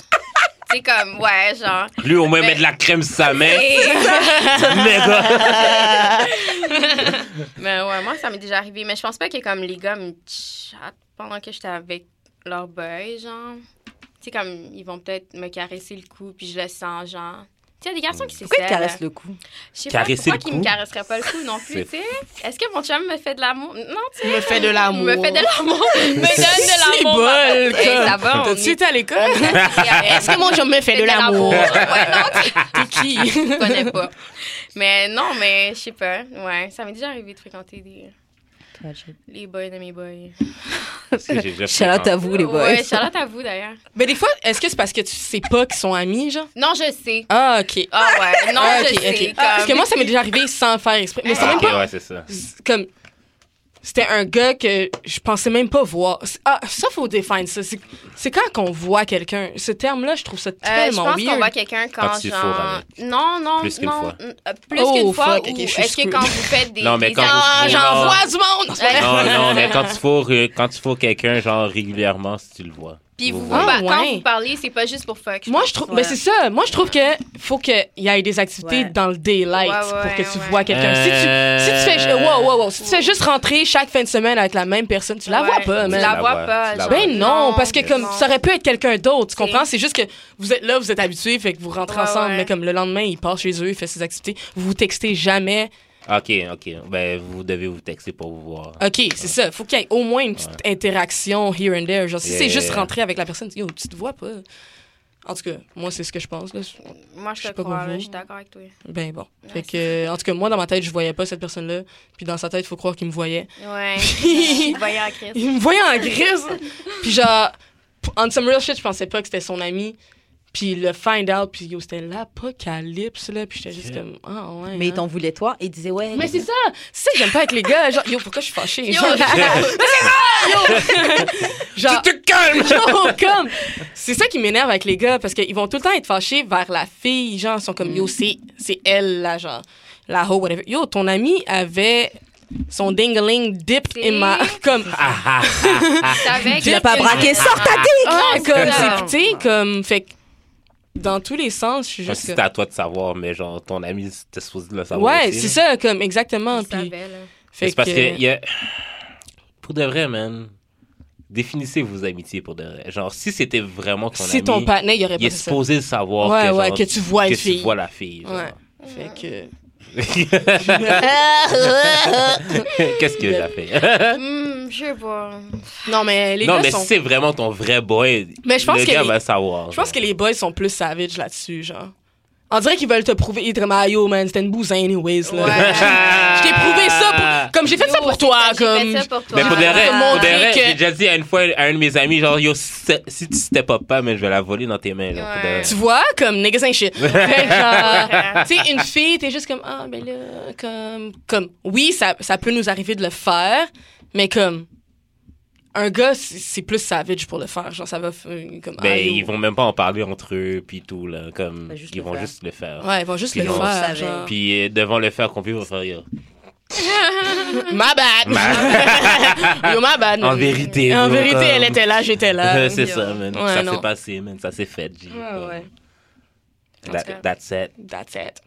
Speaker 4: C'est comme, ouais, genre.
Speaker 2: Lui, au moins, met de la crème sur sa main.
Speaker 4: Et-
Speaker 2: Méga.
Speaker 4: mais ouais, moi, ça m'est déjà arrivé. Mais je pense pas que comme les gars me chattent pendant que j'étais avec leur boy, genre. Tu sais, comme, ils vont peut-être me caresser le cou, puis je le sens, genre. Tu sais, il y a des garçons qui
Speaker 3: Pourquoi
Speaker 4: s'essayent.
Speaker 3: il te caresse le cou
Speaker 4: Je sais pas
Speaker 2: Caresser
Speaker 4: pourquoi
Speaker 2: le
Speaker 4: qu'ils
Speaker 2: cou?
Speaker 4: me caresseraient pas le cou non plus,
Speaker 2: C'est-
Speaker 4: tu sais. Est-ce que mon chum me fait de l'amour? Non, tu sais.
Speaker 1: Me fait de l'amour.
Speaker 4: Me fait de l'amour. me donne
Speaker 1: C'est
Speaker 4: de l'amour.
Speaker 1: bol,
Speaker 4: papa. Hey,
Speaker 1: comme.
Speaker 4: ça va, on
Speaker 1: T'as-tu
Speaker 4: est-
Speaker 1: été à l'école? Est-ce
Speaker 4: Est-ce
Speaker 1: que mon chum me fait de l'amour?
Speaker 4: Ouais, non, tu
Speaker 1: T'es qui?
Speaker 4: je connais pas. Mais non, mais je sais pas. Ouais, ça m'est déjà arrivé de fréquenter des, les boys de mes boys.
Speaker 3: Shout-out à vous, les boys.
Speaker 4: Ouais, Charlotte à vous d'ailleurs.
Speaker 1: Mais des fois, est-ce que c'est parce que tu sais pas qu'ils sont amis, genre?
Speaker 4: Non, je sais.
Speaker 1: Ah, OK.
Speaker 4: Ah ouais, non,
Speaker 1: Ah,
Speaker 4: je
Speaker 1: ok,
Speaker 4: sais.
Speaker 1: ok.
Speaker 4: Comme...
Speaker 1: Parce que moi, ça m'est déjà arrivé sans faire exprès. Mais c'est même pas.
Speaker 2: Ok, ouais, c'est ça.
Speaker 1: c'est Comme. C'était un gars que je pensais même pas voir. C'est- Ah, ça, faut définir ça. C'est- C'est quand qu'on voit quelqu'un. Ce terme-là, je trouve ça
Speaker 4: Euh, je
Speaker 1: tellement
Speaker 4: pense qu'on
Speaker 1: weird.
Speaker 4: voit quelqu'un quand,
Speaker 2: Quand tu
Speaker 4: genre.
Speaker 2: fourres avec.
Speaker 4: Non, non,
Speaker 2: Plus qu'une
Speaker 4: non.
Speaker 2: fois.
Speaker 4: n- euh, Plus
Speaker 1: Oh,
Speaker 4: qu'une fois.
Speaker 1: fuck, ok,
Speaker 4: ou
Speaker 1: je suis
Speaker 4: est-ce que
Speaker 1: screwed.
Speaker 4: quand vous faites des.
Speaker 2: Non, mais
Speaker 4: des-
Speaker 2: quand
Speaker 4: Ah,
Speaker 2: vous-
Speaker 4: j'en
Speaker 2: Non.
Speaker 4: vois.
Speaker 1: vois du monde!
Speaker 4: Ouais.
Speaker 2: Non, non, mais quand tu fourres, euh, quand tu fourres quelqu'un, genre, régulièrement, si tu le vois.
Speaker 4: Puis vous,
Speaker 2: voyez.
Speaker 4: bah, quand
Speaker 1: ouais.
Speaker 4: vous parlez, c'est pas juste pour fuck.
Speaker 1: Moi, je trouve.
Speaker 3: Ouais.
Speaker 1: Mais c'est ça. Moi, je trouve que faut qu'il y ait des activités
Speaker 3: Ouais.
Speaker 1: dans le daylight
Speaker 4: Ouais, ouais,
Speaker 1: pour que tu
Speaker 4: ouais.
Speaker 1: vois quelqu'un. Si, tu, si tu fais.
Speaker 2: Euh.
Speaker 1: Wow, wow, wow. Si tu fais juste rentrer chaque fin de semaine avec la même personne, tu la vois
Speaker 4: Ouais.
Speaker 1: pas,
Speaker 4: Tu
Speaker 1: man.
Speaker 4: la
Speaker 2: Tu
Speaker 4: vois
Speaker 2: la
Speaker 4: pas.
Speaker 2: vois.
Speaker 4: genre.
Speaker 1: Ben non, parce que
Speaker 4: non,
Speaker 1: comme
Speaker 4: non.
Speaker 1: ça aurait pu être quelqu'un d'autre, tu
Speaker 4: C'est-
Speaker 1: comprends? C'est juste que vous êtes là, vous êtes habitués, fait que vous rentrez
Speaker 4: Ouais,
Speaker 1: ensemble,
Speaker 4: ouais.
Speaker 1: mais comme le lendemain, il part chez eux, il fait ses activités, vous vous textez jamais.
Speaker 2: Ok, ok. Ben, vous devez vous texter pour vous voir.
Speaker 1: OK, c'est ça. Faut qu'il y ait au moins une petite interaction here and there. Genre, si
Speaker 2: Yeah,
Speaker 1: c'est
Speaker 2: yeah,
Speaker 1: juste
Speaker 2: yeah.
Speaker 1: rentrer avec la personne, yo, tu te vois pas. En tout cas, moi, c'est ce que je pense. Là.
Speaker 4: Moi,
Speaker 1: Je
Speaker 4: je
Speaker 1: sais
Speaker 4: te
Speaker 1: pas
Speaker 4: crois,
Speaker 1: pour
Speaker 4: là,
Speaker 1: vous.
Speaker 4: je suis d'accord avec toi.
Speaker 1: Ben bon. Fait
Speaker 4: Ouais,
Speaker 1: que, euh, en tout cas, moi, dans ma tête, je voyais pas cette personne-là. Puis dans sa tête, il faut croire qu'il me voyait.
Speaker 4: Ouais. Il voyait en crise.
Speaker 1: Il me voyait en grise. puis genre, p- on some real shit, je pensais pas que c'était son ami. Puis le find out, puis yo, c'était l'apocalypse, là. Puis j'étais juste
Speaker 2: Yeah.
Speaker 1: comme, ah ouais.
Speaker 3: Mais
Speaker 1: hein.
Speaker 3: il t'en voulait toi et il disait ouais.
Speaker 1: Mais c'est ça, c'est ça que j'aime pas avec les gars. Genre, yo, pourquoi je suis fâchée?
Speaker 4: Yo,
Speaker 1: Genre, genre,
Speaker 2: Tu te calmes!
Speaker 1: yo, comme. C'est ça qui m'énerve avec les gars, parce qu'ils vont tout le temps être fâchés vers la fille. Genre, ils sont comme,
Speaker 2: Mm.
Speaker 1: yo, c'est c'est elle, là, genre, la ho, whatever. Yo, ton ami avait son ding-a-ling dip in ma. Comme,
Speaker 2: Ah,
Speaker 4: T'avais
Speaker 3: Tu l'as pas braqué, sors ta dick
Speaker 1: Ah,
Speaker 4: Non,
Speaker 1: comme
Speaker 4: c'est ça.
Speaker 1: c'est tu sais comme fait que dans tous les sens, je suis
Speaker 2: Comme
Speaker 1: juste
Speaker 2: Ah, si c'était
Speaker 1: comme-
Speaker 2: à toi de savoir, mais genre, ton ami, t'es supposé de le savoir.
Speaker 1: Ouais,
Speaker 2: aussi,
Speaker 1: c'est
Speaker 2: là.
Speaker 1: ça comme exactement
Speaker 4: Il
Speaker 1: puis
Speaker 4: savait, là.
Speaker 1: fait
Speaker 2: C'est parce
Speaker 1: que-
Speaker 2: que, y a... pour de vrai, man, définissez vos amitiés pour de vrai. Genre, si c'était vraiment ton
Speaker 1: si
Speaker 2: ami,
Speaker 1: ton partenaire, il y aurait
Speaker 2: il est
Speaker 1: pas fait ça.
Speaker 2: supposé le savoir
Speaker 1: Ouais,
Speaker 2: que,
Speaker 1: ouais,
Speaker 2: genre,
Speaker 1: que tu vois
Speaker 2: que
Speaker 1: une
Speaker 2: tu
Speaker 1: fille.
Speaker 2: vois la fille. genre.
Speaker 1: Ouais. Fait que
Speaker 2: Qu'est-ce que j'ai fait?
Speaker 4: Hum, je sais pas.
Speaker 1: Non mais les
Speaker 2: non,
Speaker 1: gars
Speaker 2: mais
Speaker 1: sont
Speaker 2: si c'est vraiment ton vrai boy,
Speaker 1: Mais je pense
Speaker 2: le
Speaker 1: que
Speaker 2: gars
Speaker 1: les-
Speaker 2: va savoir.
Speaker 1: je pense que les boys sont plus savage là-dessus genre. On dirait qu'ils veulent te prouver ils te disent, Ah, yo man, c'était une bouse anyways là.
Speaker 4: Ouais.
Speaker 1: Je t'ai prouvé ça pour... comme j'ai fait ça
Speaker 4: Yo,
Speaker 1: pour
Speaker 4: c'est
Speaker 1: toi
Speaker 4: j'ai
Speaker 1: comme
Speaker 4: fait ça pour toi.
Speaker 2: Mais pour de vrai,
Speaker 1: te
Speaker 2: pour de
Speaker 1: montrer
Speaker 2: vrai,
Speaker 1: que-
Speaker 2: j'ai déjà dit à une fois à un de mes amis, genre, yo, si c'est- si tu step up pas, mais je vais la voler dans tes mains. Là, pour de vrai.
Speaker 4: Ouais.
Speaker 1: tu vois comme niggas ain't shit. Fait que, genre, tu sais, une fille, t'es juste comme, ah, ben là, comme, comme, oui, ça, ça peut nous arriver de le faire, mais comme, un gars, c'est c'est plus savage pour le faire. Genre, ça va, f- comme,
Speaker 2: Ben,
Speaker 1: ah, yo.
Speaker 2: ils vont même pas en parler entre eux, puis tout, là. Comme,
Speaker 3: Bah, juste
Speaker 2: ils
Speaker 3: le
Speaker 2: vont
Speaker 3: faire.
Speaker 2: juste le faire.
Speaker 1: Ouais, ils vont juste
Speaker 2: Puis
Speaker 1: le
Speaker 2: on
Speaker 1: faire.
Speaker 3: savait.
Speaker 1: Genre.
Speaker 2: Puis euh, devant le faire qu'on peut, ils vont faire, yo.
Speaker 1: My bad. Yo, my bad.
Speaker 2: En
Speaker 1: man.
Speaker 2: vérité.
Speaker 1: En
Speaker 2: bro,
Speaker 1: vérité,
Speaker 2: comme-
Speaker 1: elle était là, j'étais là.
Speaker 2: c'est
Speaker 4: yo.
Speaker 2: ça, man.
Speaker 1: Ouais,
Speaker 2: ça
Speaker 1: non.
Speaker 2: s'est passé, man. Ça s'est fait, G.
Speaker 1: Ouais, ouais.
Speaker 2: That-
Speaker 4: En tout cas.
Speaker 2: that's it.
Speaker 1: That's it.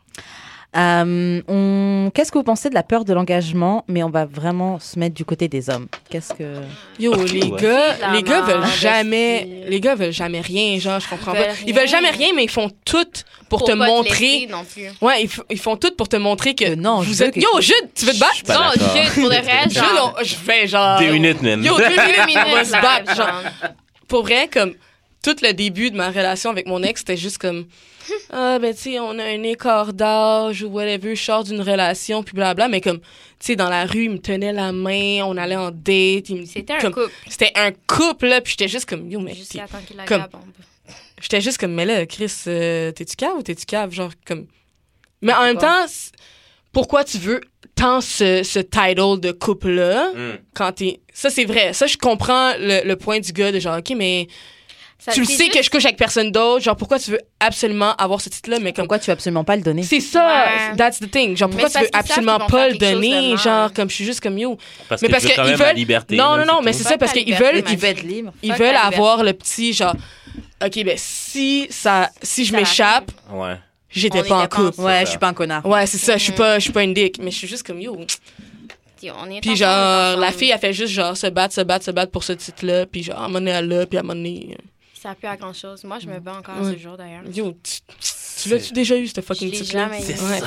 Speaker 3: Euh, on- Qu'est-ce que vous pensez de la peur de l'engagement Mais on va vraiment se mettre du côté des hommes. Qu'est-ce que
Speaker 1: Yo,
Speaker 2: Ok,
Speaker 1: les
Speaker 2: ouais.
Speaker 1: gars,
Speaker 4: La
Speaker 1: les gars veulent
Speaker 4: mort,
Speaker 1: jamais,
Speaker 4: investi.
Speaker 1: les gars veulent jamais rien, genre, je comprends
Speaker 4: Veulent
Speaker 1: pas. Ils veulent
Speaker 4: rien.
Speaker 1: jamais rien, mais ils font tout pour te
Speaker 4: pas
Speaker 1: montrer
Speaker 4: laisser non plus.
Speaker 1: Ouais, ils, f- ils font tout pour te montrer que
Speaker 3: Euh, non,
Speaker 1: vous
Speaker 3: je veux
Speaker 1: êtes.
Speaker 3: que-
Speaker 1: Yo, Jude, tu veux te battre?
Speaker 2: Pas
Speaker 4: Non,
Speaker 2: d'accord.
Speaker 4: juste pour le reste,
Speaker 1: Jude,
Speaker 4: genre.
Speaker 1: on- je vais genre.
Speaker 2: Deux minutes, man.
Speaker 1: Ah, Yo, deux
Speaker 4: Deux
Speaker 1: minutes, on va
Speaker 4: minutes,
Speaker 1: se
Speaker 4: la
Speaker 1: battre.
Speaker 4: rêve,
Speaker 1: Genre,
Speaker 4: genre.
Speaker 1: pour vrai, comme tout le début de ma relation avec mon ex, c'était juste comme. Ah, ben, tu sais, on a un écart d'âge ou whatever, je sors d'une relation, puis blabla. Mais comme, tu sais, dans la rue, il me tenait la main, on allait en date. il me-
Speaker 4: C'était un
Speaker 1: comme-
Speaker 4: couple.
Speaker 1: C'était un couple, là, puis j'étais juste comme, yo, mais. t'es-
Speaker 4: Jusqu'à temps qu'il la
Speaker 1: comme-
Speaker 4: gabe. on peut-
Speaker 1: J'étais juste comme, mais là, Chris, euh, t'es-tu cave ou t'es-tu cave? Genre, comme. Mais en
Speaker 4: sais
Speaker 1: même
Speaker 4: pas.
Speaker 1: temps, c- pourquoi tu veux tant ce, ce title de couple-là
Speaker 2: Mm.
Speaker 1: quand t'es. Ça, c'est vrai. Ça, je comprends le, le point du gars de genre, OK, mais
Speaker 4: Ça-
Speaker 1: tu le
Speaker 4: c'est
Speaker 1: sais
Speaker 4: juste-
Speaker 1: que je couche avec personne d'autre. Genre, pourquoi tu veux absolument avoir ce titre-là? Mais comme.
Speaker 3: pourquoi tu veux absolument pas le donner
Speaker 1: C'est ça,
Speaker 4: Ouais.
Speaker 1: that's the thing. Genre,
Speaker 4: Mais
Speaker 1: pourquoi
Speaker 4: c'est
Speaker 1: tu veux
Speaker 4: parce qu'ils savent
Speaker 1: absolument
Speaker 4: qu'ils vont
Speaker 1: pas
Speaker 4: faire
Speaker 1: le
Speaker 4: quelque chose de
Speaker 1: donner?
Speaker 4: mal.
Speaker 1: Genre, comme je suis juste comme yo.
Speaker 2: Parce
Speaker 1: Mais
Speaker 2: que
Speaker 1: parce
Speaker 2: tu veux quand
Speaker 1: qu'ils
Speaker 2: même la
Speaker 1: veulent-
Speaker 2: liberté.
Speaker 1: Non,
Speaker 2: là,
Speaker 1: non, non, mais
Speaker 2: tout.
Speaker 1: c'est
Speaker 4: Pas
Speaker 1: ça,
Speaker 4: de
Speaker 1: parce
Speaker 4: la
Speaker 1: qu'ils veulent,
Speaker 4: liberté,
Speaker 1: ils
Speaker 4: ma
Speaker 1: veulent,
Speaker 3: être libre.
Speaker 1: ils
Speaker 4: Fuck
Speaker 1: veulent
Speaker 4: la
Speaker 1: avoir le petit genre, OK, ben, si ça, si je
Speaker 4: Ça
Speaker 1: m'échappe,
Speaker 2: Ouais.
Speaker 1: j'étais
Speaker 4: On
Speaker 1: pas en
Speaker 4: était pas
Speaker 1: couple.
Speaker 3: Ouais,
Speaker 2: ça.
Speaker 3: je suis pas un connard.
Speaker 1: Ouais, c'est ça, je
Speaker 4: Mm.
Speaker 1: suis pas je suis pas une dick, mais je suis juste comme yo.
Speaker 4: Puis on est
Speaker 1: Puis
Speaker 4: ensemble,
Speaker 1: genre
Speaker 4: ensemble.
Speaker 1: la fille elle fait juste genre se battre, se battre, se battre pour ce titre là, puis genre à un moment donné elle l'a, puis à un moment donné
Speaker 4: Ça pue à grand chose. Moi, je me bats encore
Speaker 1: Ouais.
Speaker 4: ce jour d'ailleurs.
Speaker 1: euh, yo, tu, tu l'as-tu déjà eu ce fucking
Speaker 4: Je l'ai
Speaker 1: titre là
Speaker 4: jamais eu. C'est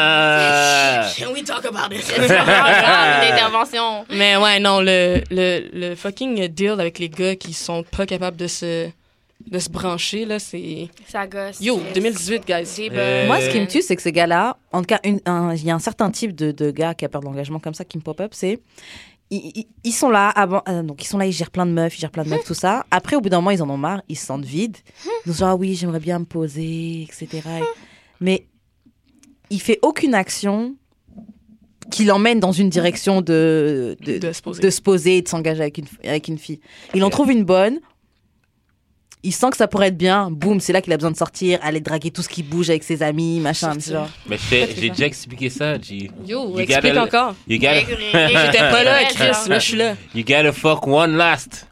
Speaker 2: Ah!
Speaker 1: Can we talk about this?
Speaker 4: C'est vraiment grave, l'intervention.
Speaker 1: mais ouais, non, le, le, le fucking deal avec les gars qui sont pas capables de se de se brancher là, c'est
Speaker 4: Ça gosse.
Speaker 1: yo
Speaker 4: C'est-
Speaker 1: 2018 guys.
Speaker 4: Des
Speaker 2: Euh,
Speaker 4: bugs.
Speaker 3: Moi, ce qui me tue, c'est que ces gars-là, en tout cas, une- un- il y a un certain type de, de gars qui a peur de l'engagement comme ça qui me pop-up, c'est. Ils, ils- ils sont là, avant, euh, donc ils sont là, ils gèrent plein de meufs, ils gèrent plein de meufs, tout ça. Après, au bout d'un moment, ils en ont marre, ils se sentent vides. Ils disent Ah oui, j'aimerais bien me poser, etc. Mais il fait aucune action qui l'emmène dans une direction de, de,
Speaker 1: De se poser.
Speaker 3: de se poser et de s'engager avec une, avec une fille. Il en trouve une bonne. Il sent que ça pourrait être bien. Boum, c'est là qu'il a besoin de sortir, aller draguer tout ce qui bouge avec ses amis, machin.
Speaker 1: Sortir.
Speaker 3: Genre.
Speaker 2: Mais je t'ai- j'ai déjà expliqué ça, G.
Speaker 1: Yo,
Speaker 2: You
Speaker 1: explique
Speaker 2: gotta-
Speaker 1: encore.
Speaker 2: You gotta,
Speaker 1: J'étais pas là,
Speaker 4: Ouais,
Speaker 1: Chris,
Speaker 4: genre.
Speaker 1: là je suis là.
Speaker 2: you gotta fuck one last.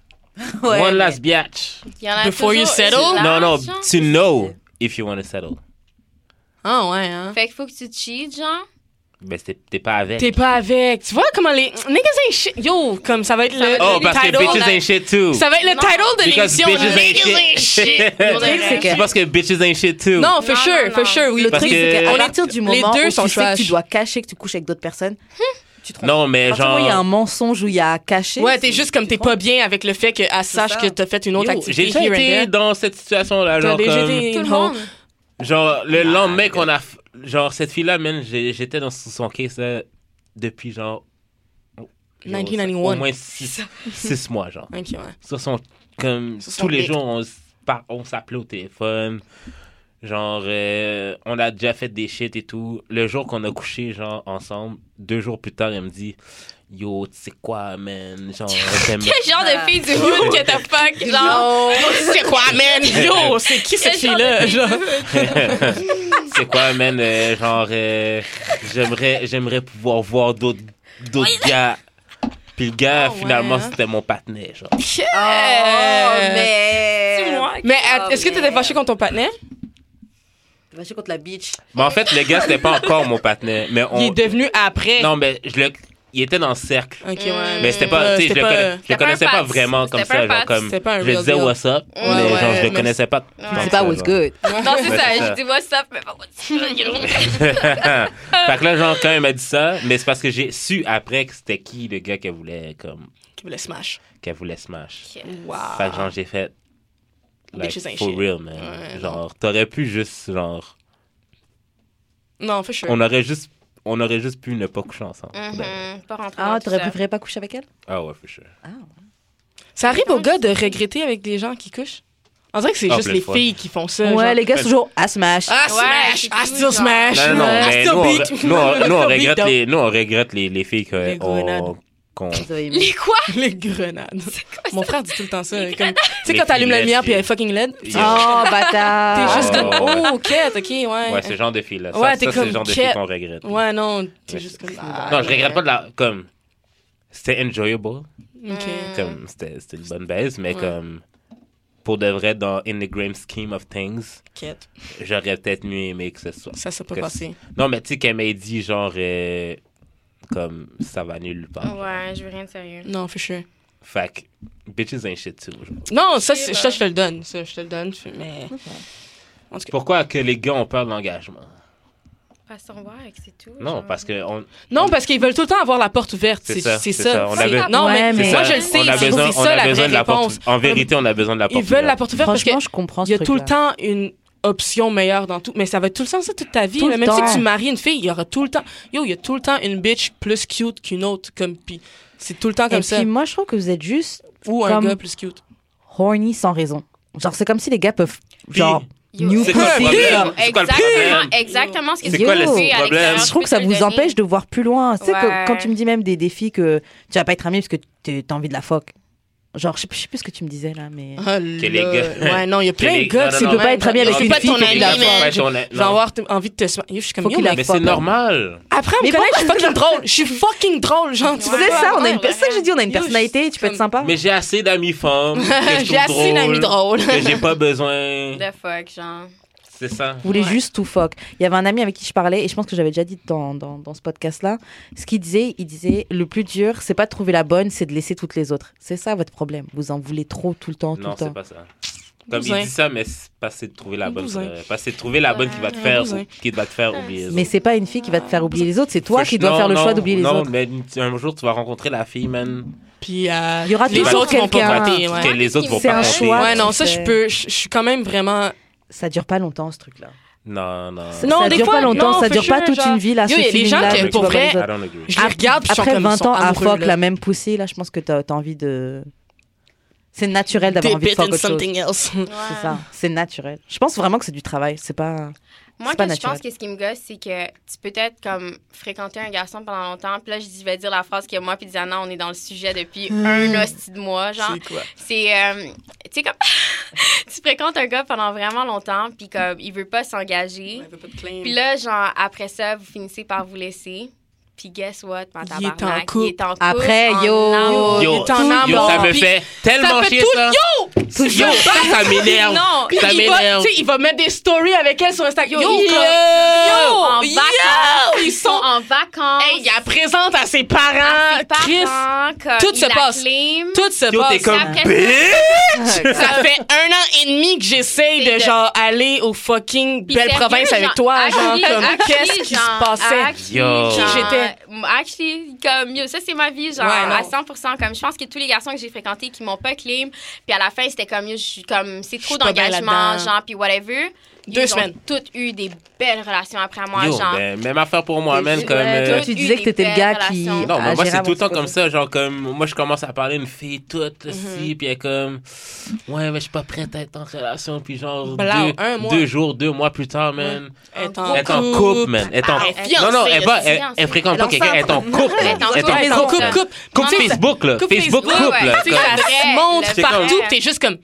Speaker 3: Ouais,
Speaker 2: one
Speaker 3: mais-
Speaker 2: last biatch.
Speaker 4: Il y en a
Speaker 1: Before you
Speaker 4: toujours une
Speaker 1: settle?
Speaker 4: large,
Speaker 2: Non, non,
Speaker 4: genre.
Speaker 2: to know if you want to settle.
Speaker 1: Ah ouais hein.
Speaker 4: Fait qu'il faut que tu cheats, genre.
Speaker 2: Mais c'est- t'es pas avec.
Speaker 1: T'es pas avec. Tu vois comment les niggas ain't shit. Yo, comme ça va être le,
Speaker 2: Oh,
Speaker 1: le
Speaker 2: parce que
Speaker 1: title.
Speaker 2: bitches ain't shit too.
Speaker 1: Ça va être le
Speaker 4: Non.
Speaker 1: title de
Speaker 2: Because
Speaker 1: l'émission.
Speaker 2: bitches ain't
Speaker 1: Niggas ain't shit.
Speaker 4: Pour de
Speaker 1: truc,
Speaker 4: vrai.
Speaker 3: c'est que-
Speaker 2: Je pense que bitches ain't shit too.
Speaker 1: Non, for
Speaker 4: Non,
Speaker 1: sure,
Speaker 4: non,
Speaker 1: for
Speaker 4: non.
Speaker 1: sure, oui.
Speaker 3: Le
Speaker 2: Parce
Speaker 3: truc,
Speaker 2: que-
Speaker 3: c'est qu'à
Speaker 1: on est-
Speaker 3: partir
Speaker 1: les
Speaker 3: du moment
Speaker 1: deux
Speaker 3: où
Speaker 1: sont
Speaker 3: tu sais que
Speaker 1: trash.
Speaker 3: tu dois cacher que tu couches avec d'autres personnes, tu trompes.
Speaker 2: Non, mais
Speaker 3: Parce que moi,
Speaker 2: genre.
Speaker 3: il y a un mensonge où il y a caché.
Speaker 1: Ouais,
Speaker 3: c'est-
Speaker 1: t'es juste comme
Speaker 3: tu
Speaker 1: t'es
Speaker 3: trompes.
Speaker 1: pas bien avec le fait qu'elle sache
Speaker 3: ça.
Speaker 1: que t'as fait une autre
Speaker 3: Yo,
Speaker 1: activité.
Speaker 2: J'ai déjà
Speaker 1: here and
Speaker 2: été
Speaker 1: there.
Speaker 2: dans cette situation-là,
Speaker 1: T'as
Speaker 2: genre
Speaker 1: déjà
Speaker 2: comme-
Speaker 1: été
Speaker 4: Tout le
Speaker 1: une
Speaker 4: monde.
Speaker 1: hoe.
Speaker 2: Genre, le lendemain qu'on a. f- Genre, cette fille-là, man, j'ai- j'étais dans son case là, depuis genre. oh, genre,
Speaker 1: 1991.
Speaker 2: Au moins 6 mois, genre.
Speaker 1: Ok, ouais.
Speaker 2: Sur son. Comme
Speaker 1: Sur
Speaker 2: tous
Speaker 1: son
Speaker 2: les
Speaker 1: dick.
Speaker 2: jours, on, s- par- on s'appelait au téléphone. Genre, euh, on a déjà fait des shit et tout. Le jour qu'on a couché, genre, ensemble, deux jours plus tard, elle me dit Yo, tu sais quoi, man? Genre, t'aimes.
Speaker 4: Quel genre de fille du hood que t'as fuck? Genre,
Speaker 1: Yo, c'est quoi, man? Yo, c'est qui cette
Speaker 4: Quel genre
Speaker 1: fille-là? genre?
Speaker 2: c'est quoi, man? euh, genre, euh, j'aimerais, j'aimerais pouvoir voir d'autres, d'autres gars. Puis le gars,
Speaker 1: Ah ouais,
Speaker 2: finalement,
Speaker 1: hein?
Speaker 2: c'était mon partenaire. Genre.
Speaker 3: Oh,
Speaker 1: Ah,
Speaker 3: mais.
Speaker 4: c'est moi.
Speaker 1: Mais
Speaker 3: Ah,
Speaker 1: att- est-ce que t'étais
Speaker 3: merde.
Speaker 1: fâché contre ton partenaire?
Speaker 3: Vas-y contre la bitch.
Speaker 2: Mais en fait, le gars, c'était pas encore mon partenaire. Mais on.
Speaker 1: Il est devenu après.
Speaker 2: Non, mais je le. Il était dans le cercle.
Speaker 1: Ok, ouais.
Speaker 2: Mais c'était pas. Tu sais,
Speaker 1: Euh,
Speaker 2: je
Speaker 1: C'était euh,
Speaker 2: le, conna- je le
Speaker 4: c'était pas un
Speaker 2: connaissais pas
Speaker 4: pats.
Speaker 2: vraiment comme
Speaker 4: C'était pas
Speaker 2: ça.
Speaker 4: un
Speaker 2: Genre,
Speaker 4: pats.
Speaker 2: comme.
Speaker 1: C'était pas un
Speaker 2: Je le
Speaker 1: real
Speaker 2: disais
Speaker 1: deal.
Speaker 2: what's up.
Speaker 4: Ouais,
Speaker 2: mais genre,
Speaker 1: ouais,
Speaker 2: je le
Speaker 1: mais
Speaker 2: connaissais pas.
Speaker 4: C'est
Speaker 3: C'est pas what's good.
Speaker 4: Non, c'est
Speaker 2: Ouais,
Speaker 4: ça.
Speaker 2: c'est ça.
Speaker 4: Je dis what's up, mais pas what's up.
Speaker 2: fait que là, genre, quand il m'a dit ça, mais c'est parce que j'ai su après que c'était qui le gars qu'elle voulait, comme.
Speaker 1: Qui voulait smash.
Speaker 2: Qu'elle voulait smash.
Speaker 1: Wow.
Speaker 2: Fait que genre, j'ai fait. Like,
Speaker 1: Bitches ain't
Speaker 2: for
Speaker 1: shit.
Speaker 2: real, man.
Speaker 1: Ouais,
Speaker 2: genre, t'aurais pu juste, genre.
Speaker 1: Non, for sure.
Speaker 2: On aurait juste. On aurait juste pu ne pas coucher ensemble.
Speaker 4: Mhm, Pas rentrer
Speaker 3: Ah, t'aurais
Speaker 4: dans tout ça.
Speaker 3: préféré pas coucher avec elle
Speaker 2: Ah ouais, for sure.
Speaker 1: Ça arrive aux gars de regretter avec des gens qui couchent. On dirait que c'est
Speaker 2: Ah,
Speaker 1: juste
Speaker 2: plein
Speaker 1: les
Speaker 2: de fois.
Speaker 1: filles qui font ça.
Speaker 3: Ouais,
Speaker 1: Euh, genre.
Speaker 3: les gars, c'est toujours à smash.
Speaker 1: Ah,
Speaker 4: Ouais,
Speaker 1: smash!
Speaker 4: c'est
Speaker 1: ah,
Speaker 4: tout,
Speaker 1: still
Speaker 4: genre.
Speaker 1: smash!
Speaker 2: Non, non, non,
Speaker 1: Ah,
Speaker 2: mais
Speaker 1: still
Speaker 2: nous, on,
Speaker 1: beat.
Speaker 2: re- nous, on- nous, on
Speaker 1: Still
Speaker 2: regrette
Speaker 1: beat,
Speaker 2: les, nous, on regrette les, les filles que-
Speaker 1: Les
Speaker 2: on-
Speaker 1: grenades.
Speaker 2: qu'on...
Speaker 4: Les quoi?
Speaker 1: Les grenades. Mon frère dit tout le temps ça. comme- Tu sais,
Speaker 2: Les
Speaker 1: quand t'allumes la
Speaker 2: filettes,
Speaker 1: lumière puis elle est
Speaker 2: les-
Speaker 1: fucking LED, t'es
Speaker 2: Yeah.
Speaker 3: Oh, bâtard.
Speaker 1: juste comme,
Speaker 2: ouais, ouais.
Speaker 1: oh, ok, ok, ouais.
Speaker 2: Ouais, ce genre de filles-là. Ça,
Speaker 1: Ouais,
Speaker 2: ça,
Speaker 1: t'es
Speaker 2: c'est le
Speaker 1: comme
Speaker 2: genre de
Speaker 1: quête.
Speaker 2: filles qu'on regrette.
Speaker 1: Ouais, non, t'es
Speaker 2: Ouais,
Speaker 1: juste
Speaker 2: c'est-
Speaker 1: comme. ah,
Speaker 2: Non, je regrette pas de la... Comme... C'était enjoyable.
Speaker 1: Ok.
Speaker 2: Comme, c'était c'était une bonne baisse, mais
Speaker 1: Mm. Ouais.
Speaker 2: comme... Pour de vrai, dans In the Grand Scheme of Things,
Speaker 1: Quête.
Speaker 2: j'aurais peut-être mieux aimé que ce soit.
Speaker 1: Ça, ça peut
Speaker 2: Que-
Speaker 1: passer.
Speaker 2: Non, mais tu sais, qu'elle m'a dit, genre... euh, Comme, ça va nulle
Speaker 1: Mm.
Speaker 2: part.
Speaker 4: Ouais, je veux rien de sérieux.
Speaker 1: Non, for sure.
Speaker 2: Fait que, bitches ain't shit, too. genre.
Speaker 1: Non, ça, c'est-
Speaker 4: Ouais.
Speaker 1: ça, je te le donne. Ça, je te le donne. Mais. En tout cas.
Speaker 2: Pourquoi que les gars ont peur de l'engagement?
Speaker 4: Passe ton voir et que c'est tout.
Speaker 2: Non,
Speaker 1: Mm.
Speaker 4: genre.
Speaker 2: parce que on,
Speaker 1: Non, parce qu'ils veulent tout le temps avoir la porte ouverte.
Speaker 2: C'est
Speaker 1: C'est
Speaker 2: ça,
Speaker 1: c'est
Speaker 2: c'est
Speaker 1: ça.
Speaker 2: ça. On
Speaker 1: C'est-
Speaker 2: avait-
Speaker 1: Non,
Speaker 3: Ouais,
Speaker 1: mais,
Speaker 3: mais-
Speaker 1: moi, je
Speaker 2: ça.
Speaker 1: le sais.
Speaker 2: On a
Speaker 1: C'est
Speaker 2: besoin, on
Speaker 1: ça
Speaker 2: a
Speaker 1: la
Speaker 2: besoin
Speaker 1: vraie
Speaker 2: de la
Speaker 1: réponse.
Speaker 2: porte. En vérité, on a besoin de la porte.
Speaker 1: Ils veulent la porte ouverte parce que
Speaker 3: Franchement, je comprends ce
Speaker 1: Il y a tout le
Speaker 3: truc-là.
Speaker 1: temps une option meilleure dans tout. Mais ça va être tout le temps ça toute ta vie.
Speaker 3: Tout
Speaker 1: là.
Speaker 3: le
Speaker 1: Même
Speaker 3: temps.
Speaker 1: si tu maries une fille, il y aura tout le temps. Yo, il y a tout le temps une bitch plus cute qu'une autre. Comme pis. C'est tout le temps
Speaker 3: Et
Speaker 1: comme ça.
Speaker 3: puis moi, je trouve que vous êtes juste
Speaker 1: Ou un
Speaker 3: comme-
Speaker 1: gars plus cute.
Speaker 3: horny sans raison. Genre, c'est comme si les gars peuvent.
Speaker 2: Puis,
Speaker 3: Genre,
Speaker 4: Yo,
Speaker 3: New
Speaker 2: C'est quoi le
Speaker 3: pussy.
Speaker 2: problème? C'est quoi le
Speaker 4: Exactement,
Speaker 2: problème?
Speaker 4: exactement ce que
Speaker 2: C'est
Speaker 4: tu
Speaker 3: quoi
Speaker 4: dis
Speaker 3: le
Speaker 4: à l'extérieur
Speaker 2: problème?
Speaker 4: du
Speaker 3: Je trouve que ça vous
Speaker 4: Puzzle
Speaker 3: empêche de voir plus loin. Tu sais, que-
Speaker 4: Ouais.
Speaker 3: quand tu me dis même des défis que tu vas pas être ami parce que t'es- t'as envie de la foc. Genre, je sais, plus- je sais plus ce que tu me disais là, mais.
Speaker 1: Ah,
Speaker 2: Que les
Speaker 1: là.
Speaker 2: gars-
Speaker 1: Ouais, non, il y a
Speaker 2: Que
Speaker 1: plein de
Speaker 2: les-
Speaker 1: gars
Speaker 2: non,
Speaker 1: qui
Speaker 2: non,
Speaker 1: sont
Speaker 2: non.
Speaker 1: de
Speaker 3: Tu peux pas être ami avec
Speaker 1: Je suis
Speaker 3: une
Speaker 1: pas
Speaker 3: fille
Speaker 1: ton
Speaker 3: qui
Speaker 1: ami,
Speaker 3: la
Speaker 2: Non,
Speaker 1: mais
Speaker 2: mais
Speaker 1: je
Speaker 2: on est-
Speaker 1: je vais
Speaker 2: non.
Speaker 1: avoir t- envie de te. sma- Yo, Je suis
Speaker 3: Faut
Speaker 1: comme yo,
Speaker 3: qu'il
Speaker 1: mais
Speaker 3: aille
Speaker 2: Mais c'est
Speaker 3: porte.
Speaker 2: normal.
Speaker 1: Après, me
Speaker 3: Mais
Speaker 1: connaître, je suis
Speaker 3: pourquoi-
Speaker 1: fucking drôle. Je suis fucking drôle, genre. tu
Speaker 3: C'est
Speaker 1: vois.
Speaker 3: ça, on a une...
Speaker 4: Ouais, ouais.
Speaker 3: c'est ça que j'ai dit, on a une
Speaker 1: Yo,
Speaker 3: personnalité, tu peux être
Speaker 1: comme-
Speaker 3: sympa.
Speaker 2: Mais j'ai assez d'amis femmes. que je
Speaker 1: J'ai
Speaker 2: trouve
Speaker 1: assez d'amis drôles.
Speaker 2: Que j'ai pas besoin.
Speaker 4: De fuck, genre.
Speaker 2: C'est ça.
Speaker 3: Vous voulez
Speaker 1: Ouais.
Speaker 3: juste tout fuck. Il y avait un ami avec qui je parlais, et je pense que j'avais déjà dit dans, dans, dans ce podcast-là, ce qu'il disait, il disait, le plus dur, c'est pas de trouver la bonne, c'est de laisser toutes les autres. C'est ça votre problème. Vous en voulez trop tout le temps, tout
Speaker 2: Non,
Speaker 3: le temps.
Speaker 2: c'est pas ça. Comme
Speaker 1: Bousin.
Speaker 2: il dit ça, mais c'est pas c'est de trouver la bonne.
Speaker 1: Bousin.
Speaker 2: euh, Pas c'est de trouver la bonne qui va te faire,
Speaker 1: Bousin.
Speaker 2: qui va te faire oublier. les
Speaker 3: Mais
Speaker 2: autres.
Speaker 3: c'est pas une fille qui va
Speaker 1: Ah.
Speaker 3: te faire oublier les autres, c'est toi
Speaker 2: Faut-
Speaker 3: qui dois
Speaker 2: non,
Speaker 3: faire le
Speaker 2: non,
Speaker 3: choix d'oublier les autres.
Speaker 2: Non, mais un jour, tu vas rencontrer la fille, man.
Speaker 1: Puis euh,
Speaker 3: Il y aura
Speaker 1: les
Speaker 3: toujours
Speaker 1: autres vont pas
Speaker 3: quelqu'un.
Speaker 1: compter.
Speaker 2: Que
Speaker 1: Ouais.
Speaker 2: les autres vont
Speaker 3: C'est
Speaker 2: pas
Speaker 3: un
Speaker 2: compter.
Speaker 3: choix.
Speaker 1: Ouais, non, ça,
Speaker 3: C'est-
Speaker 1: je peux. Je je suis quand même vraiment.
Speaker 3: Ça dure pas longtemps, ce truc-là.
Speaker 2: Non, non.
Speaker 3: Ça,
Speaker 1: Non,
Speaker 3: ça
Speaker 1: des
Speaker 3: dure
Speaker 1: fois,
Speaker 3: pas longtemps,
Speaker 1: non,
Speaker 3: ça
Speaker 1: for
Speaker 3: dure pas
Speaker 1: sure,
Speaker 3: toute
Speaker 1: genre,
Speaker 3: une vie là.
Speaker 1: yo,
Speaker 3: ce
Speaker 1: il y a des
Speaker 3: feeling-là,
Speaker 1: gens
Speaker 3: que
Speaker 1: que,
Speaker 3: tu
Speaker 1: pour
Speaker 3: vois pas
Speaker 1: vrai,
Speaker 3: les
Speaker 2: I
Speaker 3: autres.
Speaker 2: don't agree.
Speaker 1: Je les regarde, puis je suis
Speaker 3: après
Speaker 1: comme
Speaker 3: 20 ans à
Speaker 1: amoureux,
Speaker 3: fuck
Speaker 1: là.
Speaker 3: la même poussée là, je pense que t'as as envie de c'est naturel d'avoir
Speaker 1: Dip
Speaker 3: envie de
Speaker 1: it
Speaker 3: fuck
Speaker 1: in
Speaker 3: autre chose.
Speaker 1: something else.
Speaker 4: Ouais.
Speaker 3: C'est ça, c'est naturel. Je pense vraiment que c'est du travail, c'est pas
Speaker 4: Moi,
Speaker 3: C'est pas
Speaker 4: que je
Speaker 3: naturel.
Speaker 4: pense que ce qui me gosse, c'est que tu peux peut-être comme fréquenter un garçon pendant longtemps, puis là, je dis, je vais dire la phrase que moi, puis Diana, on est dans le sujet depuis
Speaker 3: Ah.
Speaker 4: un hostie de mois, genre.
Speaker 1: C'est quoi?
Speaker 4: C'est, euh, tu sais, comme, tu fréquentes un gars pendant vraiment longtemps, puis comme, il veut pas s'engager. Puis là, genre, après ça, vous finissez par vous laisser. Puis guess what, ma
Speaker 1: Il est
Speaker 4: tabarnak,
Speaker 1: en couple.
Speaker 4: Il est en couple.
Speaker 3: Après,
Speaker 4: en
Speaker 3: yo.
Speaker 4: amour.
Speaker 1: Il
Speaker 2: Yo,
Speaker 1: est en
Speaker 2: yo,
Speaker 4: Ah,
Speaker 1: amour.
Speaker 2: ça me
Speaker 1: Puis
Speaker 2: fait tellement
Speaker 1: ça fait
Speaker 2: chier,
Speaker 1: tout-
Speaker 2: ça.
Speaker 3: tout
Speaker 2: Yo, ça, ça m'énerve.
Speaker 4: Non.
Speaker 2: Ça
Speaker 1: il va,
Speaker 2: m'énerve.
Speaker 1: tu sais, il va mettre des stories avec elle sur Instagram.
Speaker 4: Yo,
Speaker 1: Yo,
Speaker 4: comme- en
Speaker 1: yo,
Speaker 4: vacances.
Speaker 1: ils sont.
Speaker 4: en vacances.
Speaker 1: Hey, il la présente à ses parents.
Speaker 4: à ses
Speaker 1: Chris,
Speaker 4: parents, comme,
Speaker 1: Tout
Speaker 4: il
Speaker 1: se
Speaker 4: la
Speaker 1: passe.
Speaker 4: claim.
Speaker 1: tout se
Speaker 2: Yo, t'es
Speaker 1: passe.
Speaker 2: comme
Speaker 4: après ça-
Speaker 2: bitch.
Speaker 1: Ça fait un an et demi que j'essaye
Speaker 4: C'est
Speaker 1: de
Speaker 4: de-
Speaker 1: genre aller au fucking
Speaker 4: Puis
Speaker 1: belle
Speaker 4: sérieux,
Speaker 1: province
Speaker 4: genre,
Speaker 1: avec toi.
Speaker 4: à
Speaker 1: Genre,
Speaker 4: qui-
Speaker 1: comme
Speaker 4: à qui,
Speaker 1: qu'est-ce qui
Speaker 4: genre,
Speaker 1: se passait?
Speaker 4: à qui,
Speaker 2: Yo.
Speaker 1: Qui
Speaker 4: genre,
Speaker 1: j'étais?
Speaker 4: actually, comme, yo, ça, c'est ma vie, genre,
Speaker 1: Ouais, non.
Speaker 4: à 100 Comme, je pense que tous les garçons que j'ai fréquentés qui m'ont pas claim, puis à la fin, c'était comme, yo, je suis comme, c'est trop
Speaker 1: suis pas bien
Speaker 4: d'engagement,
Speaker 1: là-dedans.
Speaker 4: genre, puis whatever.
Speaker 1: Deux
Speaker 4: Ils
Speaker 1: semaines.
Speaker 4: ont toutes eu des belles relations après moi,
Speaker 2: Yo,
Speaker 4: genre.
Speaker 2: ben, même affaire pour moi, man.
Speaker 4: juste-
Speaker 2: Comme,
Speaker 4: ouais,
Speaker 2: euh,
Speaker 4: toi,
Speaker 3: tu
Speaker 4: eu
Speaker 3: disais que
Speaker 4: des
Speaker 3: t'étais le
Speaker 4: belles
Speaker 3: gars qui.
Speaker 4: relations.
Speaker 2: Non, mais
Speaker 3: a
Speaker 2: moi,
Speaker 3: géré
Speaker 2: c'est tout le temps
Speaker 3: votre
Speaker 2: comme
Speaker 3: projet.
Speaker 2: ça. Genre, comme, moi, je commence à parler à une fille toute
Speaker 4: Mhm.
Speaker 2: aussi, puis elle est comme, ouais, mais je suis pas prête à être en relation, puis
Speaker 1: Blau,
Speaker 2: genre, deux,
Speaker 1: un mois.
Speaker 2: deux jours, deux mois plus tard, man.
Speaker 1: Être
Speaker 4: En
Speaker 2: Elle est en couple, man. Elle est en
Speaker 4: Ah, elle est
Speaker 2: Non, non,
Speaker 4: fiancée,
Speaker 2: elle, est pas,
Speaker 4: elle est
Speaker 2: elle, elle
Speaker 4: fiancée.
Speaker 2: fréquente pas
Speaker 3: Elle est
Speaker 2: quelqu'un, elle est en couple,
Speaker 4: Elle est
Speaker 2: man.
Speaker 4: en
Speaker 2: Elle est
Speaker 1: Coupe,
Speaker 4: couple,
Speaker 2: en
Speaker 4: enceinte.
Speaker 2: couple.
Speaker 1: coupe, coupe,
Speaker 2: Coupe
Speaker 1: coupe
Speaker 2: Facebook, là.
Speaker 1: coupe
Speaker 2: Facebook,
Speaker 1: Facebook,
Speaker 2: couple,
Speaker 4: ouais.
Speaker 2: là.
Speaker 1: Tu
Speaker 4: C'est
Speaker 1: sais, ça
Speaker 2: Comme-
Speaker 4: Le vrai,
Speaker 1: se montre
Speaker 4: le
Speaker 1: partout,
Speaker 4: vrai.
Speaker 1: pis t'es juste comme.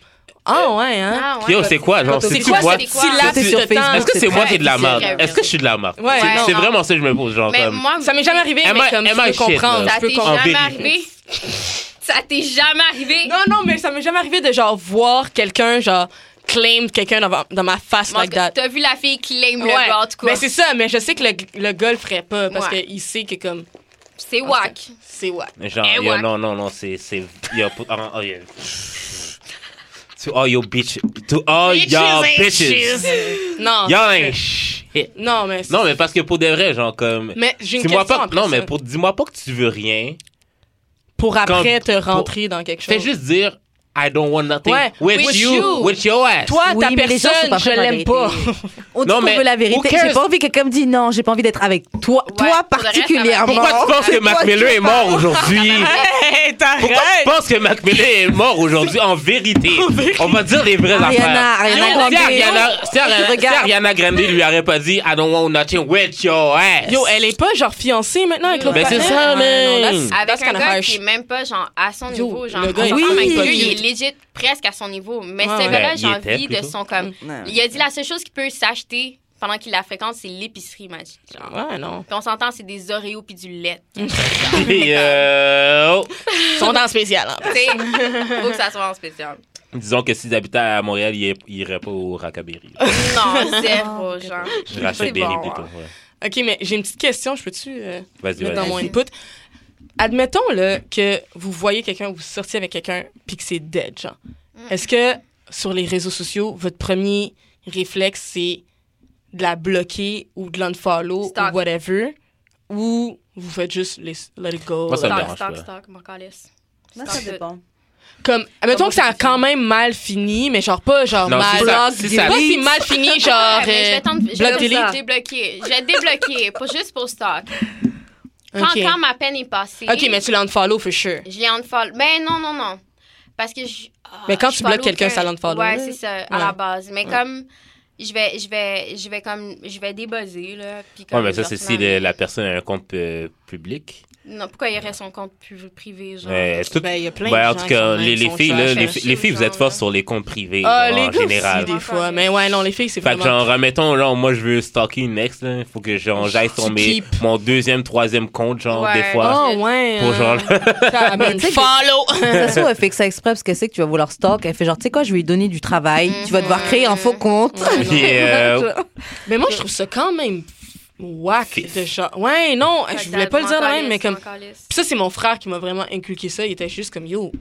Speaker 1: Ah ouais, hein?
Speaker 4: Ah, ouais.
Speaker 2: Yo, c'est quoi, genre,
Speaker 3: C'est
Speaker 2: c'est-tu
Speaker 1: quoi,
Speaker 2: quoi?
Speaker 4: c'est
Speaker 1: Si
Speaker 4: quoi?
Speaker 1: là,
Speaker 3: C'était sur
Speaker 1: sur temps.
Speaker 2: Est-ce que c'est
Speaker 3: Ouais,
Speaker 2: moi qui ai de la
Speaker 4: c'est
Speaker 2: merde?
Speaker 4: vrai,
Speaker 2: Est-ce que je suis de la merde?
Speaker 1: Ouais,
Speaker 4: Ouais,
Speaker 2: C'est
Speaker 4: non.
Speaker 2: vraiment ça que je me pose, genre,
Speaker 4: Mais
Speaker 2: comme.
Speaker 4: moi,
Speaker 1: Ça m'est jamais arrivé,
Speaker 2: Am I-
Speaker 1: mais comme
Speaker 2: am
Speaker 1: je
Speaker 2: I
Speaker 1: peux
Speaker 2: shit,
Speaker 1: comprendre.
Speaker 2: là?
Speaker 4: Ça
Speaker 1: Je peux
Speaker 4: t'est
Speaker 2: en
Speaker 1: comprendre.
Speaker 4: jamais
Speaker 2: vérité.
Speaker 4: arrivé? Ça t'est jamais arrivé?
Speaker 1: Non, non, mais ça m'est jamais arrivé de genre voir quelqu'un, genre, claim quelqu'un dans, dans ma face
Speaker 4: Bon, en
Speaker 1: like
Speaker 4: tout cas,
Speaker 1: that.
Speaker 4: T'as vu la fille claim
Speaker 1: Ouais.
Speaker 4: le bras, en tout cas.
Speaker 1: Mais c'est ça, mais je sais que le, le gars le ferait pas parce
Speaker 4: Ouais.
Speaker 1: qu'il sait que comme
Speaker 4: C'est whack.
Speaker 1: c'est what.
Speaker 2: Genre,
Speaker 4: Eh
Speaker 2: yo,
Speaker 4: ouais.
Speaker 2: non, non, non, c'est. c'est yo, put- oh, oh, yeah. To all your bitches. To all
Speaker 1: Bitches
Speaker 2: y'all
Speaker 1: ain't
Speaker 2: bitches.
Speaker 1: Non.
Speaker 2: Y'all
Speaker 1: c'est-
Speaker 2: ain't shit.
Speaker 1: Non, mais c'est-
Speaker 2: Non, mais parce que pour de vrai, genre, comme.
Speaker 1: mais j'ai une
Speaker 2: Dis-moi
Speaker 1: question
Speaker 2: pas, que-
Speaker 1: après
Speaker 2: non,
Speaker 1: ça.
Speaker 2: mais pour, dis-moi pas que tu veux rien.
Speaker 1: pour après te
Speaker 2: pour-
Speaker 1: rentrer dans quelque chose.
Speaker 2: Fais juste dire, I don't want nothing
Speaker 1: Ouais,
Speaker 2: with,
Speaker 1: with
Speaker 2: you,
Speaker 1: you.
Speaker 2: with your ass.
Speaker 1: Toi,
Speaker 3: Oui,
Speaker 1: ta
Speaker 3: mais les gens sont
Speaker 1: personne,
Speaker 3: pas
Speaker 1: je
Speaker 3: prêts à la
Speaker 1: l'aime pas.
Speaker 3: On dit
Speaker 2: Non,
Speaker 3: qu'on
Speaker 2: mais
Speaker 3: veut la vérité.
Speaker 2: who cares?
Speaker 3: J'ai pas envie que quelqu'un me dise non, j'ai pas envie d'être avec toi,
Speaker 4: Ouais,
Speaker 3: toi
Speaker 4: pour le reste, ça va.
Speaker 3: particulièrement.
Speaker 2: Pourquoi tu penses que Mac Miller est mort aujourd'hui?
Speaker 1: Hey,
Speaker 2: Pourquoi tu
Speaker 1: t'arrêtes!
Speaker 2: penses que Mac Miller est mort aujourd'hui? En vérité, on va dire les vraies
Speaker 3: Ariana,
Speaker 2: affaires.
Speaker 3: Ariana
Speaker 2: Si
Speaker 3: Grande.
Speaker 2: Ariana, si Ariana- si
Speaker 3: Regarde.
Speaker 2: Ariana Grande lui aurait pas dit I don't want nothing with your ass.
Speaker 1: Yo, elle est pas genre fiancée maintenant avec l'autre
Speaker 4: Ben, c'est
Speaker 1: partenaire? Ouais,
Speaker 2: ça, man.
Speaker 1: non, that's-
Speaker 4: Avec
Speaker 1: that's
Speaker 4: un
Speaker 1: kinda
Speaker 4: gars
Speaker 1: harsh.
Speaker 4: qui est même pas genre à son
Speaker 1: Yo,
Speaker 4: niveau, genre
Speaker 1: le gars,
Speaker 4: on
Speaker 1: oui,
Speaker 4: s'entend avec
Speaker 1: il est
Speaker 4: lui,
Speaker 1: pas
Speaker 4: il est
Speaker 1: cute.
Speaker 4: legit presque à son niveau, mais
Speaker 1: Ouais,
Speaker 4: ce
Speaker 1: ouais.
Speaker 4: gars-là,
Speaker 2: Ben,
Speaker 4: j'ai
Speaker 2: il était
Speaker 4: envie de
Speaker 2: plutôt.
Speaker 4: son comme
Speaker 3: Ouais.
Speaker 4: il a dit la seule chose qu'il peut s'acheter pendant qu'il la fréquente, c'est l'épicerie magique. Genre.
Speaker 1: Ouais, non.
Speaker 4: Puis on s'entend, c'est des Oreos puis du lait. tu
Speaker 2: Yo.
Speaker 1: Son temps spécial, hein.
Speaker 4: sais. Faut que ça soit en spécial.
Speaker 2: Disons que s'ils habitaient à Montréal, ils il irait pas au Racabéry.
Speaker 4: Non,
Speaker 1: Oh,
Speaker 4: zéro, genre.
Speaker 2: Je rachète
Speaker 4: C'est
Speaker 2: des
Speaker 4: bon,
Speaker 2: riz
Speaker 4: ouais.
Speaker 2: plutôt. ouais.
Speaker 1: OK, mais j'ai une petite question. Je peux-tu euh,
Speaker 2: Vas-y,
Speaker 1: mettre dans mon
Speaker 2: vas-y.
Speaker 1: input? Admettons là, que vous voyez quelqu'un, vous sortiez avec quelqu'un, puis que c'est dead, genre. Est-ce que sur les réseaux sociaux, votre premier réflexe, c'est de la bloquer ou de l'unfollow
Speaker 4: Stalk.
Speaker 1: ou whatever? Ou vous faites juste laisse- let it go?
Speaker 2: Moi, ça me
Speaker 1: là.
Speaker 4: Stock,
Speaker 2: dérange
Speaker 4: stock,
Speaker 2: pas.
Speaker 4: stock, mon calice.
Speaker 3: Moi,
Speaker 4: ça dépend.
Speaker 1: Comme, admettons
Speaker 4: Comment
Speaker 1: que ça a
Speaker 4: c'est
Speaker 1: quand même mal fini, mais genre pas genre
Speaker 2: Non,
Speaker 1: mal.
Speaker 2: si ça- si ça-
Speaker 1: pas si mal fini, genre. euh,
Speaker 4: Ouais, Ah, mais je vais tendre- je
Speaker 1: block delete.
Speaker 4: vais débloquer. Je vais débloquer, pour, juste pour stock.
Speaker 1: euh,
Speaker 4: Quand,
Speaker 1: ok.
Speaker 4: quand ma peine est passée,
Speaker 1: ok, mais tu l'unfollow for sure.
Speaker 4: je l'ai unfollow. Ben non, non, non. Parce que je. ah,
Speaker 1: Mais quand
Speaker 4: je
Speaker 1: tu bloques
Speaker 4: follow
Speaker 1: quelqu'un,
Speaker 4: aucun-
Speaker 1: ça l'unfollow.
Speaker 4: Ouais, c'est ça, à
Speaker 1: Ouais.
Speaker 4: la base. Mais comme. Je vais, je vais, je vais comme, je vais débuzzer, là. Puis comme
Speaker 2: Ouais, mais ça, c'est si
Speaker 4: personnellement-
Speaker 2: le- la personne a un compte euh, public.
Speaker 4: Non, pourquoi il reste son compte pu- privé, genre?
Speaker 2: Mais est-ce que-
Speaker 1: Ben, il y a plein de
Speaker 2: Ben, en
Speaker 1: gens
Speaker 2: tout
Speaker 1: qui sont
Speaker 2: cas,
Speaker 1: même
Speaker 2: les, les
Speaker 1: qui sont
Speaker 2: filles, là,
Speaker 1: trash. hein.
Speaker 2: les,
Speaker 4: trash,
Speaker 2: les filles, vous êtes
Speaker 4: genre.
Speaker 2: fortes sur les comptes privés
Speaker 1: Ah,
Speaker 2: genre,
Speaker 1: les
Speaker 2: en
Speaker 1: gars
Speaker 2: général.
Speaker 1: aussi, des fois. Mais ouais, non, les filles, c'est
Speaker 2: Fait que
Speaker 1: vraiment...
Speaker 2: genre, remettons, genre, moi, je veux stalker une ex, là. Faut que genre, j'aille sur
Speaker 1: Tu
Speaker 2: mes,
Speaker 1: keep.
Speaker 2: mon deuxième, troisième compte, genre,
Speaker 4: Ouais.
Speaker 2: des fois.
Speaker 1: Oh, ouais.
Speaker 2: Pour
Speaker 1: euh,
Speaker 2: genre,
Speaker 1: ça, ben,
Speaker 3: Tu sais que-
Speaker 1: follow.
Speaker 3: Ça se trouve, elle fait que ça exprès parce qu'elle sait que tu vas vouloir stock. Elle fait genre, tu sais quoi, je vais lui donner du travail.
Speaker 4: Mm.
Speaker 3: Tu vas devoir créer un faux compte.
Speaker 2: Puis, euh,
Speaker 1: mais moi, je trouve ça quand même whack de genre... Ouais, non, Ah, je voulais pas le dire de même, mais comme... Puis ça, c'est mon frère qui m'a vraiment inculqué ça. Il était juste comme, yo,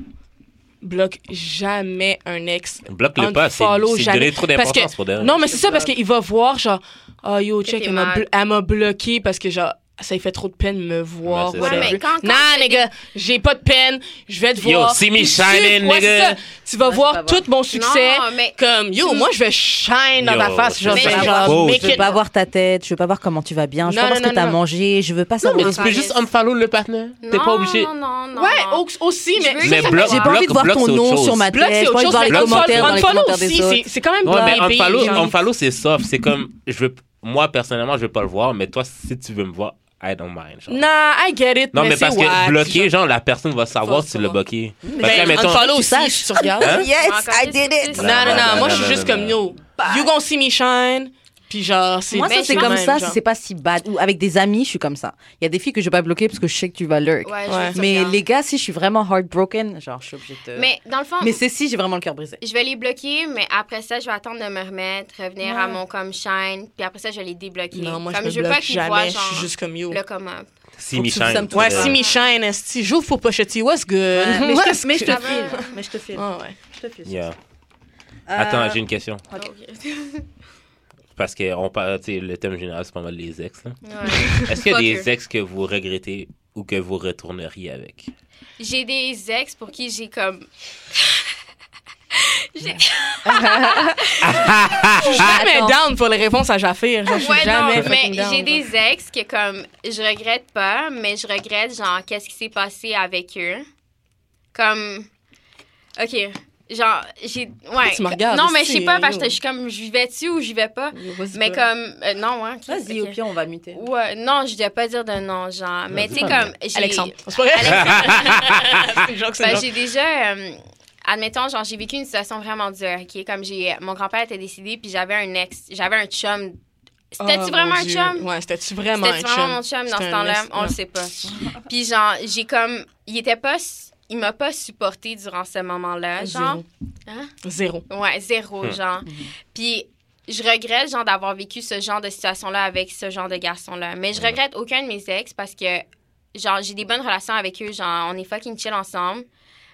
Speaker 1: bloque jamais un ex.
Speaker 2: bloque-le pas. C'est
Speaker 1: Unfollow
Speaker 2: c'est
Speaker 1: jamais.
Speaker 2: donner trop
Speaker 1: Parce que-
Speaker 2: d'importance pour derrière.
Speaker 1: Non, mais c'est ça, parce qu'il va voir, genre, oh yo, check,
Speaker 4: t'es
Speaker 1: elle m'a
Speaker 4: mal.
Speaker 1: blo- elle m'a bloqué parce que, genre, ça lui fait trop de peine de me voir.
Speaker 2: Ouais, c'est
Speaker 4: Ouais,
Speaker 2: ça.
Speaker 4: mais quand, quand
Speaker 1: Non, nigga, j'ai pas de peine, je vais te
Speaker 2: Yo,
Speaker 1: voir.
Speaker 2: see me
Speaker 1: Puis tu-
Speaker 2: shining,
Speaker 1: ouais, c'est
Speaker 2: nigga.
Speaker 1: ça. Tu vas
Speaker 3: Ouais, c'est
Speaker 1: voir
Speaker 3: pas
Speaker 1: tout mon succès.
Speaker 4: Non, mais-
Speaker 1: Comme, yo,
Speaker 4: Tu-
Speaker 1: moi, je vais shine dans
Speaker 2: Yo,
Speaker 1: ta face. Genre,
Speaker 4: c'est
Speaker 1: je vais
Speaker 4: ça.
Speaker 1: genre,
Speaker 2: Oh,
Speaker 1: make
Speaker 3: Je veux
Speaker 1: it.
Speaker 3: pas voir ta tête, je veux pas voir comment tu vas bien, je
Speaker 1: Non,
Speaker 3: veux pas voir
Speaker 1: non,
Speaker 3: ce que
Speaker 1: non,
Speaker 3: t'as
Speaker 1: non.
Speaker 3: mangé, je veux pas savoir.
Speaker 4: mais- tu peux juste
Speaker 2: unfollow le partenaire.
Speaker 4: Non, Non, non, non.
Speaker 1: Ouais,
Speaker 4: non.
Speaker 3: oh,
Speaker 1: au- aussi, mais.
Speaker 4: Je veux-
Speaker 2: Mais
Speaker 4: J'ai
Speaker 2: bloque,
Speaker 3: J'ai pas envie de
Speaker 2: bloque,
Speaker 3: voir
Speaker 2: bloque,
Speaker 3: ton
Speaker 2: c'est autre
Speaker 3: nom
Speaker 2: chose.
Speaker 1: Sur
Speaker 3: sur ma
Speaker 1: Block,
Speaker 3: tête,
Speaker 1: c'est
Speaker 3: j'ai pas
Speaker 1: autre
Speaker 3: envie
Speaker 1: chose.
Speaker 3: de voir les
Speaker 1: mais
Speaker 2: bloque,
Speaker 3: commentaires dans les
Speaker 1: unfollow
Speaker 3: commentaires
Speaker 1: aussi,
Speaker 3: des
Speaker 1: c'est-
Speaker 3: autres.
Speaker 1: c'est quand même
Speaker 2: Ouais, mais
Speaker 1: creepy,
Speaker 2: unfollow,
Speaker 1: genre.
Speaker 2: unfollow, c'est soft. C'est comme, je veux, moi, personnellement, je veux pas le voir, mais toi, si tu veux me voir, I don't mind. genre.
Speaker 1: Nah, I get it.
Speaker 2: Non, mais
Speaker 1: c'est
Speaker 2: parce
Speaker 1: whack,
Speaker 2: que
Speaker 1: genre.
Speaker 2: bloquer, genre, la personne va savoir Mm.
Speaker 1: Faut
Speaker 2: si tu l'as
Speaker 1: savoir.
Speaker 2: bloqué. Parce que,
Speaker 1: Ben,
Speaker 2: mettons,
Speaker 1: unfollow aussi,
Speaker 3: saches.
Speaker 1: si tu regardes.
Speaker 2: Hein?
Speaker 3: Yes,
Speaker 4: Encore
Speaker 3: I did
Speaker 4: plus, plus,
Speaker 3: it.
Speaker 4: plus.
Speaker 1: Non, non, non, moi, je suis
Speaker 2: non,
Speaker 1: juste
Speaker 2: non,
Speaker 1: comme,
Speaker 2: non.
Speaker 1: yo, you gonna see me shine. Puis genre, c'est
Speaker 3: Moi, ça,
Speaker 4: Mais
Speaker 3: c'est
Speaker 4: je
Speaker 3: comme
Speaker 4: m'en-
Speaker 3: ça, si
Speaker 1: genre.
Speaker 3: c'est pas si bad. Ou avec des amis, je suis comme ça. Il y a des filles que je vais pas bloquer parce que je sais que tu vas lurk.
Speaker 4: Ouais, je
Speaker 1: Ouais.
Speaker 4: veux que tu
Speaker 3: Mais
Speaker 4: regardes.
Speaker 3: les gars, si je suis vraiment heartbroken, genre, je suis obligée de.
Speaker 4: Mais dans le fond,
Speaker 3: Mais Euh, c'est si j'ai vraiment le cœur brisé.
Speaker 4: je vais les bloquer, mais après ça, je vais attendre de me remettre, revenir à mon comme shine, puis après ça, je vais les débloquer.
Speaker 1: Non, moi,
Speaker 4: comme
Speaker 1: je me
Speaker 4: veux pas
Speaker 1: bloque
Speaker 4: qu'ils voient,
Speaker 1: jamais. Je
Speaker 4: genre,
Speaker 1: suis juste comme, yo.
Speaker 4: le comment.
Speaker 2: si
Speaker 3: Faut que tu
Speaker 2: Michel- euh,
Speaker 3: sommes tous
Speaker 1: Ouais,
Speaker 3: Ouais.
Speaker 1: si me shine, esti, j'ouvre pour Pochetti, what's good?
Speaker 3: mais,
Speaker 1: What's
Speaker 3: je te, mais je te
Speaker 1: good?
Speaker 3: file. Mais je te file.
Speaker 1: Ah ouais.
Speaker 2: Euh.
Speaker 3: Je te file.
Speaker 4: Oh,
Speaker 2: Yeah. Attends, j'ai une question.
Speaker 4: Ok.
Speaker 2: Parce que on parle, tu sais, le thème général, c'est pas mal les ex. là.
Speaker 4: Ouais.
Speaker 2: Est-ce qu'il y a
Speaker 4: Fuck her.
Speaker 2: des ex que vous regrettez ou que vous retourneriez avec?
Speaker 4: J'ai des ex pour qui j'ai comme. J'ai-
Speaker 1: Je suis jamais
Speaker 3: Attends.
Speaker 1: down pour les réponses à Jaffir. genre, Je suis
Speaker 4: Ouais,
Speaker 1: jamais
Speaker 4: non, mais
Speaker 1: fucking down,
Speaker 4: j'ai
Speaker 1: genre.
Speaker 4: des ex que, comme, je regrette pas, mais je regrette, genre, qu'est-ce qui s'est passé avec eux. Comme. OK. Genre, j'ai. Ouais.
Speaker 1: tu me regardes,
Speaker 4: non, mais je sais
Speaker 1: esti,
Speaker 4: pas, parce
Speaker 1: yo.
Speaker 4: que je suis comme, je vivais dessus ou je vivais pas.
Speaker 3: Vas-y,
Speaker 4: Mais
Speaker 3: pas.
Speaker 4: comme. euh, non, hein. Chris,
Speaker 3: Vas-y,
Speaker 4: ok.
Speaker 3: au pire, on va muter.
Speaker 4: Ouais, non, je dois pas dire de nom, genre. Mais
Speaker 2: dis
Speaker 4: tu sais,
Speaker 2: pas de
Speaker 4: comme. j'ai-
Speaker 1: Alexandre. C'est pas vrai? C'est une joke, c'est une
Speaker 4: Ben,
Speaker 1: joke.
Speaker 4: j'ai déjà, euh, admettons, genre, j'ai vécu une situation vraiment dure, OK? Comme j'ai, euh, mon grand-père était décédé, puis j'avais un ex, j'avais un chum. C'était-tu
Speaker 1: Oh,
Speaker 4: vraiment
Speaker 1: mon
Speaker 4: un
Speaker 1: Dieu.
Speaker 4: chum?
Speaker 1: Ouais, c'était-tu vraiment un
Speaker 4: C'était-tu
Speaker 1: chum?
Speaker 4: vraiment mon chum dans
Speaker 1: C'était
Speaker 4: ce
Speaker 1: un
Speaker 4: temps-là?
Speaker 1: ex,
Speaker 4: On
Speaker 1: ouais.
Speaker 4: le sait pas. puis genre, j'ai comme, il était pas, s- il m'a pas supporté durant ce moment-là, genre.
Speaker 1: Zéro.
Speaker 4: Hein?
Speaker 1: Zéro.
Speaker 4: Ouais, zéro,
Speaker 2: Hmm.
Speaker 4: genre.
Speaker 1: Mhm.
Speaker 4: Puis je regrette, genre, d'avoir vécu ce genre de situation-là avec ce genre de garçon-là. Mais je
Speaker 2: Mhm.
Speaker 4: regrette aucun de mes ex parce que, genre, j'ai des bonnes relations avec eux. Genre, on est fucking chill ensemble.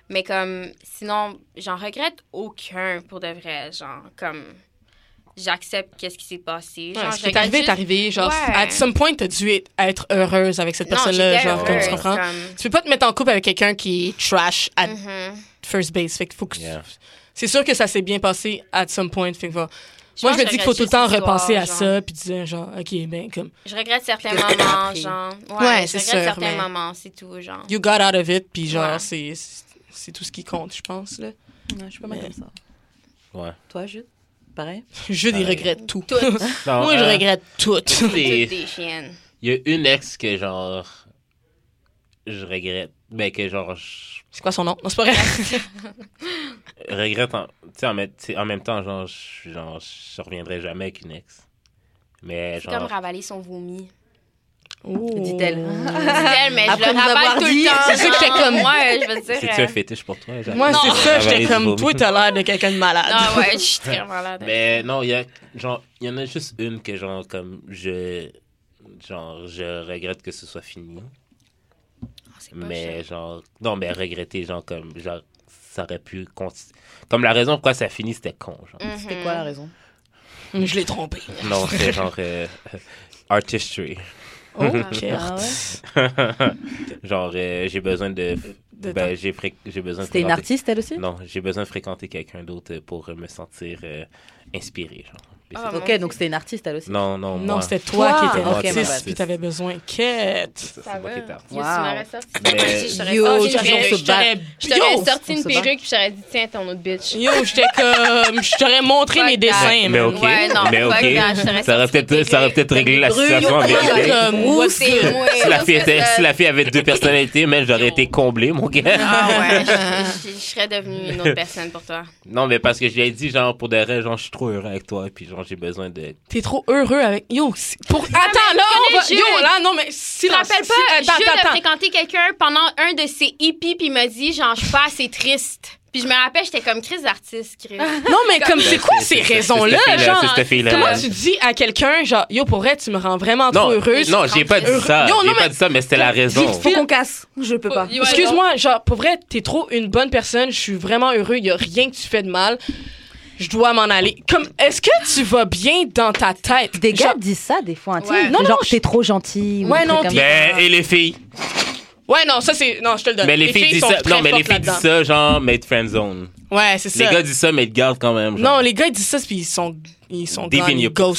Speaker 4: Mais comme, sinon, j'en regrette aucun pour de vrai. Genre, comme, j'accepte qu'est-ce qui s'est passé. Genre,
Speaker 1: Ouais,
Speaker 4: je
Speaker 1: ce qui est
Speaker 4: regrette
Speaker 1: arrivé est
Speaker 4: juste-
Speaker 1: arrivé. Genre,
Speaker 4: Ouais.
Speaker 1: à some point, t'as dû être heureuse avec cette
Speaker 4: Non,
Speaker 1: personne-là.
Speaker 4: j'étais
Speaker 1: Genre, comme tu
Speaker 4: heureuse,
Speaker 1: comprends.
Speaker 4: comme-
Speaker 1: Tu peux pas te mettre en couple avec quelqu'un qui est trash à
Speaker 4: Mhm.
Speaker 1: first base. Fait que faut que.
Speaker 2: Yeah.
Speaker 1: C'est sûr que ça s'est bien passé at some point. Fait que va-
Speaker 4: Je
Speaker 1: Moi,
Speaker 4: pense
Speaker 1: je me
Speaker 4: que
Speaker 1: dis qu'il faut tout le
Speaker 4: regrette
Speaker 1: temps
Speaker 4: juste l'histoire,
Speaker 1: repasser à
Speaker 4: genre.
Speaker 1: ça puis dire, genre, OK, ben, comme,
Speaker 4: Je regrette certains moments, genre. Ouais,
Speaker 1: Ouais,
Speaker 4: je
Speaker 1: c'est sûr,
Speaker 4: regrette certains
Speaker 1: mais-
Speaker 4: moments, c'est tout, genre.
Speaker 1: you got out of it, puis genre,
Speaker 4: Ouais.
Speaker 1: c'est c'est tout ce qui compte, je pense. Là.
Speaker 3: Non, je suis pas mal comme ça.
Speaker 2: Ouais.
Speaker 3: Toi, Jude Pareil.
Speaker 1: Je des
Speaker 2: Ouais.
Speaker 1: regrette tout.
Speaker 4: Tout.
Speaker 2: Non,
Speaker 1: Moi, je
Speaker 2: euh,
Speaker 1: regrette tout.
Speaker 4: Toutes
Speaker 2: c'est-
Speaker 4: des chiennes.
Speaker 2: Il y a une ex que genre. Je regrette. Ben, que genre. Je
Speaker 1: C'est quoi son nom? Non, c'est pas vrai.
Speaker 2: regrette en. Tu sais, en, même- tu sais, en même temps, genre, je genre, je reviendrai jamais avec une ex. Mais
Speaker 4: C'est comme
Speaker 2: genre.
Speaker 4: ravaler son vomi.
Speaker 3: Dit-elle.
Speaker 4: Elle, mais
Speaker 3: Après
Speaker 4: je
Speaker 3: nous
Speaker 4: le
Speaker 3: avoir
Speaker 4: ravale tout
Speaker 3: dit,
Speaker 4: le temps.
Speaker 1: c'est ça que j'étais
Speaker 4: genre.
Speaker 1: comme-
Speaker 4: Ouais, je veux dire.
Speaker 2: C'est-tu un
Speaker 4: euh,
Speaker 2: fétiche pour toi? genre?
Speaker 1: Moi, c'est
Speaker 4: Non.
Speaker 1: ça, j'étais
Speaker 2: Ravaler du
Speaker 1: comme,
Speaker 2: vomi.
Speaker 1: toi, t'as l'air de quelqu'un de malade.
Speaker 4: Non, ouais, je suis très malade.
Speaker 2: Mais Ben, non, il y a genre il y en a juste une que genre comme je genre je regrette que ce soit fini,
Speaker 4: Oh, c'est pas
Speaker 2: mais genre non mais regretter genre comme genre ça aurait pu conti- comme la raison pourquoi ça finit c'était con genre.
Speaker 4: cher.
Speaker 3: C'était
Speaker 4: Mhm.
Speaker 3: quoi la raison
Speaker 1: Je l'ai trompé.
Speaker 2: Non, c'est genre euh, artistry.
Speaker 1: Oh,
Speaker 3: Ah ouais.
Speaker 2: genre euh, j'ai besoin de,
Speaker 1: De
Speaker 2: ben j'ai fré- j'ai besoin de
Speaker 3: C'était une
Speaker 2: fréquenter-
Speaker 3: artiste, elle aussi
Speaker 2: Non, j'ai besoin de fréquenter quelqu'un d'autre pour me sentir euh, inspiré genre.
Speaker 4: Ah,
Speaker 3: Ok, donc c'était une artiste, elle aussi.
Speaker 2: Non, non,
Speaker 1: Non,
Speaker 2: moi.
Speaker 1: c'était toi
Speaker 3: Toi.
Speaker 1: qui étais
Speaker 3: Ok, ma
Speaker 1: autiste,
Speaker 3: bad.
Speaker 1: puis t'avais besoin. Quête!
Speaker 2: C'est
Speaker 4: Ça va.
Speaker 2: moi qui
Speaker 4: Yo,
Speaker 2: étais artiste.
Speaker 4: tu
Speaker 3: Wow.
Speaker 4: m'aurais sorti.
Speaker 2: Mais-
Speaker 4: Je t'aurais
Speaker 3: Yo,
Speaker 4: sorti
Speaker 3: je
Speaker 4: une
Speaker 3: t'aurais-
Speaker 4: perruque, je t'aurais- je
Speaker 1: Yo!
Speaker 4: t'aurais sorti
Speaker 3: On
Speaker 4: une
Speaker 3: se bat.
Speaker 4: perruque puis j'aurais dit tiens ton autre bitch.
Speaker 1: Yo, j'étais comme. Je t'aurais montré mes
Speaker 4: Fuck
Speaker 1: dessins,
Speaker 4: that.
Speaker 2: Mais
Speaker 1: man.
Speaker 2: ok,
Speaker 4: Ouais, non,
Speaker 2: mais
Speaker 4: fuck that, je
Speaker 2: ok.
Speaker 4: t'aurais
Speaker 2: Ça aurait
Speaker 4: sorti
Speaker 2: peut-être
Speaker 4: des
Speaker 2: ça aurait
Speaker 4: trucs.
Speaker 2: peut-être réglé la
Speaker 3: Brûle,
Speaker 2: situation en
Speaker 3: brûle,
Speaker 2: vérité.
Speaker 1: Comme,
Speaker 3: Ouh,
Speaker 1: what's
Speaker 4: C'est
Speaker 1: good?
Speaker 4: moi.
Speaker 2: Si la, fille était, si
Speaker 4: Ah
Speaker 2: la fille avait deux personnalités, mais j'aurais été comblé, mon gars.
Speaker 4: Ah ouais, je, je- je serais devenue une autre personne pour toi.
Speaker 2: Non, mais parce que je lui ai dit, genre, pour des raisons, genre, je suis trop heureux avec toi, puis genre, j'ai besoin de.
Speaker 1: T'es trop heureux avec. Yo, c'est- pour. Attends, là, on
Speaker 4: connais
Speaker 1: va.
Speaker 4: Jules.
Speaker 1: Yo, là, non, mais
Speaker 4: Tu te
Speaker 1: silence.
Speaker 4: rappelles
Speaker 1: Si-
Speaker 4: pas,
Speaker 1: euh, Attends,
Speaker 4: Jules
Speaker 1: attends,
Speaker 4: a
Speaker 1: attends.
Speaker 4: fréquenté quelqu'un pendant un de ses hippies puis il m'a dit genre je suis pas assez triste. Puis je me rappelle, j'étais comme crise d'artiste, Chris.
Speaker 1: Non, mais comme, c'est quoi ces
Speaker 2: C'est- c'est- c'est-
Speaker 1: raisons-là,
Speaker 2: c'est cette fille-là,
Speaker 1: genre?
Speaker 2: c'est cette fille-là.
Speaker 1: Comment tu dis à quelqu'un, genre, yo, pour vrai, tu me rends vraiment Ah, trop
Speaker 2: Non,
Speaker 1: heureuse?
Speaker 2: non, j'ai pas dit
Speaker 1: Heureux.
Speaker 2: ça.
Speaker 1: Yo, non,
Speaker 2: J'ai pas
Speaker 1: mais-
Speaker 2: dit ça, mais c'était la raison.
Speaker 3: Faut qu'on casse. Je peux pas.
Speaker 4: Ouais,
Speaker 1: Excuse-moi, genre, pour vrai, t'es trop une bonne personne. Je suis vraiment heureux. Il y a rien que tu fais de mal. Je dois m'en aller. Comme, est-ce que tu vas bien dans ta tête?
Speaker 3: Des gars
Speaker 1: Genre-
Speaker 3: disent ça des fois, hein, tu sais,
Speaker 4: Ouais.
Speaker 1: Non, non,
Speaker 3: genre
Speaker 1: je-
Speaker 3: t'es trop gentil. ou
Speaker 1: Ouais,
Speaker 3: des trucs
Speaker 1: non,
Speaker 3: comme
Speaker 1: puis-
Speaker 3: ça.
Speaker 2: Mais, Ben, et les filles?
Speaker 1: Ouais, non, ça c'est. Non, je te le donne.
Speaker 2: Mais les, filles disent
Speaker 1: Euh, sont
Speaker 2: ça.
Speaker 1: très
Speaker 2: Non, mais les
Speaker 1: fortes
Speaker 2: filles disent
Speaker 1: là-dedans.
Speaker 2: ça, genre, mais de friend zone.
Speaker 1: Ouais, c'est
Speaker 2: Les
Speaker 1: ça.
Speaker 2: gars disent ça, mais ils te gardent quand même. genre.
Speaker 1: Non, les gars ils disent ça, puis ils sont. Ils sont
Speaker 2: Deep in
Speaker 1: gone, ils
Speaker 2: your-